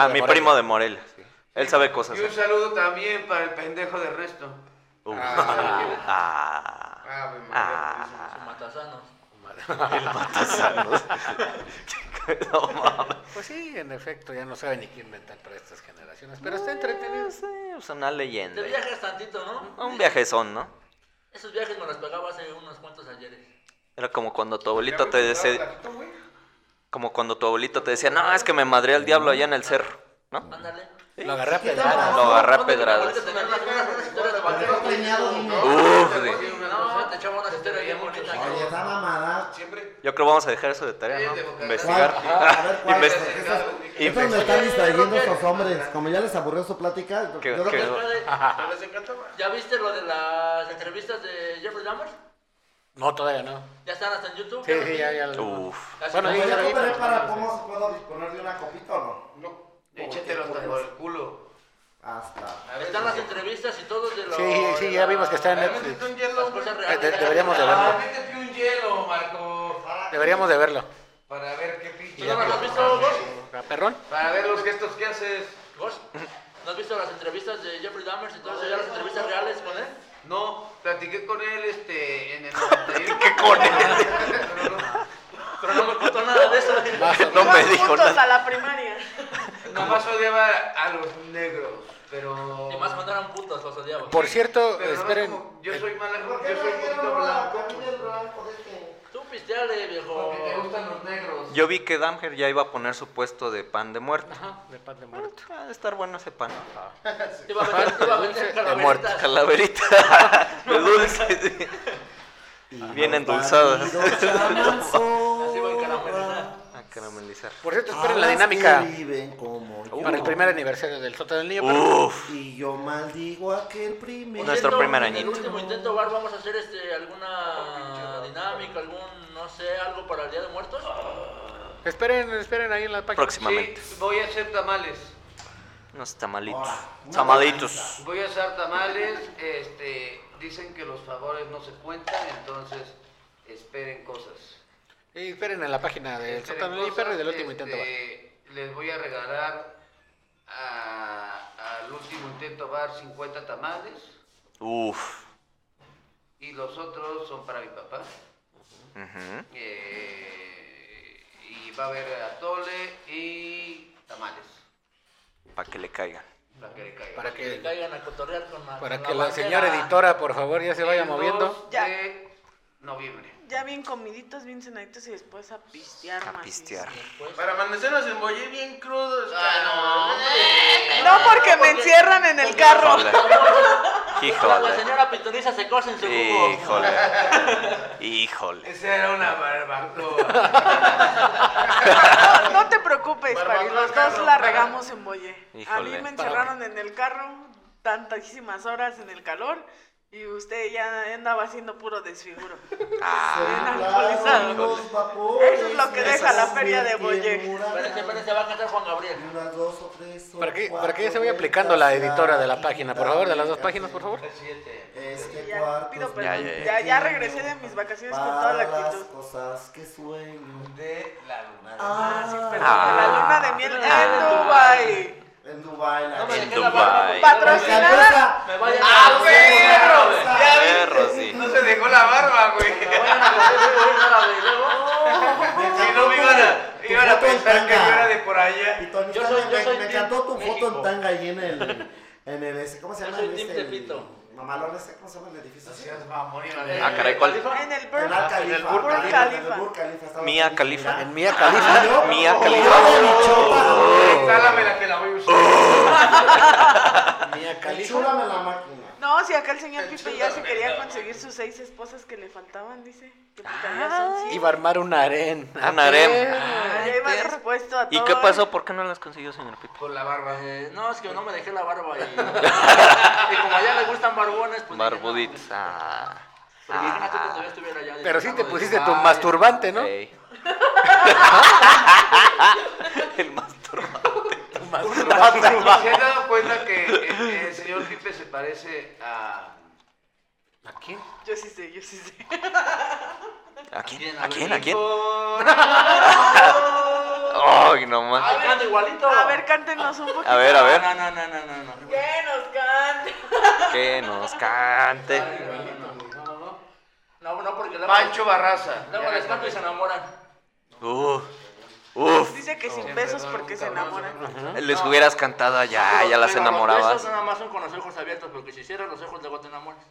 Speaker 1: Ah, mi primo de Morelia. sí. Él sabe cosas.
Speaker 7: Y un
Speaker 1: ¿eh?
Speaker 7: saludo también para el pendejo de resto.
Speaker 1: Uh.
Speaker 2: Ah.
Speaker 1: Ah.
Speaker 2: Ave
Speaker 1: Ah.
Speaker 2: María.
Speaker 6: Su matasanos.
Speaker 1: El matasanos. Chica, no mames.
Speaker 4: Pues sí, en efecto, ya no sabe ni qué inventar para estas generaciones. Pero está entretenido.
Speaker 1: No sé, es una leyenda.
Speaker 6: Te viajas tantito, ¿no?
Speaker 1: Un viajezón, ¿no?
Speaker 6: Esos viajes me los pagaba hace unos cuantos ayeres.
Speaker 1: Era como cuando tu abuelito
Speaker 2: Ahorita
Speaker 1: te decía, como cuando tu abuelito te decía, no, es que me madré al diablo allá en el cerro, ¿no?
Speaker 6: Ándale.
Speaker 4: Lo agarré a
Speaker 3: ¿Qué te
Speaker 4: pedradas.
Speaker 3: pasa?
Speaker 1: Lo agarré a
Speaker 6: Ponte que mi abuelita
Speaker 1: pedradas.
Speaker 6: tenía unas- unas historias de vaqueros.
Speaker 3: Pero preñado de un niño.
Speaker 1: Uf, de-
Speaker 6: No, te echaba unas historias bien bonitas.
Speaker 3: Oye,
Speaker 6: cabrón.
Speaker 3: esa mamada.
Speaker 2: Siempre.
Speaker 1: Yo creo vamos a dejar eso de tarea, ¿no? Investigar.
Speaker 3: A ver cuál.
Speaker 1: Investi-
Speaker 3: porque estos-
Speaker 1: Investi-
Speaker 3: estos me están distrayendo estos hombres. Como ya les aburrió su plática, yo
Speaker 1: Que-
Speaker 3: creo
Speaker 1: que-
Speaker 3: que
Speaker 6: Compadre,
Speaker 2: Pero les encantaba.
Speaker 6: ¿Ya viste lo de las entrevistas de Jeffrey Dahmer?
Speaker 4: No, todavía no.
Speaker 6: ¿Ya están hasta en YouTube?
Speaker 4: Sí, sí, ya, ya. lo-
Speaker 1: Uf.
Speaker 6: Así
Speaker 4: Bueno,
Speaker 3: Oye,
Speaker 6: como-
Speaker 4: yo
Speaker 3: ya
Speaker 4: creo
Speaker 3: compré
Speaker 4: que-
Speaker 3: para cómo se puedo disponer de una copita o no.
Speaker 2: No.
Speaker 7: Échatelo hasta por el culo.
Speaker 3: Hasta.
Speaker 6: Están las entrevistas y todo de los...
Speaker 4: Sí, sí, ya vimos que está en Netflix.
Speaker 2: Métete un hielo, güey.
Speaker 6: cosas
Speaker 4: Eh,
Speaker 6: reales.
Speaker 4: de- deberíamos de
Speaker 7: Ah,
Speaker 4: verlo.
Speaker 7: métete un hielo, Marco.
Speaker 4: Deberíamos de verlo.
Speaker 7: Para ver qué
Speaker 6: ¿Tú
Speaker 7: pinche.
Speaker 6: no las has visto, Ghost?
Speaker 4: ¿A perrón?
Speaker 7: Para ver los gestos que haces.
Speaker 6: ¿Ghost? ¿No has visto las entrevistas de Jeffrey Dahmer y todo eso? ¿Ya las entrevistas reales con él?
Speaker 7: No, platiqué con él este, en el 91.
Speaker 1: ¿Qué con él?
Speaker 6: Pero no me contó nada de eso.
Speaker 4: Ah,
Speaker 1: No me
Speaker 5: Íbamos
Speaker 1: dijo
Speaker 5: juntos
Speaker 1: nada.
Speaker 5: a la primaria.
Speaker 7: Nomás odiaba a los negros, pero...
Speaker 6: Y más cuando eran putos los odiaba.
Speaker 4: Por cierto,
Speaker 7: pero no
Speaker 4: esperen.
Speaker 7: como- yo soy mala, yo soy
Speaker 3: Yo
Speaker 7: un poquito blanco.
Speaker 3: este.
Speaker 6: Tú pisteale, viejo.
Speaker 7: Porque te gustan los negros.
Speaker 1: Yo vi que Damger ya iba a poner su puesto de pan de muerto.
Speaker 4: Ajá, de pan de
Speaker 1: Bueno,
Speaker 4: muerto.
Speaker 1: ha de estar bueno ese pan.
Speaker 6: Iba a vender, iba a vender
Speaker 1: De muerto.
Speaker 6: calaveritas.
Speaker 1: Calaverita. De dulce. sí. Bien endulzadas.
Speaker 6: Así va a caramelizar.
Speaker 1: A caramelizar.
Speaker 4: Por cierto,
Speaker 3: Ah,
Speaker 4: esperen la dinámica
Speaker 3: Viven como yo.
Speaker 4: para el primer aniversario del sótano del niño.
Speaker 1: Uh.
Speaker 4: pero-
Speaker 1: Uf.
Speaker 3: Y yo maldigo aquel
Speaker 6: Por
Speaker 3: primer.
Speaker 1: Nuestro
Speaker 6: cierto,
Speaker 1: primer
Speaker 6: En el
Speaker 1: añito.
Speaker 6: último intento bar vamos a hacer este, alguna dinámica, algún, no sé, algo para el Día de Muertos.
Speaker 4: Esperen, esperen ahí en la página.
Speaker 1: Próximamente.
Speaker 7: Sí, voy a hacer tamales.
Speaker 1: Unos tamalitos.
Speaker 3: Ahora, una
Speaker 1: Tamalitos.
Speaker 7: Voy a hacer tamales. Este, dicen que los favores no se cuentan, entonces esperen cosas.
Speaker 4: Y esperen en la página del
Speaker 7: Esperen
Speaker 4: sótano del niño
Speaker 7: cosas,
Speaker 4: y del último intento. bar.
Speaker 7: este, Les voy a regalar a- al último intento bar 50 tamales
Speaker 1: Uf.
Speaker 7: y los otros son para mi papá.
Speaker 1: Ujú.
Speaker 7: Eh, y va a haber atole y tamales.
Speaker 1: Para que le caigan.
Speaker 7: Para que le caiga.
Speaker 4: Para
Speaker 6: Que
Speaker 4: que,
Speaker 6: caigan a cotorrear con la
Speaker 4: para
Speaker 6: con
Speaker 4: que la
Speaker 6: bandera. pues,
Speaker 4: señora editora, por favor, ya se vaya
Speaker 7: El
Speaker 4: moviendo.
Speaker 7: 2
Speaker 5: Ya.
Speaker 7: de noviembre.
Speaker 5: Ya bien comiditos, bien cenaditos y después a pistear.
Speaker 1: A
Speaker 5: macizo.
Speaker 1: pistear.
Speaker 6: Después-
Speaker 2: Para amanecernos en Boyé bien crudos.
Speaker 7: Ah, no,
Speaker 5: No
Speaker 6: pues,
Speaker 5: porque me encierran en el carro.
Speaker 1: Híjole.
Speaker 6: La
Speaker 1: Híjole.
Speaker 6: señora Pitoniza se cosa en su jugo.
Speaker 1: Híjole. Híjole.
Speaker 7: Esa era una barbacoa.
Speaker 5: No, no te preocupes, Pari, los dos la regamos en Boye. A mí
Speaker 1: Híjole.
Speaker 5: me encerraron en el carro tantísimas horas en el calor. Y usted ya andaba haciendo puro desfiguro.
Speaker 3: Ah,
Speaker 5: bien alcoholizado. Eso es lo que deja la feria de Boyer.
Speaker 6: Espérate, espérate, va a cantar Juan Gabriel.
Speaker 3: Unas dos o tres. o
Speaker 4: Para que,
Speaker 3: cuatro
Speaker 4: para que ya se vaya aplicando la
Speaker 3: vueltas,
Speaker 4: editora de la
Speaker 3: y
Speaker 4: página, por favor, de las dos
Speaker 3: también,
Speaker 4: páginas, por favor.
Speaker 3: Este
Speaker 5: Ya,
Speaker 3: cuarto
Speaker 5: pido
Speaker 3: es
Speaker 5: perdón.
Speaker 3: muy
Speaker 5: Ya- ya
Speaker 3: pequeño
Speaker 5: regresé de mis vacaciones con toda
Speaker 3: para
Speaker 5: la
Speaker 3: las
Speaker 5: actitud.
Speaker 3: cosas que sueño.
Speaker 7: De la luna.
Speaker 5: Ah, sí, perdón.
Speaker 1: Ah.
Speaker 5: la luna de miel en Dubai.
Speaker 3: En Dubai, la
Speaker 6: No me
Speaker 3: gente.
Speaker 1: En
Speaker 6: queda barba.
Speaker 1: Dubái.
Speaker 5: Patrocinada.
Speaker 6: Me vayan
Speaker 7: ¡Ah,
Speaker 6: a
Speaker 7: perro! Ya
Speaker 1: Perro,
Speaker 7: viste,
Speaker 1: sí.
Speaker 7: No se dejó la barba, güey.
Speaker 6: Me vayan a coger por un árabe, y luego-
Speaker 7: Si no, me iban a,
Speaker 3: Tu
Speaker 7: iban a
Speaker 3: foto en
Speaker 7: pensar que yo
Speaker 3: tanga.
Speaker 7: era de por allá.
Speaker 3: Y Tony,
Speaker 6: Yo
Speaker 3: está-
Speaker 6: soy- yo
Speaker 3: me,
Speaker 6: soy
Speaker 3: me
Speaker 6: Team
Speaker 3: encantó tu
Speaker 6: México.
Speaker 3: foto en tanga ahí en el. En el ese, ¿cómo se
Speaker 6: Yo
Speaker 3: llama?
Speaker 6: soy
Speaker 3: el
Speaker 6: Team
Speaker 3: este, el-
Speaker 6: Tepito.
Speaker 3: Mamalón ese, ¿cómo se llama el edificio?
Speaker 7: mamón,
Speaker 1: Ah, caray, ¿cuál?
Speaker 5: En el
Speaker 3: En Al
Speaker 5: Burj.
Speaker 3: Khalifa.
Speaker 5: Burj
Speaker 3: Ah, en el
Speaker 5: Khalifa.
Speaker 3: Burj Khalifa estaba
Speaker 1: Mía
Speaker 3: Tony,
Speaker 1: Khalifa. Ah, Oh,
Speaker 3: mira.
Speaker 4: En Mía Khalifa.
Speaker 3: Yo-
Speaker 1: Mía
Speaker 3: yo
Speaker 1: Khalifa.
Speaker 3: de mi chopa.
Speaker 7: Instálamela que la voy a usar.
Speaker 4: Mía
Speaker 3: Enchúlame la máquina.
Speaker 5: No, si acá el señor Pipe ya se quería conseguir sus seis esposas que le faltaban, dice. Que
Speaker 1: Ah,
Speaker 5: porque ya son siete.
Speaker 4: Iba a armar un harén.
Speaker 1: Un harén.
Speaker 5: Ah, ya iba dispuesto a
Speaker 1: ¿Y
Speaker 5: todo.
Speaker 1: qué pasó? ¿Por qué no las consiguió, señor Pipe?
Speaker 7: Con la barba.
Speaker 6: Eh, no, es que no me dejé la barba y, y como allá le gustan barbones, pues dije, no,
Speaker 1: Barbuditas. Ah.
Speaker 6: porque imagínate que
Speaker 1: Ah.
Speaker 6: todavía estuviera allá de
Speaker 4: Pero sí
Speaker 6: plano
Speaker 4: te
Speaker 6: de
Speaker 4: pusiste tu
Speaker 6: Dubái.
Speaker 4: masturbante, ¿no?
Speaker 1: Ey. El masturbante.
Speaker 4: Tu masturbante.
Speaker 7: ¿Se han dado cuenta que eh, el, el señor Pipe se parece a.
Speaker 4: ¿A quién?
Speaker 5: Yo sí sé, yo sí sé.
Speaker 1: ¿A quién? ¿A quién? ¿A quién?
Speaker 7: quién?
Speaker 1: Ay, no más.
Speaker 6: Ay, anda igualito.
Speaker 5: A ver, cántenos un poquito.
Speaker 1: A ver, a ver.
Speaker 6: No, no, no, no, no, no.
Speaker 5: Que nos cante.
Speaker 1: Que nos cante.
Speaker 6: No, no, no. No, no, porque luego,
Speaker 7: Pancho Barraza.
Speaker 6: luego les canto y se enamoran.
Speaker 1: Uf. Uf.
Speaker 5: Dice que sin besos porque se enamoran.
Speaker 1: Les hubieras cantado allá, Ah, ya las
Speaker 6: Pero Los
Speaker 1: enamorabas.
Speaker 6: besos nada más son con los ojos abiertos, porque si cierras los ojos luego te enamoras.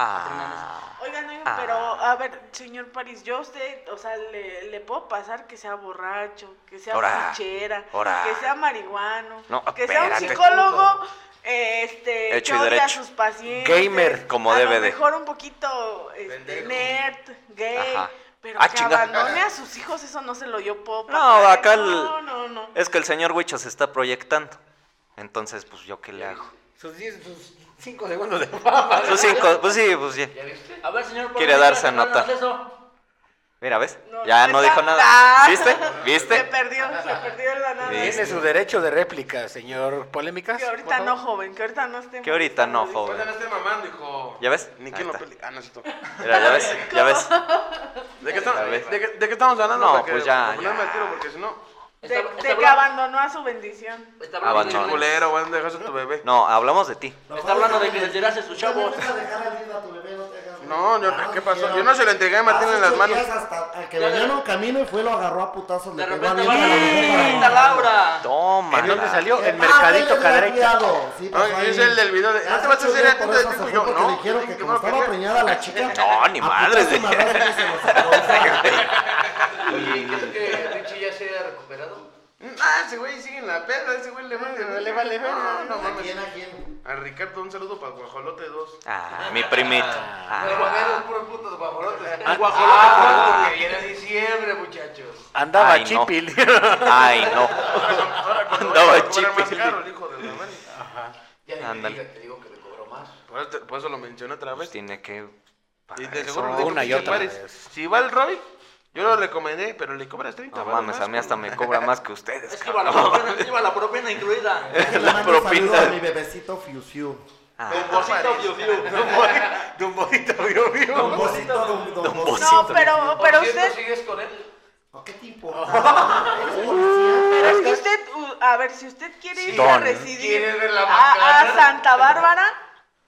Speaker 1: Ah.
Speaker 5: Oigan, oigan,
Speaker 1: Ah.
Speaker 5: pero a ver, señor París, yo a usted, o sea, le, le puedo pasar que sea borracho, que sea
Speaker 1: Ora.
Speaker 5: fichera,
Speaker 1: Ora.
Speaker 5: que sea marihuano,
Speaker 1: No,
Speaker 5: que sea un
Speaker 1: espérate.
Speaker 5: psicólogo, eh, este,
Speaker 1: Hecho
Speaker 5: que
Speaker 1: y
Speaker 5: odie a
Speaker 1: derecho.
Speaker 5: sus pacientes.
Speaker 1: Gamer, como
Speaker 5: a lo
Speaker 1: debe de.
Speaker 5: mejor un poquito este,
Speaker 7: Pendejo.
Speaker 5: nerd, gay,
Speaker 1: Ajá.
Speaker 5: pero
Speaker 1: Ah,
Speaker 5: que
Speaker 1: chinga.
Speaker 5: abandone a sus hijos, eso no se lo yo puedo
Speaker 1: No,
Speaker 5: pasar. ¿eh?
Speaker 1: acá el-
Speaker 5: No, no, no.
Speaker 1: Es que el señor Huicho se está proyectando. Entonces, pues yo qué le hago.
Speaker 4: Sus 10, sus 5 segundos de fama.
Speaker 1: Pues cinco, pues sí, pues sí.
Speaker 6: A ver, señor.
Speaker 1: Quiere
Speaker 6: Pablo,
Speaker 1: darse a
Speaker 6: díganos
Speaker 1: notar.
Speaker 6: eso.
Speaker 1: Mira, ¿ves?
Speaker 5: No,
Speaker 1: Ya
Speaker 5: no
Speaker 1: no
Speaker 5: está-
Speaker 1: dijo nada.
Speaker 5: Ah.
Speaker 1: ¿Viste?
Speaker 5: Se
Speaker 1: ¿Viste?
Speaker 5: perdió, se perdió el ganado.
Speaker 1: Sí.
Speaker 4: Tiene su derecho de réplica, señor Polémicas.
Speaker 5: Que
Speaker 4: por
Speaker 5: ahorita
Speaker 4: favor.
Speaker 5: no, joven, que ahorita no estemos.
Speaker 1: Que ahorita no,
Speaker 5: diciendo-
Speaker 1: joven.
Speaker 2: Ahorita no esté mamando, hijo.
Speaker 1: ¿Ya ves?
Speaker 2: Ni
Speaker 1: Ahí
Speaker 2: que lo
Speaker 1: está.
Speaker 2: peli. Ah, no, sí, tú.
Speaker 1: Mira, ya ves, ya ves.
Speaker 2: ¿De qué
Speaker 1: A
Speaker 2: estamos,
Speaker 1: ver.
Speaker 2: de qué, de qué estamos hablando?
Speaker 1: No,
Speaker 2: Para que-
Speaker 1: pues ya,
Speaker 2: para ponerme
Speaker 1: ya.
Speaker 2: al tiro, porque si no.
Speaker 5: De,
Speaker 6: Está- está
Speaker 5: de que
Speaker 6: hablando-
Speaker 5: abandonó a su bendición.
Speaker 6: está
Speaker 1: Ah,
Speaker 6: hablando de-
Speaker 1: bachones.
Speaker 2: Culero, van a dejar a tu bebé.
Speaker 1: No, hablamos de ti.
Speaker 3: Lo
Speaker 6: Está
Speaker 3: cual
Speaker 6: hablando de que
Speaker 3: también-
Speaker 6: les dirás a sus
Speaker 3: también
Speaker 6: chavos.
Speaker 3: vas a dejar al niño a tu bebé, no te hagas, güey.
Speaker 2: No, yo-
Speaker 3: Ah,
Speaker 2: ¿qué pasó?
Speaker 3: quiero.
Speaker 2: Yo no se lo entregué a Martín
Speaker 3: Hace
Speaker 2: en las
Speaker 3: ocho
Speaker 2: manos.
Speaker 3: días Hasta al que
Speaker 6: Ya le-
Speaker 3: venía en un camino y fue, lo agarró a putazos.
Speaker 6: De
Speaker 3: le pegó
Speaker 6: repente
Speaker 3: al Ah,
Speaker 6: van a
Speaker 3: niño, le
Speaker 6: decir,
Speaker 3: dejó para
Speaker 6: "Señorita
Speaker 3: abajo".
Speaker 6: Laura.
Speaker 1: Toma.
Speaker 4: ¿En dónde salió? En
Speaker 3: Ah,
Speaker 4: Mercadito
Speaker 3: dale, dale,
Speaker 4: Cadereita.
Speaker 3: cuidado. Sí,
Speaker 2: Ay,
Speaker 3: pasó
Speaker 2: Ah, es
Speaker 3: ahí.
Speaker 2: el del video de-
Speaker 3: Ya
Speaker 2: Ah, te vas
Speaker 3: hace
Speaker 2: a hacer
Speaker 3: ocho días
Speaker 2: atento
Speaker 3: por
Speaker 2: de
Speaker 3: eso
Speaker 2: ti,
Speaker 3: se
Speaker 2: cuyo.
Speaker 3: fue porque
Speaker 2: No,
Speaker 3: le dijeron que
Speaker 2: que no
Speaker 3: como estaba
Speaker 2: quería.
Speaker 3: preñada la chica.
Speaker 1: No, ni
Speaker 3: a
Speaker 1: madres,
Speaker 3: putazos
Speaker 1: güey.
Speaker 3: madrazos y se los acabó.
Speaker 7: Oye, ¿crees que Richie ya se ha recuperado?
Speaker 2: Ah, ese güey sigue en la perra, ese güey le vale, le vale,
Speaker 7: Ah,
Speaker 2: verga, no
Speaker 3: ¿A quién,
Speaker 2: mames.
Speaker 3: a quién?
Speaker 2: A Ricardo, un saludo para Guajolote 2.
Speaker 1: Ah, mi primito.
Speaker 7: Los
Speaker 1: Ah,
Speaker 7: guajeros, puros putos guajolotes.
Speaker 4: Ah, guajolote,
Speaker 7: Ah, porque viene diciembre, muchachos.
Speaker 4: Andaba
Speaker 1: Ay, no.
Speaker 4: chipil.
Speaker 1: Ay, no.
Speaker 2: Ahora cuando
Speaker 1: Andaba
Speaker 2: vaya a cobrar más
Speaker 1: chipil.
Speaker 2: caro el hijo de la madre.
Speaker 7: Ya ni
Speaker 1: Ándale.
Speaker 7: me digas, te digo que le cobró más.
Speaker 2: Por eso te- Por eso lo mencioné otra
Speaker 1: Pues
Speaker 2: vez.
Speaker 1: tiene que.
Speaker 2: Y
Speaker 1: pagar
Speaker 2: de
Speaker 1: eso.
Speaker 2: seguro
Speaker 4: eso,
Speaker 2: le dijo
Speaker 4: una y
Speaker 2: Chichi
Speaker 4: otra
Speaker 2: Juárez,
Speaker 4: vez.
Speaker 2: Si va el Robbie, yo lo recomendé, pero le cobras 30
Speaker 1: No
Speaker 2: varos
Speaker 1: mames,
Speaker 2: más,
Speaker 1: a mí hasta
Speaker 2: güey.
Speaker 1: me cobra más que ustedes.
Speaker 6: Es que iba la
Speaker 1: cabrón.
Speaker 6: propina, iba la propina incluida.
Speaker 3: Le
Speaker 1: La
Speaker 3: mando un saludo
Speaker 1: propina.
Speaker 3: a mi bebecito Fiu Fiu.
Speaker 1: Ah,
Speaker 6: Cosito,
Speaker 2: Juárez.
Speaker 6: vio, vio.
Speaker 4: De un bonito vio
Speaker 3: Don
Speaker 4: vio.
Speaker 3: Bosito, don, don
Speaker 1: Pues
Speaker 3: Bosito.
Speaker 5: No, pero,
Speaker 7: Por
Speaker 5: pero
Speaker 7: cierto,
Speaker 5: usted,
Speaker 7: ¿Sigues con él?
Speaker 3: ¿A ¿Qué te importa? ¿Eres policía?
Speaker 5: pero es que usted, u- a ver, si usted quiere ir a
Speaker 1: Don. ¿eh?
Speaker 5: residir
Speaker 7: ¿Quieres ver la
Speaker 5: a, a
Speaker 7: macana?
Speaker 5: Santa Bárbara,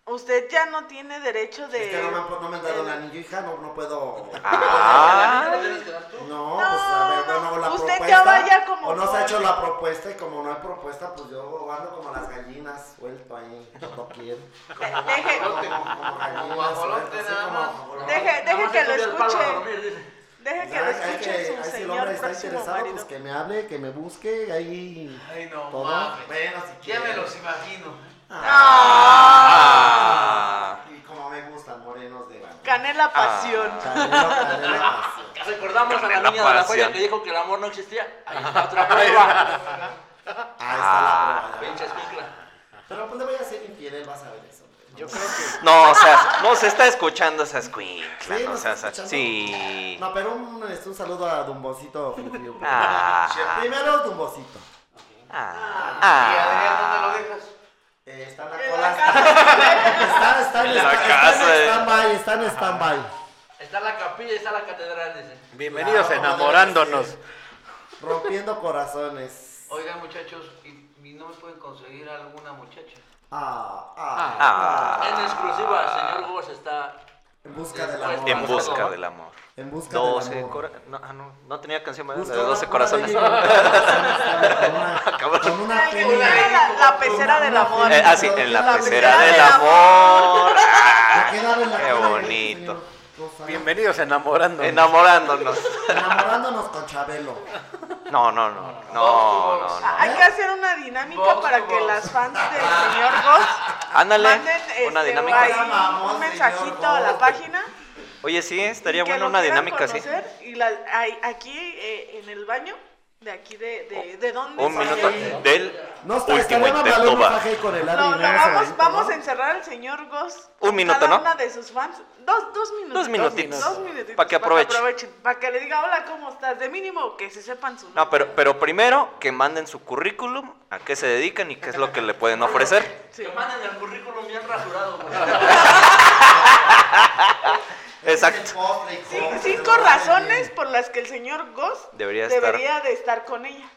Speaker 5: usted ya no tiene derecho
Speaker 3: Es que no me,
Speaker 5: de...
Speaker 3: han- no me han dado el anillo, hija, no, no puedo.
Speaker 1: Ah.
Speaker 3: No, pues a ver,
Speaker 5: No,
Speaker 3: bueno, la
Speaker 5: usted
Speaker 3: propuesta.
Speaker 5: ya vaya como
Speaker 3: O no se
Speaker 5: con-
Speaker 3: ha hecho la propuesta y como no hay propuesta, pues yo ando como las gallinas, suelto ahí, cuando quiero.
Speaker 5: de- deje,
Speaker 3: Como, como gallinas,
Speaker 7: guajolote,
Speaker 3: suelto, así
Speaker 7: nada
Speaker 3: como
Speaker 7: más.
Speaker 3: guajolote.
Speaker 5: deje,
Speaker 6: Nada
Speaker 5: deje
Speaker 6: más
Speaker 5: que lo
Speaker 6: estudia el palo a
Speaker 5: escuche,
Speaker 6: dormir, dice.
Speaker 5: deje que
Speaker 3: Ya,
Speaker 5: lo
Speaker 3: hay que-
Speaker 5: escuche
Speaker 3: Pues, ahí
Speaker 5: su
Speaker 3: si el hombre
Speaker 5: señor
Speaker 3: está
Speaker 5: próximo
Speaker 3: interesado, pues
Speaker 5: marido.
Speaker 3: que me hable, que me busque, ahí.
Speaker 7: Ay, no
Speaker 3: Todo.
Speaker 7: mames.
Speaker 3: Bueno, si
Speaker 7: Ya me
Speaker 3: quiere.
Speaker 7: los imagino.
Speaker 1: Ah.
Speaker 3: Y como me gustan morenos de barba.
Speaker 5: Canela Pasión.
Speaker 3: Canelo, canelo, pasión.
Speaker 6: Recordamos a la
Speaker 1: La
Speaker 6: niña de la
Speaker 1: pasión.
Speaker 6: feria que dijo que el amor no existía. Ahí está otra prueba.
Speaker 3: Ahí está la prueba.
Speaker 1: Ah,
Speaker 6: Pinche escuincla.
Speaker 3: Pero pues le voy a ser infiel, él va a saber eso. hombre, ¿no?
Speaker 2: Yo creo que.
Speaker 1: No, o sea, no se está escuchando esa escuincla.
Speaker 3: Sí,
Speaker 1: no
Speaker 3: nos
Speaker 1: seas
Speaker 3: está escuchando.
Speaker 1: Sí.
Speaker 3: No, pero un, este, un saludo a Dumbocito. Fiu-Fiu.
Speaker 1: Ah,
Speaker 3: Primero Dumbocito.
Speaker 1: ah,
Speaker 7: ¿Y Adrián
Speaker 1: ah.
Speaker 7: dónde lo dejas?
Speaker 3: Eh, está en la cola. Está, está, en
Speaker 1: En la
Speaker 3: esta-
Speaker 1: casa, eh. Ah.
Speaker 3: está en stand-by. Está en stand-by.
Speaker 6: Está la capilla y está la catedral, dicen.
Speaker 4: Bienvenidos
Speaker 3: Claro,
Speaker 4: a enamorándonos.
Speaker 3: sí. Rompiendo corazones.
Speaker 7: Oigan, muchachos, ¿y, y no me pueden conseguir alguna muchacha?
Speaker 3: Ah, ah,
Speaker 1: Ah.
Speaker 6: En exclusiva, señor Gobas está.
Speaker 3: En busca del amor.
Speaker 1: En busca del amor.
Speaker 3: En busca del
Speaker 1: 12
Speaker 3: amor.
Speaker 1: corazones. No, ah, no, no tenía canción ¿verdad?
Speaker 3: Busca
Speaker 1: de 12
Speaker 3: una
Speaker 1: corazones.
Speaker 3: con una-
Speaker 1: Cabrón.
Speaker 3: Con una
Speaker 5: Ay, que
Speaker 3: pena.
Speaker 5: sea la- la pecera del amor.
Speaker 1: Eh, ah, sí, en la
Speaker 5: La
Speaker 1: pecera
Speaker 5: pecera
Speaker 1: del
Speaker 5: del
Speaker 1: amor.
Speaker 3: Va
Speaker 1: Ah,
Speaker 3: a quedar en la
Speaker 1: Qué
Speaker 3: cara,
Speaker 1: bonito.
Speaker 3: señor Rosa.
Speaker 4: Bienvenidos a enamorándonos.
Speaker 1: Enamorándonos.
Speaker 3: Enamorándonos con Chabelo.
Speaker 1: No, no, no. No, no, no.
Speaker 5: Hay que hacer una dinámica
Speaker 7: Vox
Speaker 5: para
Speaker 7: to
Speaker 5: que
Speaker 7: Vox.
Speaker 5: las fans del señor Goss
Speaker 1: Ándale.
Speaker 5: manden
Speaker 1: Una
Speaker 5: este, ahí
Speaker 1: dinámica.
Speaker 3: Vamos,
Speaker 5: un
Speaker 3: señor
Speaker 5: mensajito a la
Speaker 3: Goss.
Speaker 5: página.
Speaker 1: Oye, sí, estaría
Speaker 5: y que
Speaker 1: buena
Speaker 5: lo
Speaker 1: una
Speaker 5: quieran
Speaker 1: dinámica así.
Speaker 5: conocer, Y la, hay- aquí eh, en el baño, de aquí de, de, de dónde
Speaker 1: Oh, Un
Speaker 5: se-
Speaker 1: minuto del
Speaker 3: No está,
Speaker 1: último
Speaker 3: estaría mamalón
Speaker 1: intento
Speaker 3: un
Speaker 1: va.
Speaker 3: mensaje con el Adri,
Speaker 5: No, no,
Speaker 3: ¿no?
Speaker 5: vamos, vamos
Speaker 3: ¿no?
Speaker 5: a encerrar al señor Goss.
Speaker 1: Un minuto,
Speaker 5: cada
Speaker 1: ¿no?
Speaker 5: una de sus fans. Dos, dos minutos.
Speaker 1: Dos minutitos.
Speaker 5: Dos minutitos.
Speaker 1: Pa' que aproveche.
Speaker 5: Para que, pa' que le diga, hola, ¿cómo estás? De mínimo que se sepan su nombre.
Speaker 1: No, pero, pero primero que manden su currículum, a qué se dedican y qué es lo que le pueden ofrecer.
Speaker 5: Sí.
Speaker 6: Que manden el currículum bien rasurado, güey.
Speaker 1: Exacto.
Speaker 5: Sí, cinco razones por las que el señor Goss
Speaker 1: Debería estar-
Speaker 5: debería de estar con ella.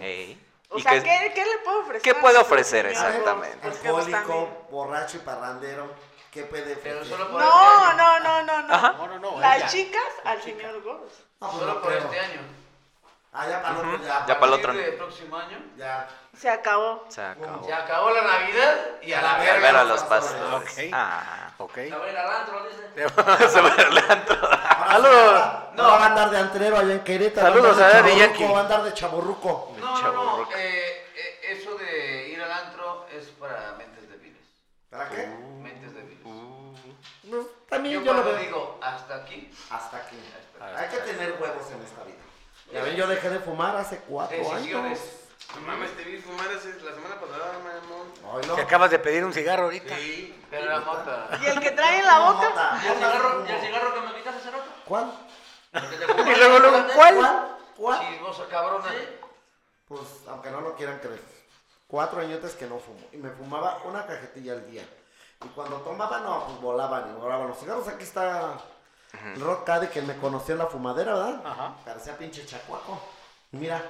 Speaker 1: Ey.
Speaker 5: O
Speaker 1: ¿Y
Speaker 5: sea,
Speaker 1: qué-
Speaker 5: ¿qué, ¿qué le puedo ofrecer?
Speaker 1: ¿Qué
Speaker 5: al
Speaker 1: puede
Speaker 5: señor
Speaker 1: ofrecer,
Speaker 5: Goss?
Speaker 1: exactamente?
Speaker 5: Porque pues, también-
Speaker 3: Alcohólico, borracho y parrandero. ¿Qué puede
Speaker 7: Pero
Speaker 3: ofrecer?
Speaker 7: solo por este
Speaker 5: No,
Speaker 7: año.
Speaker 5: no, no, no, no.
Speaker 1: Ajá.
Speaker 4: No, no, no, ella.
Speaker 5: Las chicas al señor Goss.
Speaker 3: No, pues
Speaker 7: Solo
Speaker 3: no
Speaker 7: por
Speaker 3: creo.
Speaker 7: este año.
Speaker 3: Ah, ya para otro,
Speaker 1: Ya
Speaker 3: ya.
Speaker 1: para el otro.
Speaker 7: A partir del próximo año.
Speaker 3: Ya.
Speaker 5: Se acabó.
Speaker 1: Se acabó.
Speaker 7: Se acabó la Navidad y a la
Speaker 3: A
Speaker 1: Al
Speaker 7: verga.
Speaker 1: ver a los
Speaker 3: Ok.
Speaker 1: pasos. Ah.
Speaker 4: Ok.
Speaker 6: A ver, al antro, dicen.
Speaker 1: Se va al antro.
Speaker 3: Ahora sí,
Speaker 4: Saludos.
Speaker 3: ahora- ahora va a andar de antrero allá en Querétaro.
Speaker 4: Saludos
Speaker 3: va andar
Speaker 4: a
Speaker 3: de
Speaker 4: Daddy
Speaker 3: chavorruco,
Speaker 4: Yankee.
Speaker 3: Va a andar de chaborruco.
Speaker 7: No, no,
Speaker 1: Chavo
Speaker 7: no.
Speaker 1: rock.
Speaker 7: eh, eh, eso de ir al antro es para mentes débiles.
Speaker 3: ¿Para qué?
Speaker 7: Mentes débiles.
Speaker 3: Pues, Mm, también
Speaker 7: Yo
Speaker 3: yo lo
Speaker 7: cuando
Speaker 3: veo.
Speaker 7: digo hasta aquí,
Speaker 3: Hasta aquí. Hay que tener huevos en esta vida. Ya ven, yo dejé de fumar hace cuatro años.
Speaker 7: decisiones.
Speaker 2: No mames, te vi fumar ese- la semana pasada, mamón.
Speaker 3: Ay, no.
Speaker 4: Te acabas de pedir un cigarro ahorita.
Speaker 7: Sí, pero era mota.
Speaker 5: Y el que trae en la
Speaker 3: No,
Speaker 5: boca.
Speaker 3: mota,
Speaker 6: ¿Y el
Speaker 3: mota de
Speaker 6: cigarro,
Speaker 3: humo.
Speaker 6: y el cigarro que me quitas hace rato?
Speaker 3: ¿Cuál?
Speaker 6: Que te fumaste,
Speaker 4: Y luego, luego,
Speaker 6: fíjate.
Speaker 4: ¿cuál?
Speaker 3: ¿Cuál? ¿Cuál?
Speaker 7: Chismosa cabrona.
Speaker 3: Pues, aunque no lo quieran creer, cuatro añotes que no fumo. Y me fumaba una cajetilla al día. Y cuando tomaba, no, pues volaban y volaban los cigarros. Aquí está el Rock Caddy que me conoció en la fumadera, ¿verdad?
Speaker 4: Ajá.
Speaker 3: Parecía pinche chacuaco. Y mira,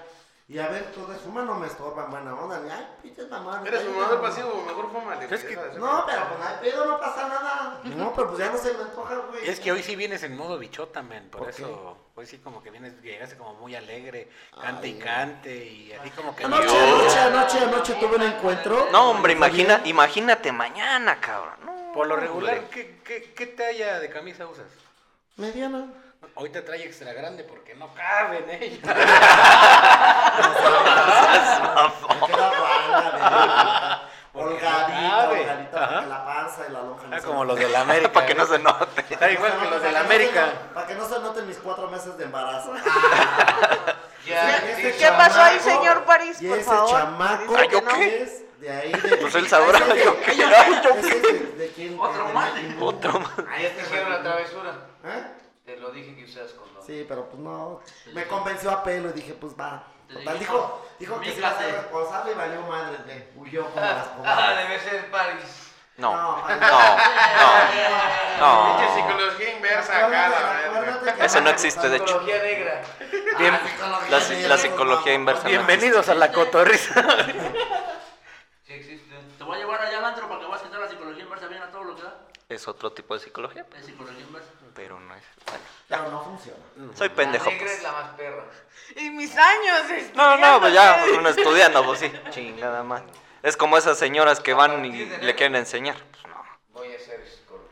Speaker 3: y a ver, tú de fuma no me estorban, buena onda. Ni, ay, pinches mamá.
Speaker 2: Eres fumador pasivo, mejor fuma.
Speaker 4: Es que-
Speaker 3: No, pero pues no hay pedo, no pasa nada. No, pero pues ya no se me antoja, güey.
Speaker 4: Es que hoy sí vienes en modo bichota, man, por
Speaker 3: ¿Por qué?
Speaker 4: eso. Hoy sí como que vienes, llegaste como muy alegre, cante y cante, y así como que...
Speaker 3: Anoche,
Speaker 4: Yo-
Speaker 3: anoche, anoche, anoche tuve un encuentro.
Speaker 1: No, hombre,
Speaker 3: Muy bien.
Speaker 1: imagina, imagínate mañana, cabrón. No,
Speaker 4: Por lo regular,
Speaker 1: hombre.
Speaker 4: ¿qué, qué, qué talla de camisa usas?
Speaker 3: Mediana.
Speaker 4: Hoy te trae extra grande porque no ¿eh? cabe en ella.
Speaker 3: Me queda banda, de
Speaker 4: Porque
Speaker 3: Holgadita,
Speaker 4: sabe.
Speaker 3: holgadita,
Speaker 4: Ajá.
Speaker 3: para que la panza y la lonja. no
Speaker 4: Ah,
Speaker 3: se
Speaker 4: como
Speaker 3: noten.
Speaker 4: los de la América.
Speaker 1: Para que no
Speaker 4: ¿eh?
Speaker 1: se note.
Speaker 4: Está igual
Speaker 3: Para
Speaker 4: que
Speaker 3: que
Speaker 4: los de la
Speaker 3: no se
Speaker 4: América.
Speaker 3: noten- Para que no se noten mis cuatro meses de embarazo.
Speaker 7: Ya,
Speaker 3: Y
Speaker 7: dice-
Speaker 3: este
Speaker 5: ¿Qué pasó ahí,
Speaker 3: chamaco-
Speaker 5: señor París,
Speaker 3: Y
Speaker 5: por
Speaker 3: ese
Speaker 5: favor?
Speaker 3: chamaco
Speaker 1: Ay, ¿yo
Speaker 3: que no
Speaker 1: qué?
Speaker 3: es de ahí de...
Speaker 1: Pues él sabrá,
Speaker 3: Ese es
Speaker 1: ¿yo
Speaker 3: de-
Speaker 1: qué?
Speaker 3: ese
Speaker 1: Ay, ¿yo
Speaker 3: es de- de quién-
Speaker 6: Otro
Speaker 3: de-
Speaker 6: más.
Speaker 3: de-
Speaker 1: Otro más.
Speaker 7: Ahí te hicieron la travesura.
Speaker 3: ¿Eh?
Speaker 7: Te lo dije que usas condón.
Speaker 3: Sí, pero pues no. Me convenció a pelo y dije, pues va.
Speaker 6: Te
Speaker 3: Total,
Speaker 6: dijo,
Speaker 3: dijo, dijo que se iba a ser
Speaker 6: "Mícate".
Speaker 3: responsable y valió madre. le Huyó como las
Speaker 7: Ah,
Speaker 3: pompas.
Speaker 7: debe ser París.
Speaker 1: No,
Speaker 3: No,
Speaker 1: no,
Speaker 3: para-
Speaker 1: no.
Speaker 2: Pinche
Speaker 1: no.
Speaker 2: psicología inversa acá, la verga.
Speaker 1: Eso no existe, de hecho.
Speaker 7: Psicología negra.
Speaker 4: Bien-
Speaker 1: La, la psicología inversa. no
Speaker 4: Bienvenidos a la cotorriza.
Speaker 7: Sí existe.
Speaker 6: Te voy a llevar allá al antro para que vas a quitar la psicología inversa bien a todo lo que da.
Speaker 1: existe. Es otro tipo de psicología,
Speaker 6: Es psicología inversa.
Speaker 1: pero no es.
Speaker 3: Pero no funciona.
Speaker 1: Soy pendejo.
Speaker 7: La negra
Speaker 1: pues.
Speaker 7: es la más perra.
Speaker 5: Y mis años.
Speaker 1: No, no,
Speaker 5: estudiando,
Speaker 1: pues ya,
Speaker 5: ¿qué?
Speaker 1: uno estudiando, pues sí. Chingada más. Es como esas señoras que van y le quieren enseñar. Pues no.
Speaker 7: Voy a ser psicólogo.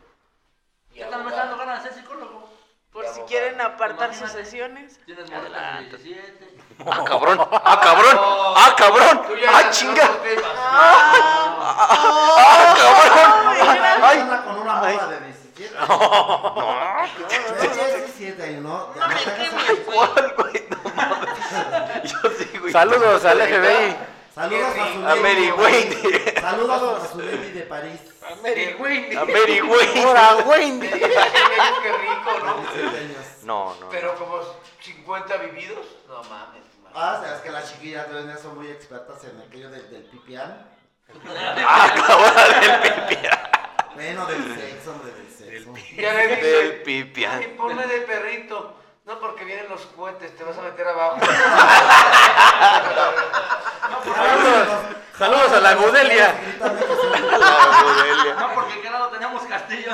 Speaker 7: Y
Speaker 6: ¿Qué tal me está dando
Speaker 7: abogado.
Speaker 6: ganas de ser psicólogo?
Speaker 5: Por si quieren apartar sus sesiones.
Speaker 6: Tienes morritas de 17.
Speaker 1: Ah, cabrón. Ah, cabrón. Ah, cabrón.
Speaker 7: Tú ya
Speaker 1: Ah,
Speaker 7: eras
Speaker 1: chinga.
Speaker 7: otro tema.
Speaker 1: Ah, cabrón.
Speaker 3: Ay, con una boda de 17. No, no, 17 años, no. Ya no te hagas-
Speaker 1: ¿Cuál, güey? No mames. Yo sí, güey.
Speaker 4: Saludos al FBI.
Speaker 3: Saludos a su
Speaker 1: A Mary
Speaker 3: lady.
Speaker 1: Wayne.
Speaker 3: Saludos a su lady de París.
Speaker 7: A Mary Wendy.
Speaker 1: A Mary Wayne.
Speaker 4: Ahora, Wendy.
Speaker 7: Qué rico, ¿no?
Speaker 3: 17 años.
Speaker 9: No, no.
Speaker 7: Pero como 50 vividos, no mames. mames.
Speaker 3: Ah, sabes que las chiquillas de hoy en día son muy expertas en aquello del, del pipián.
Speaker 1: Ah, cabrón, del pipia.
Speaker 3: Bueno, del sexo, hombre, del sexo.
Speaker 7: Ya le
Speaker 1: Del
Speaker 7: dije,
Speaker 1: pipia.
Speaker 7: "Ay, ponme de perrito. No, porque vienen los cohetes, te vas a meter abajo.
Speaker 1: Saludos. Saludos a la Gudelia.
Speaker 3: Grítame que soy-
Speaker 1: La Gudelia.
Speaker 6: No, porque acá no tenemos castillo.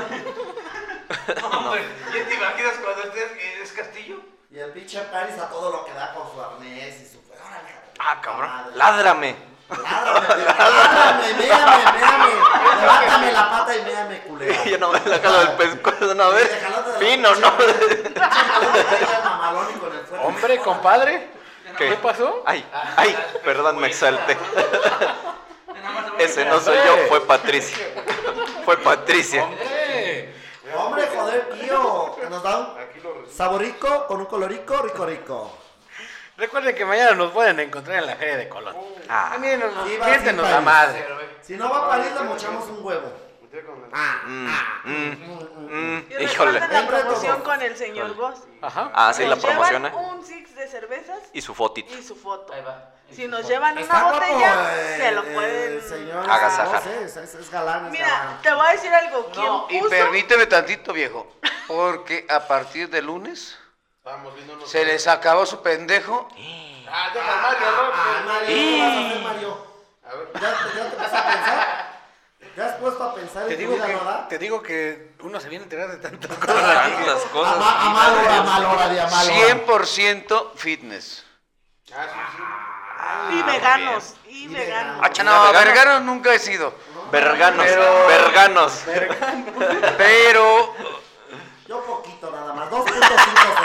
Speaker 7: No, güey. ¿Quién te imaginas cuando estés eres castillo?
Speaker 3: Y el pinche Paris a todo lo que da con su arnés y su. ¡Órale, cabrón!
Speaker 1: Ah, cabrón.
Speaker 3: Madre.
Speaker 1: Ládrame.
Speaker 3: Ládrame, ládrame, méame, méame. Levátame la pata y méame, culero.
Speaker 1: Yo no me la jalo del pescuezo una vez. Fino, ¿no?
Speaker 3: Mamalón y con el fuerte.
Speaker 4: Hombre, compadre.
Speaker 1: ¿Qué?
Speaker 4: ¿Qué pasó?
Speaker 1: Ay, ay, perdón, me exalté. Ese no soy yo, fue Patricia. Fue Patricia.
Speaker 3: Hombre, joder, tío. que Nos da un saborico con un colorico, rico, rico.
Speaker 4: Recuerden que mañana nos pueden encontrar en la feria de Colón.
Speaker 1: Ah,
Speaker 4: También nos
Speaker 3: Sí, va, sí,
Speaker 4: miéntenos la
Speaker 3: París.
Speaker 4: madre.
Speaker 3: Si no va a París, le mochamos un huevo.
Speaker 1: mm, mm, mm,
Speaker 5: Y recuerden
Speaker 1: híjole.
Speaker 5: la promoción con el señor Boss.
Speaker 4: Ajá.
Speaker 1: Ah, sí, la
Speaker 5: Nos llevan
Speaker 1: promociona.
Speaker 5: un six de cervezas
Speaker 1: Y su fotito.
Speaker 5: y su foto.
Speaker 7: Ahí va.
Speaker 5: Si nos llevan una
Speaker 3: Está guapo,
Speaker 5: botella,
Speaker 3: eh,
Speaker 5: se lo
Speaker 3: el
Speaker 5: pueden...
Speaker 3: señor.
Speaker 1: agasajar.
Speaker 3: no sé, es, es- es galán, es
Speaker 5: Mira,
Speaker 3: galán.
Speaker 5: te voy a decir algo. ¿Quién
Speaker 7: No, y
Speaker 5: puso?
Speaker 7: permíteme tantito, viejo. Porque a partir de lunes
Speaker 2: Estamos viéndonos.
Speaker 7: se les acabó su pendejo.
Speaker 2: Ah, deja al Mario, ¿no?
Speaker 3: Ah, Mario, ¿qué vas a hacer, Mario?
Speaker 2: A ver.
Speaker 3: ¿Ya, ya te vas a pensar? ¿Ya has puesto a pensar
Speaker 4: Te
Speaker 3: en tu
Speaker 4: digo,
Speaker 3: vida,
Speaker 4: que,
Speaker 3: verdad?
Speaker 4: te digo que uno se viene a enterar de tantas cosas.
Speaker 9: Tantas
Speaker 3: A,
Speaker 9: cosas.
Speaker 3: ma- a mal hora, a mal hora, de a mal hora.
Speaker 7: 100% fitness.
Speaker 2: Ah, sí, sí.
Speaker 1: Ah,
Speaker 5: Y veganos. Y
Speaker 3: Y
Speaker 5: veganos.
Speaker 3: veganos.
Speaker 7: Ah, No, vergano nunca he sido.
Speaker 1: Verganos,
Speaker 7: Pero-
Speaker 1: verganos.
Speaker 7: Pero
Speaker 3: Yo poquito nada más, 2.5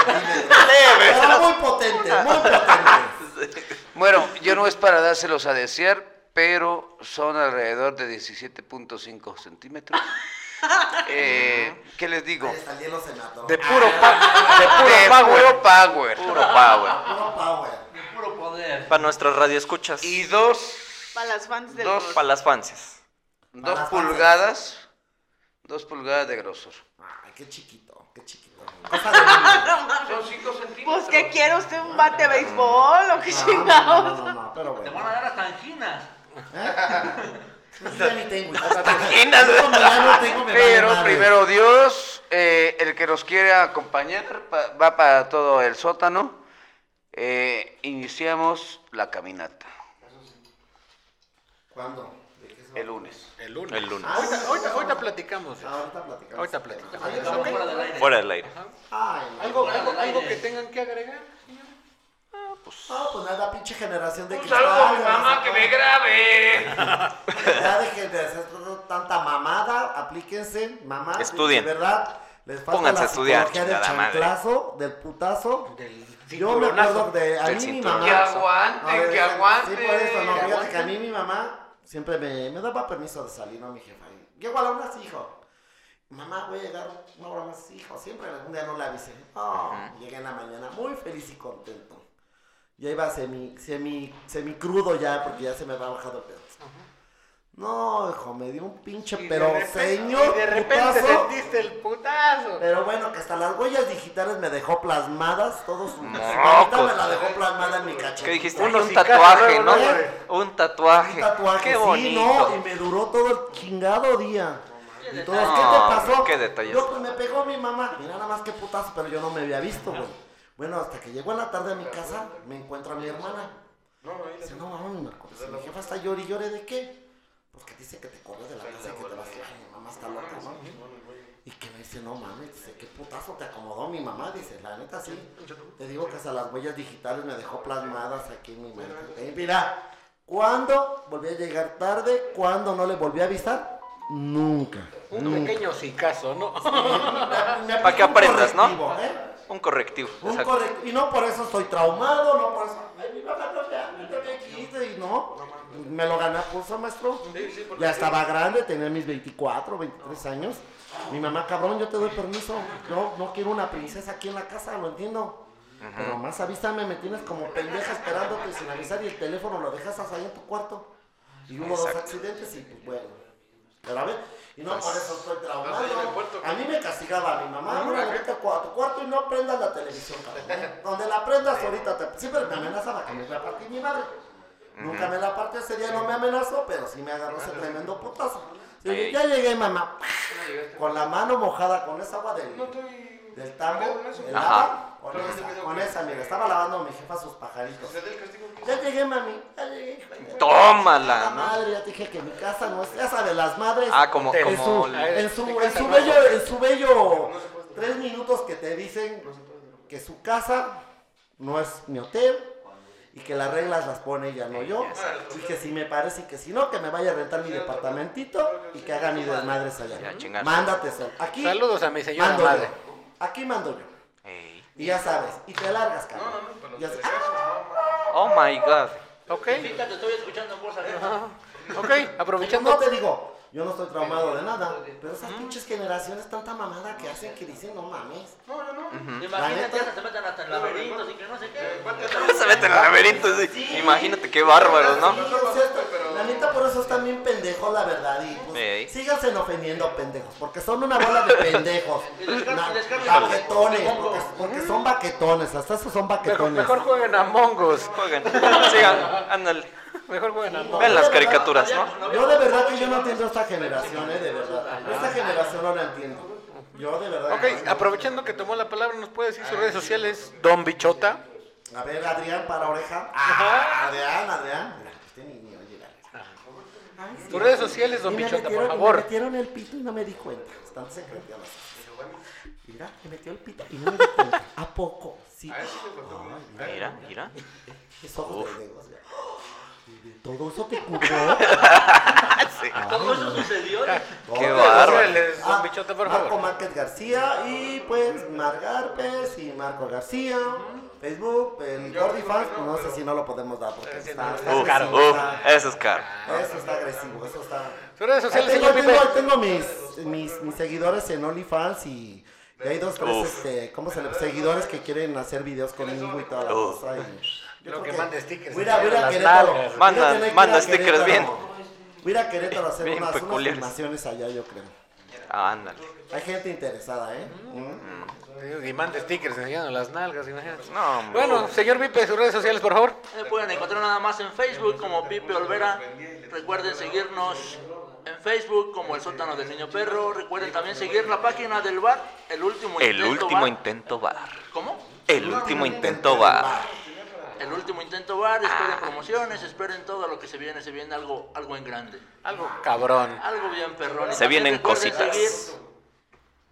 Speaker 3: centímetros. Pero muy potente, muy potente.
Speaker 7: Bueno, yo no es para dárselos a desear, pero son alrededor de 17.5 centímetros. Eh, ¿Qué les digo?
Speaker 3: Ahí salió los senadores.
Speaker 4: De puro, pa- Ah. de puro
Speaker 7: De
Speaker 4: power.
Speaker 7: puro power.
Speaker 1: Puro power.
Speaker 3: Puro power.
Speaker 6: Puro poder.
Speaker 9: Para nuestras radioescuchas.
Speaker 7: Y dos,
Speaker 5: Para las fans del
Speaker 7: Dos
Speaker 5: Boss.
Speaker 9: Para las fancias.
Speaker 7: dos
Speaker 3: las
Speaker 7: pulgadas, dos pulgadas de grosor.
Speaker 3: Ay, qué chiquito, qué chiquito. Cosa de niño.
Speaker 5: Ah, No mames.
Speaker 7: Son 5 centímetros.
Speaker 5: Pues, ¿qué quiere usted? ¿Un bate de béisbol o qué chingados?
Speaker 3: No, no, no, no, no, pero
Speaker 6: Te
Speaker 3: bueno.
Speaker 6: van a dar hasta anginas.
Speaker 3: Yo Pues ya ni tengo.
Speaker 1: Imaginas.
Speaker 3: Yo como ya no tengo, me vale
Speaker 7: Pero
Speaker 3: madre.
Speaker 7: primero Dios, eh, el que nos quiere acompañar pa- va para todo el sótano. Eh, iniciamos la caminata
Speaker 3: ¿Cuándo? ¿De qué se va?
Speaker 7: el lunes.
Speaker 4: El lunes.
Speaker 9: El lunes.
Speaker 4: Ahorita, ahorita, ahorita platicamos.
Speaker 3: Ah, Ahorita platicamos.
Speaker 4: Ahorita platicamos.
Speaker 3: Ay,
Speaker 6: Estamos
Speaker 3: ¿ok?
Speaker 6: fuera del aire.
Speaker 9: Fuera del aire.
Speaker 3: Ay, no.
Speaker 4: ¿Algo, algo, algo que tengan que agregar?
Speaker 3: No, pues nada, pinche generación de
Speaker 7: Un saludo a mi
Speaker 3: ya
Speaker 7: mamá
Speaker 3: no
Speaker 7: que
Speaker 3: se
Speaker 7: me
Speaker 3: puede.
Speaker 7: grabe.
Speaker 3: Ya dejen de hacer tanta mamada, aplíquense, mamá.
Speaker 9: Estudien.
Speaker 3: De verdad, les falta
Speaker 9: Pónganse
Speaker 3: la
Speaker 9: a estudiar,
Speaker 3: psicología del
Speaker 9: chingada madre.
Speaker 3: chanclazo, del putazo.
Speaker 4: Del
Speaker 3: Yo me acuerdo
Speaker 4: cinturonazo.
Speaker 3: de a
Speaker 9: Del
Speaker 3: mí mi
Speaker 9: cinturón.
Speaker 3: mamá.
Speaker 7: Que
Speaker 3: A ver,
Speaker 7: aguanten, que aguanten.
Speaker 3: Sí, por eso, no,
Speaker 7: Que
Speaker 3: fíjate que a
Speaker 7: aguanten.
Speaker 3: mí mi mamá siempre me, me daba permiso de salir, ¿no? Mi jefa. Y Llego a la una, sí, hijo. Mamá, voy a llegar una hora más, hijo. Siempre algún día no la avisé. Oh, Llegué en la mañana muy feliz y contento. Ya iba semi, semi, semi crudo ya, porque ya se me había bajado el pedo. No, hijo, me dio un pinche,
Speaker 4: Y de
Speaker 3: pero
Speaker 4: repente-
Speaker 3: señor,
Speaker 4: Y de repente
Speaker 3: putazo.
Speaker 4: sentiste el putazo.
Speaker 3: Pero bueno, que hasta las huellas digitales me dejó plasmadas, todos sus...
Speaker 9: Mocos.
Speaker 3: Ahorita me la dejó plasmada en mi cachete.
Speaker 9: ¿Qué dijiste?
Speaker 4: Unos
Speaker 9: un
Speaker 4: sin casa,
Speaker 9: tatuaje,
Speaker 4: luego,
Speaker 9: ¿no?
Speaker 4: luego.
Speaker 9: Un tatuaje.
Speaker 3: Un tatuaje,
Speaker 9: Qué
Speaker 3: sí,
Speaker 9: bonito.
Speaker 3: no, y me duró todo el chingado día. Y todas, ¿qué
Speaker 9: No,
Speaker 3: te pasó?
Speaker 9: qué detalles.
Speaker 3: No, pues me pegó mi mamá. Mira nada más qué putazo, pero yo no me había visto, güey. Bueno, hasta que llegó en la tarde a mi casa, me encuentro a mi hermana. Dice, no, mami, Marco, pues, mi jefa está llore y llore, ¿de qué? Pues que dice que te corrió de la casa y que te vas a Ay, mi mamá está loca, ¿no? Y que me dice, no mames, dice, qué putazo te acomodó mi mamá, dice, la neta sí. Te digo que hasta las huellas digitales me dejó plasmadas aquí en mi mente. Eh, mira, ¿cuándo volví a llegar tarde? ¿Cuándo no le volví a avisar? Nunca.
Speaker 4: Un pequeño sicazo, ¿no?
Speaker 3: Para
Speaker 9: que aprendas, ¿no?
Speaker 3: ¿eh?
Speaker 9: Un correctivo.
Speaker 3: Un
Speaker 9: exacto.
Speaker 3: correct- Y no por eso estoy traumado, no por eso. Ay, mi papá no me habla, no me quise, y no. Me lo gané a pulso, maestro. ya estaba grande, tenía mis 24, 23 años. Mi mamá, cabrón, yo te doy permiso. Yo no quiero una princesa aquí en la casa, lo entiendo. Pero más avísame, me tienes como pendeja esperándote sin avisar y el teléfono lo dejas hasta ahí en tu cuarto. Y uno o dos
Speaker 1: Exacto.
Speaker 3: accidentes y pues bueno. Pero a ver, y no por eso estoy traumado.
Speaker 2: Vas a ir al puerto,
Speaker 3: A mí me castigaba mi mamá. No, vete a tu a tu cuarto y no prendas la televisión, cabrón. ¿eh? Donde la prendas ahorita, te, siempre me amenazaba que me iba a partir mi madre. Nunca me la partió ese día, no me amenazó, pero sí me agarró ese tremendo putazo. Sí,
Speaker 9: Ay,
Speaker 3: ya llegué, mamá, con la mano mojada, con esa agua del,
Speaker 2: No estoy.
Speaker 3: del tambo,
Speaker 2: Con eso.
Speaker 3: del
Speaker 9: Ajá.
Speaker 3: agua, con
Speaker 2: Pero no te
Speaker 3: esa,
Speaker 2: pido
Speaker 3: con
Speaker 2: que-
Speaker 3: esa, mira, estaba lavando mi jefa sus pajaritos.
Speaker 2: Usted el castigo que hizo.
Speaker 3: Ya llegué, mami, ya llegué.
Speaker 9: Tómala,
Speaker 3: La
Speaker 9: ¿no?
Speaker 3: madre, ya te dije que mi casa no es casa de las madres.
Speaker 9: Ah, como,
Speaker 3: en
Speaker 9: como.
Speaker 3: su, en su, en su bello, en su bello tres minutos que te dicen que su casa no es mi hotel y que las reglas las pone ella, no yo.
Speaker 2: pues,
Speaker 3: Y que si me parece y que si no, que me vaya a rentar mi departamentito y que haga mi desmadres allá.
Speaker 9: Ya, chingar.
Speaker 3: Mándate, Sol. Aquí
Speaker 4: Saludos a mi señora
Speaker 3: mando
Speaker 4: madre.
Speaker 3: yo. Aquí mando yo.
Speaker 9: Ey.
Speaker 3: Y ya sabes, y te largas, cabrón.
Speaker 2: No, no, pero
Speaker 3: Ya
Speaker 2: los
Speaker 3: sé-
Speaker 2: decesos, no, ma.
Speaker 9: Oh my god.
Speaker 4: Ok,
Speaker 6: Ahorita te estoy escuchando en voz arriba.
Speaker 4: ok,
Speaker 3: No
Speaker 4: aprovechando.
Speaker 3: te digo, yo no estoy traumado de nada, pero esas pinches generaciones tanta mamada que hacen que dicen, no mames.
Speaker 2: No, yo no.
Speaker 3: La
Speaker 6: Imagínate
Speaker 3: neta.
Speaker 6: que se meten hasta en laberintos y que no sé
Speaker 9: Eh,
Speaker 6: qué.
Speaker 9: Se mete en el laberinto. sí. Imagínate qué bárbaros, ¿no?
Speaker 3: Sí, o sea, La neta, por eso están bien pendejos, la verdad. Y pues,
Speaker 9: Ey.
Speaker 3: síganse ofendiendo pendejos, porque son una bola de pendejos.
Speaker 6: Y les car-
Speaker 3: Na-
Speaker 6: y les cargan los-
Speaker 3: Baquetones,
Speaker 6: los
Speaker 3: porque, porque son baquetones, hasta esos son
Speaker 4: Mejor,
Speaker 3: baquetones.
Speaker 4: mejor jueguen a Mongos.
Speaker 9: Juegan. Sigan. Ándale.
Speaker 4: Mejor jueguen a Mongos.
Speaker 9: Vean las caricaturas, ¿no?
Speaker 3: Yo de verdad que yo no entiendo esta generación, eh, de verdad. Esta generación no la entiendo. Yo de verdad.
Speaker 4: Ok, aprovechando que tomó la palabra, ¿nos puede decir sus redes sociales? Don Bichota.
Speaker 3: A ver, Adrián, para oreja. Ah, Adrián, Adrián. Mira, este niño, oye, la neta. Ay, sí.
Speaker 4: Tus redes sociales, Don
Speaker 3: Y me
Speaker 4: Bichota,
Speaker 3: metieron-
Speaker 4: por
Speaker 3: Me
Speaker 4: favor.
Speaker 3: metieron el pito y no me di cuenta. Están secreteados. Mira, me metió el pito y no me di cuenta. ¿A poco? Sí. Ay, mira,
Speaker 9: Mira, mira.
Speaker 3: mis ojos pendejos, mira. Todo eso te ocurrió.
Speaker 9: Ah,
Speaker 6: Todo eso sucedió.
Speaker 9: Qué
Speaker 3: Todo.
Speaker 9: bárbaro.
Speaker 4: Redes, Don Bichota, por
Speaker 3: Ah, Marco
Speaker 4: favor.
Speaker 3: Márquez García y pues Mar Garpes y Marco García. Facebook, el Gordy Fans, pues, no sé si no lo podemos dar porque está, está
Speaker 9: Uf,
Speaker 3: agresivo,
Speaker 9: uf,
Speaker 3: está-
Speaker 9: eso es caro.
Speaker 3: Ah, eso está agresivo, eso está.
Speaker 4: Sus redes
Speaker 3: Ahí
Speaker 4: sociales,
Speaker 3: tengo,
Speaker 4: señor Pipe.
Speaker 3: tengo- tengo mis, mis, mis seguidores en OnlyFans y, y hay dos, tres,
Speaker 9: Uf.
Speaker 3: este, ¿cómo se le- Seguidores que quieren hacer videos conmigo y toda la
Speaker 9: Uf.
Speaker 3: cosa. y- yo
Speaker 4: Lo
Speaker 3: creo
Speaker 4: que mande stickers,
Speaker 3: Voy a, voy a
Speaker 4: las
Speaker 3: Querétaro.
Speaker 4: nalgas.
Speaker 3: Voy a
Speaker 9: Manda-
Speaker 3: tener que ir
Speaker 9: manda
Speaker 3: a
Speaker 9: stickers bien.
Speaker 3: Querétaro. Voy a ir a Querétaro a hacer
Speaker 9: Bien
Speaker 3: unas, unas
Speaker 9: peculiares.
Speaker 3: filmaciones allá, yo creo.
Speaker 9: Ah, ándale.
Speaker 3: Hay gente interesada, ¿eh?
Speaker 4: Y mande stickers enseñando las nalgas, imagínate.
Speaker 9: No, hombre.
Speaker 4: Bueno, señor Pipe, sus redes sociales, por favor.
Speaker 6: Me pueden encontrar nada más en Facebook como Pipe Olvera. Recuerden seguirnos en Facebook como El Sótano del Niño Perro. Recuerden también seguir la página del bar, El Último
Speaker 9: El
Speaker 6: Intento
Speaker 9: último
Speaker 6: Bar.
Speaker 9: intento bar.
Speaker 6: ¿Cómo?
Speaker 9: El último intento bar.
Speaker 6: El Último Intento Bar. Esperen
Speaker 9: Ah.
Speaker 6: promociones, esperen todo lo que se viene. Se viene algo, algo en grande.
Speaker 4: Algo Oh, cabrón.
Speaker 6: Algo bien perrón. Y
Speaker 9: Se
Speaker 6: también
Speaker 9: vienen
Speaker 6: recuerden
Speaker 9: cositas.
Speaker 6: seguir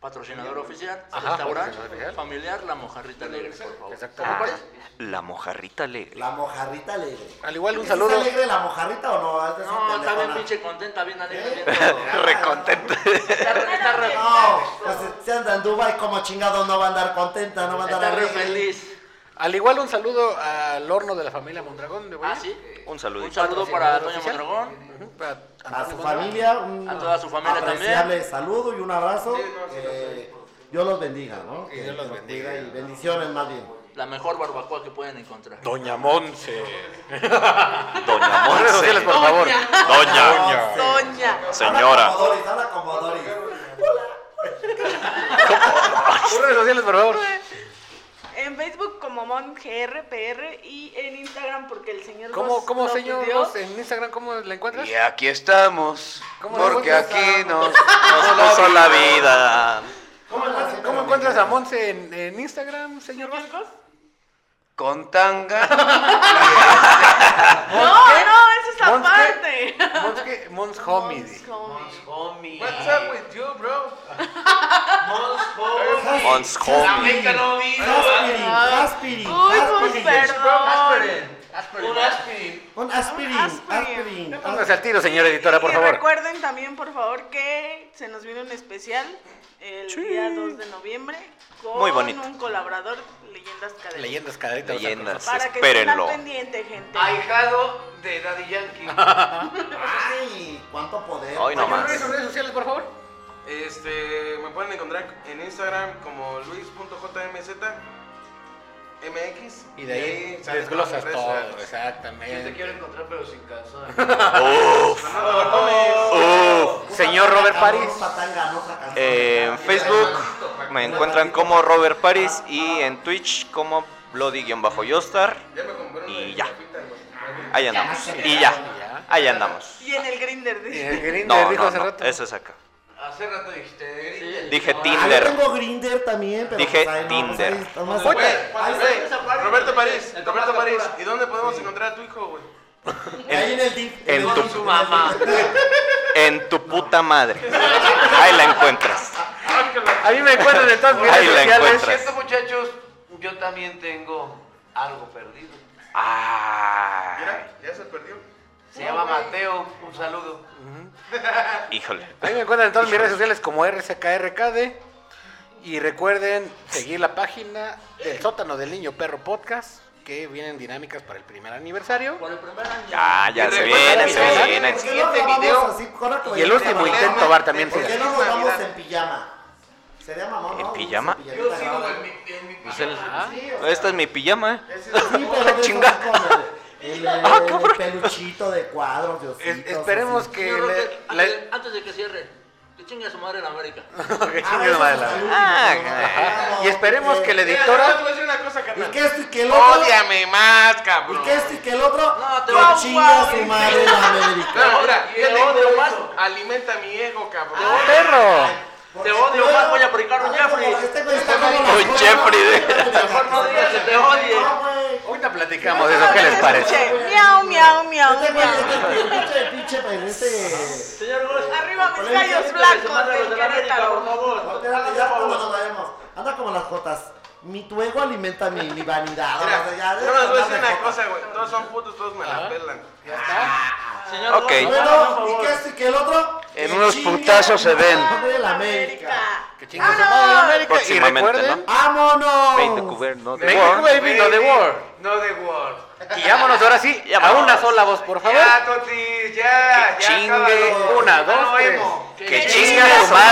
Speaker 6: Patrocinador oficial, restaurante familiar La Mojarrita Alegre, por favor. ¿Cómo parece?
Speaker 9: Ah,
Speaker 4: Ah.
Speaker 9: La mojarrita alegre.
Speaker 3: La mojarrita alegre.
Speaker 4: Al igual, un
Speaker 3: ¿Es
Speaker 4: saludo.
Speaker 3: alegre la mojarrita o no? Es de esa
Speaker 6: No, está bien
Speaker 3: pendejona.
Speaker 6: pinche contenta, bien alegre, bien todo.
Speaker 9: Recontento.
Speaker 6: Está, re- está re-
Speaker 3: No, pues se anda en Dubai como chingado no va a andar contenta, no va a andar
Speaker 6: está re
Speaker 3: alegre.
Speaker 6: feliz.
Speaker 4: Al igual, un saludo al horno de la familia Mondragón de Boyacá.
Speaker 6: Ah, sí.
Speaker 9: Un saludito.
Speaker 6: Un saludo para Toño
Speaker 4: Oficial.
Speaker 6: Mondragón.
Speaker 4: Ujú, para
Speaker 3: A su
Speaker 4: Antonio Mondragón.
Speaker 3: familia, un
Speaker 6: A toda su familia también.
Speaker 3: apreciable saludo y un abrazo. Eh, Dios los bendiga, ¿no? Que Dios los bendiga. Y bendiciones más bien.
Speaker 6: La mejor barbacoa que pueden encontrar.
Speaker 4: Doña Monse.
Speaker 9: Doña
Speaker 4: Sus redes sociales, por
Speaker 9: Monse.
Speaker 4: favor.
Speaker 9: Doña.
Speaker 5: Doña.
Speaker 3: Habla
Speaker 9: Señora.
Speaker 3: como Doris, habla como Doris.
Speaker 4: Sus redes sociales, por favor.
Speaker 3: Pues,
Speaker 5: En Facebook como MonGRPR y en Instagram porque el señor
Speaker 4: ¿Cómo,
Speaker 5: nos
Speaker 4: cómo
Speaker 5: lo
Speaker 4: señor?
Speaker 5: pidió.
Speaker 4: Ross, en Instagram, ¿cómo la encuentras?
Speaker 7: Y aquí estamos,
Speaker 4: ¿Cómo
Speaker 7: porque
Speaker 4: nos gusta
Speaker 7: aquí
Speaker 4: esa-
Speaker 7: nos...
Speaker 9: Nos puso la vida.
Speaker 4: ¿Cómo, encuentras- cómo encuentras a Monse en, en Instagram, señor? Ross?
Speaker 7: Con tanga,
Speaker 5: No, no, esa es la
Speaker 4: Mons
Speaker 5: parte.
Speaker 4: Mons, ¿qué? Mons Homie.
Speaker 2: What's up with you, bro?
Speaker 9: Mons homie.
Speaker 3: Aspirin, aspirin,
Speaker 5: Uy,
Speaker 3: aspirin.
Speaker 5: pues perdón.
Speaker 3: Un aspirin,
Speaker 5: Aspirin.
Speaker 3: aspirin.
Speaker 4: Póngase al tiro, señora editora, por
Speaker 5: y
Speaker 4: favor.
Speaker 5: recuerden también, por favor, que se nos viene un especial el día 2 de noviembre con
Speaker 9: Muy bonito.
Speaker 5: un colaborador, Leyendas Cadenas.
Speaker 4: Leyendas caderita.
Speaker 9: Leyendas.
Speaker 5: Para que
Speaker 9: Espérenlo.
Speaker 5: estén al pendiente, gente.
Speaker 7: ahijado de Daddy Yankee.
Speaker 3: Ay, cuánto poder.
Speaker 9: Hoy no más.
Speaker 4: Sus redes sociales, por favor.
Speaker 2: Este, me pueden encontrar en Instagram como luis.jmz MX.
Speaker 4: Y de ahí
Speaker 2: salen
Speaker 4: desglosas
Speaker 2: las redes
Speaker 4: todo,
Speaker 2: sociales.
Speaker 4: exactamente.
Speaker 6: te quiero encontrar, pero sin calzón.
Speaker 2: No, no, no, no, no.
Speaker 1: Señor Robert París.
Speaker 4: Ah,
Speaker 3: Eh,
Speaker 1: En Facebook me encuentran como Robert Paris y en Twitch como Bloody-Yostar.
Speaker 2: Ya me compré una
Speaker 1: Y ya.
Speaker 2: chapita, güey.
Speaker 1: Ahí andamos. Y ya. Ahí andamos.
Speaker 5: Y en el grinder
Speaker 4: Y el
Speaker 5: de...
Speaker 4: eh, Grindr
Speaker 1: No,
Speaker 4: dijo
Speaker 1: no,
Speaker 4: hace
Speaker 1: no,
Speaker 4: rato.
Speaker 1: Eso es acá.
Speaker 6: Hace rato dijiste. Grindr.
Speaker 1: Dije
Speaker 3: Ah, Yo
Speaker 1: Tinder.
Speaker 3: tengo Grinder también, pero
Speaker 1: Dije
Speaker 3: pues, ay, no, pues,
Speaker 1: Tinder.
Speaker 3: ahí está más-
Speaker 2: Güey,
Speaker 3: Ahí
Speaker 2: güey, Roberto París, Roberto París, ¿y dónde podemos encontrar a tu hijo, güey?
Speaker 3: está. Ahí en el dip-
Speaker 1: en
Speaker 3: el
Speaker 1: tu-
Speaker 3: dip-
Speaker 1: su
Speaker 6: mamá.
Speaker 1: En tu puta madre. Ahí la encuentras.
Speaker 4: A mí me encuentran en todas mis
Speaker 1: Ahí
Speaker 4: redes
Speaker 1: la
Speaker 4: sociales.
Speaker 1: encuentras.
Speaker 10: Cierto, muchachos, yo también tengo algo perdido.
Speaker 1: Ah,
Speaker 2: Mira, ya se perdió.
Speaker 10: Se llama Mateo. Un saludo.
Speaker 1: híjole.
Speaker 4: A mí me encuentran en todas mis redes sociales como RCKRKD. Y recuerden seguir la página del sótano del niño perro podcast, que vienen dinámicas para el primer aniversario.
Speaker 6: Por el primer año.
Speaker 1: Ya, Ah, ya se vienen, se vienen.
Speaker 3: ¿Por qué no
Speaker 10: Siguiente
Speaker 3: grabamos
Speaker 10: video.
Speaker 3: así? Ahora que
Speaker 4: Y el
Speaker 3: vayamos a
Speaker 4: último
Speaker 3: bailar,
Speaker 4: intento bar también
Speaker 3: ¿Por
Speaker 4: sigue.
Speaker 3: qué no nos vamos en pijama? Sería mamón,
Speaker 1: ¿En
Speaker 3: ¿no? Vamos
Speaker 1: pijama?
Speaker 3: pijamita,
Speaker 10: Yo sigo
Speaker 3: grabamos.
Speaker 10: en mi, en mi
Speaker 1: Pues el-
Speaker 6: Ah.
Speaker 3: Sí, o sea,
Speaker 1: Esta es mi pijama. ¿eh?
Speaker 2: Ese es el-
Speaker 3: Sí, pero de
Speaker 1: Chinga.
Speaker 3: esos con el, el,
Speaker 1: Ah, cabrón.
Speaker 3: peluchito de cuadros, de
Speaker 4: Es-
Speaker 3: ositos,
Speaker 4: esperemos
Speaker 3: así.
Speaker 4: que
Speaker 6: Señor
Speaker 4: le-
Speaker 6: Roger,
Speaker 4: la-
Speaker 6: antes, antes de que cierre, que chingue a su madre en América.
Speaker 4: que
Speaker 3: Ah,
Speaker 4: chingue
Speaker 3: eso
Speaker 4: su madre la
Speaker 3: está
Speaker 4: verga.
Speaker 3: bien,
Speaker 1: Ah,
Speaker 3: ¿no?
Speaker 4: Ajá.
Speaker 3: Claro,
Speaker 4: Y esperemos que la
Speaker 2: Mira, nada más te
Speaker 4: editora.
Speaker 2: voy a decir una cosa, carnal.
Speaker 3: Y que esto y que el otro.
Speaker 2: Ódiame más,
Speaker 3: Y
Speaker 2: cabrón.
Speaker 3: que esto y que el otro.
Speaker 6: No, te
Speaker 3: que
Speaker 6: va-
Speaker 3: chinga
Speaker 6: guau,
Speaker 3: su madre la América.
Speaker 2: Claro, mira,
Speaker 6: Yo
Speaker 2: yo te
Speaker 6: te odio
Speaker 2: odio
Speaker 6: más.
Speaker 2: más. Alimenta mi ego, cabrón.
Speaker 6: Ah,
Speaker 4: ¡Perro!
Speaker 3: Porque
Speaker 6: odio
Speaker 3: tú-
Speaker 6: más, voy a aplicar un
Speaker 3: Ah, como
Speaker 6: Jeffrey.
Speaker 3: Este güey está como la
Speaker 1: Un
Speaker 3: joya,
Speaker 1: Jeffrey de-
Speaker 3: ¿no?
Speaker 6: Mejor no digas que te odie.
Speaker 3: No, güey.
Speaker 4: Ahorita platicamos de eso, ¿qué les parece?
Speaker 5: Escuche, Miau, miau, miau,
Speaker 3: Este güey,
Speaker 5: miau.
Speaker 3: este pinche, pinche, pues, este.
Speaker 6: Señor Gómez,
Speaker 5: Arriba mis
Speaker 6: Polémica
Speaker 5: gallos
Speaker 6: entre su
Speaker 5: blancos
Speaker 6: madre y
Speaker 5: del
Speaker 6: los de la América, por
Speaker 5: Querétaro.
Speaker 6: favor.
Speaker 3: No, espérate, ya cuando nos vayamos. Anda como las jotas. Mi tu ego alimenta mi, mi vanidad.
Speaker 2: Mira,
Speaker 3: o sea, ya,
Speaker 2: yo les voy a
Speaker 3: de
Speaker 2: decir una
Speaker 3: jotas.
Speaker 2: cosa, güey. Todos son putos, todos me la pelan.
Speaker 6: Señor
Speaker 1: Ok.
Speaker 6: Gómez, por
Speaker 3: Bueno, y
Speaker 6: favor.
Speaker 3: que esto y que el otro.
Speaker 10: En
Speaker 3: que
Speaker 10: unos
Speaker 3: chingue
Speaker 10: putazos se
Speaker 3: la
Speaker 10: ven.
Speaker 3: madre de la América.
Speaker 4: Que chingue su
Speaker 2: Ah,
Speaker 4: madre la América. Y
Speaker 1: Próximamente,
Speaker 4: recuerden.
Speaker 3: ¡Vámonos!
Speaker 1: Vancouver, no the
Speaker 4: México,
Speaker 1: world.
Speaker 4: baby, no the world.
Speaker 2: No de Word.
Speaker 4: Y vámonos ahora sí a
Speaker 1: Vámonos.
Speaker 4: una sola voz, por favor.
Speaker 2: Ya, Totis, ya.
Speaker 1: Que
Speaker 2: ya,
Speaker 1: chingue
Speaker 2: acábalo.
Speaker 4: Una,
Speaker 2: Ya
Speaker 4: dos,
Speaker 2: lo
Speaker 4: tres.
Speaker 2: hemos.
Speaker 1: Que chinga su madre.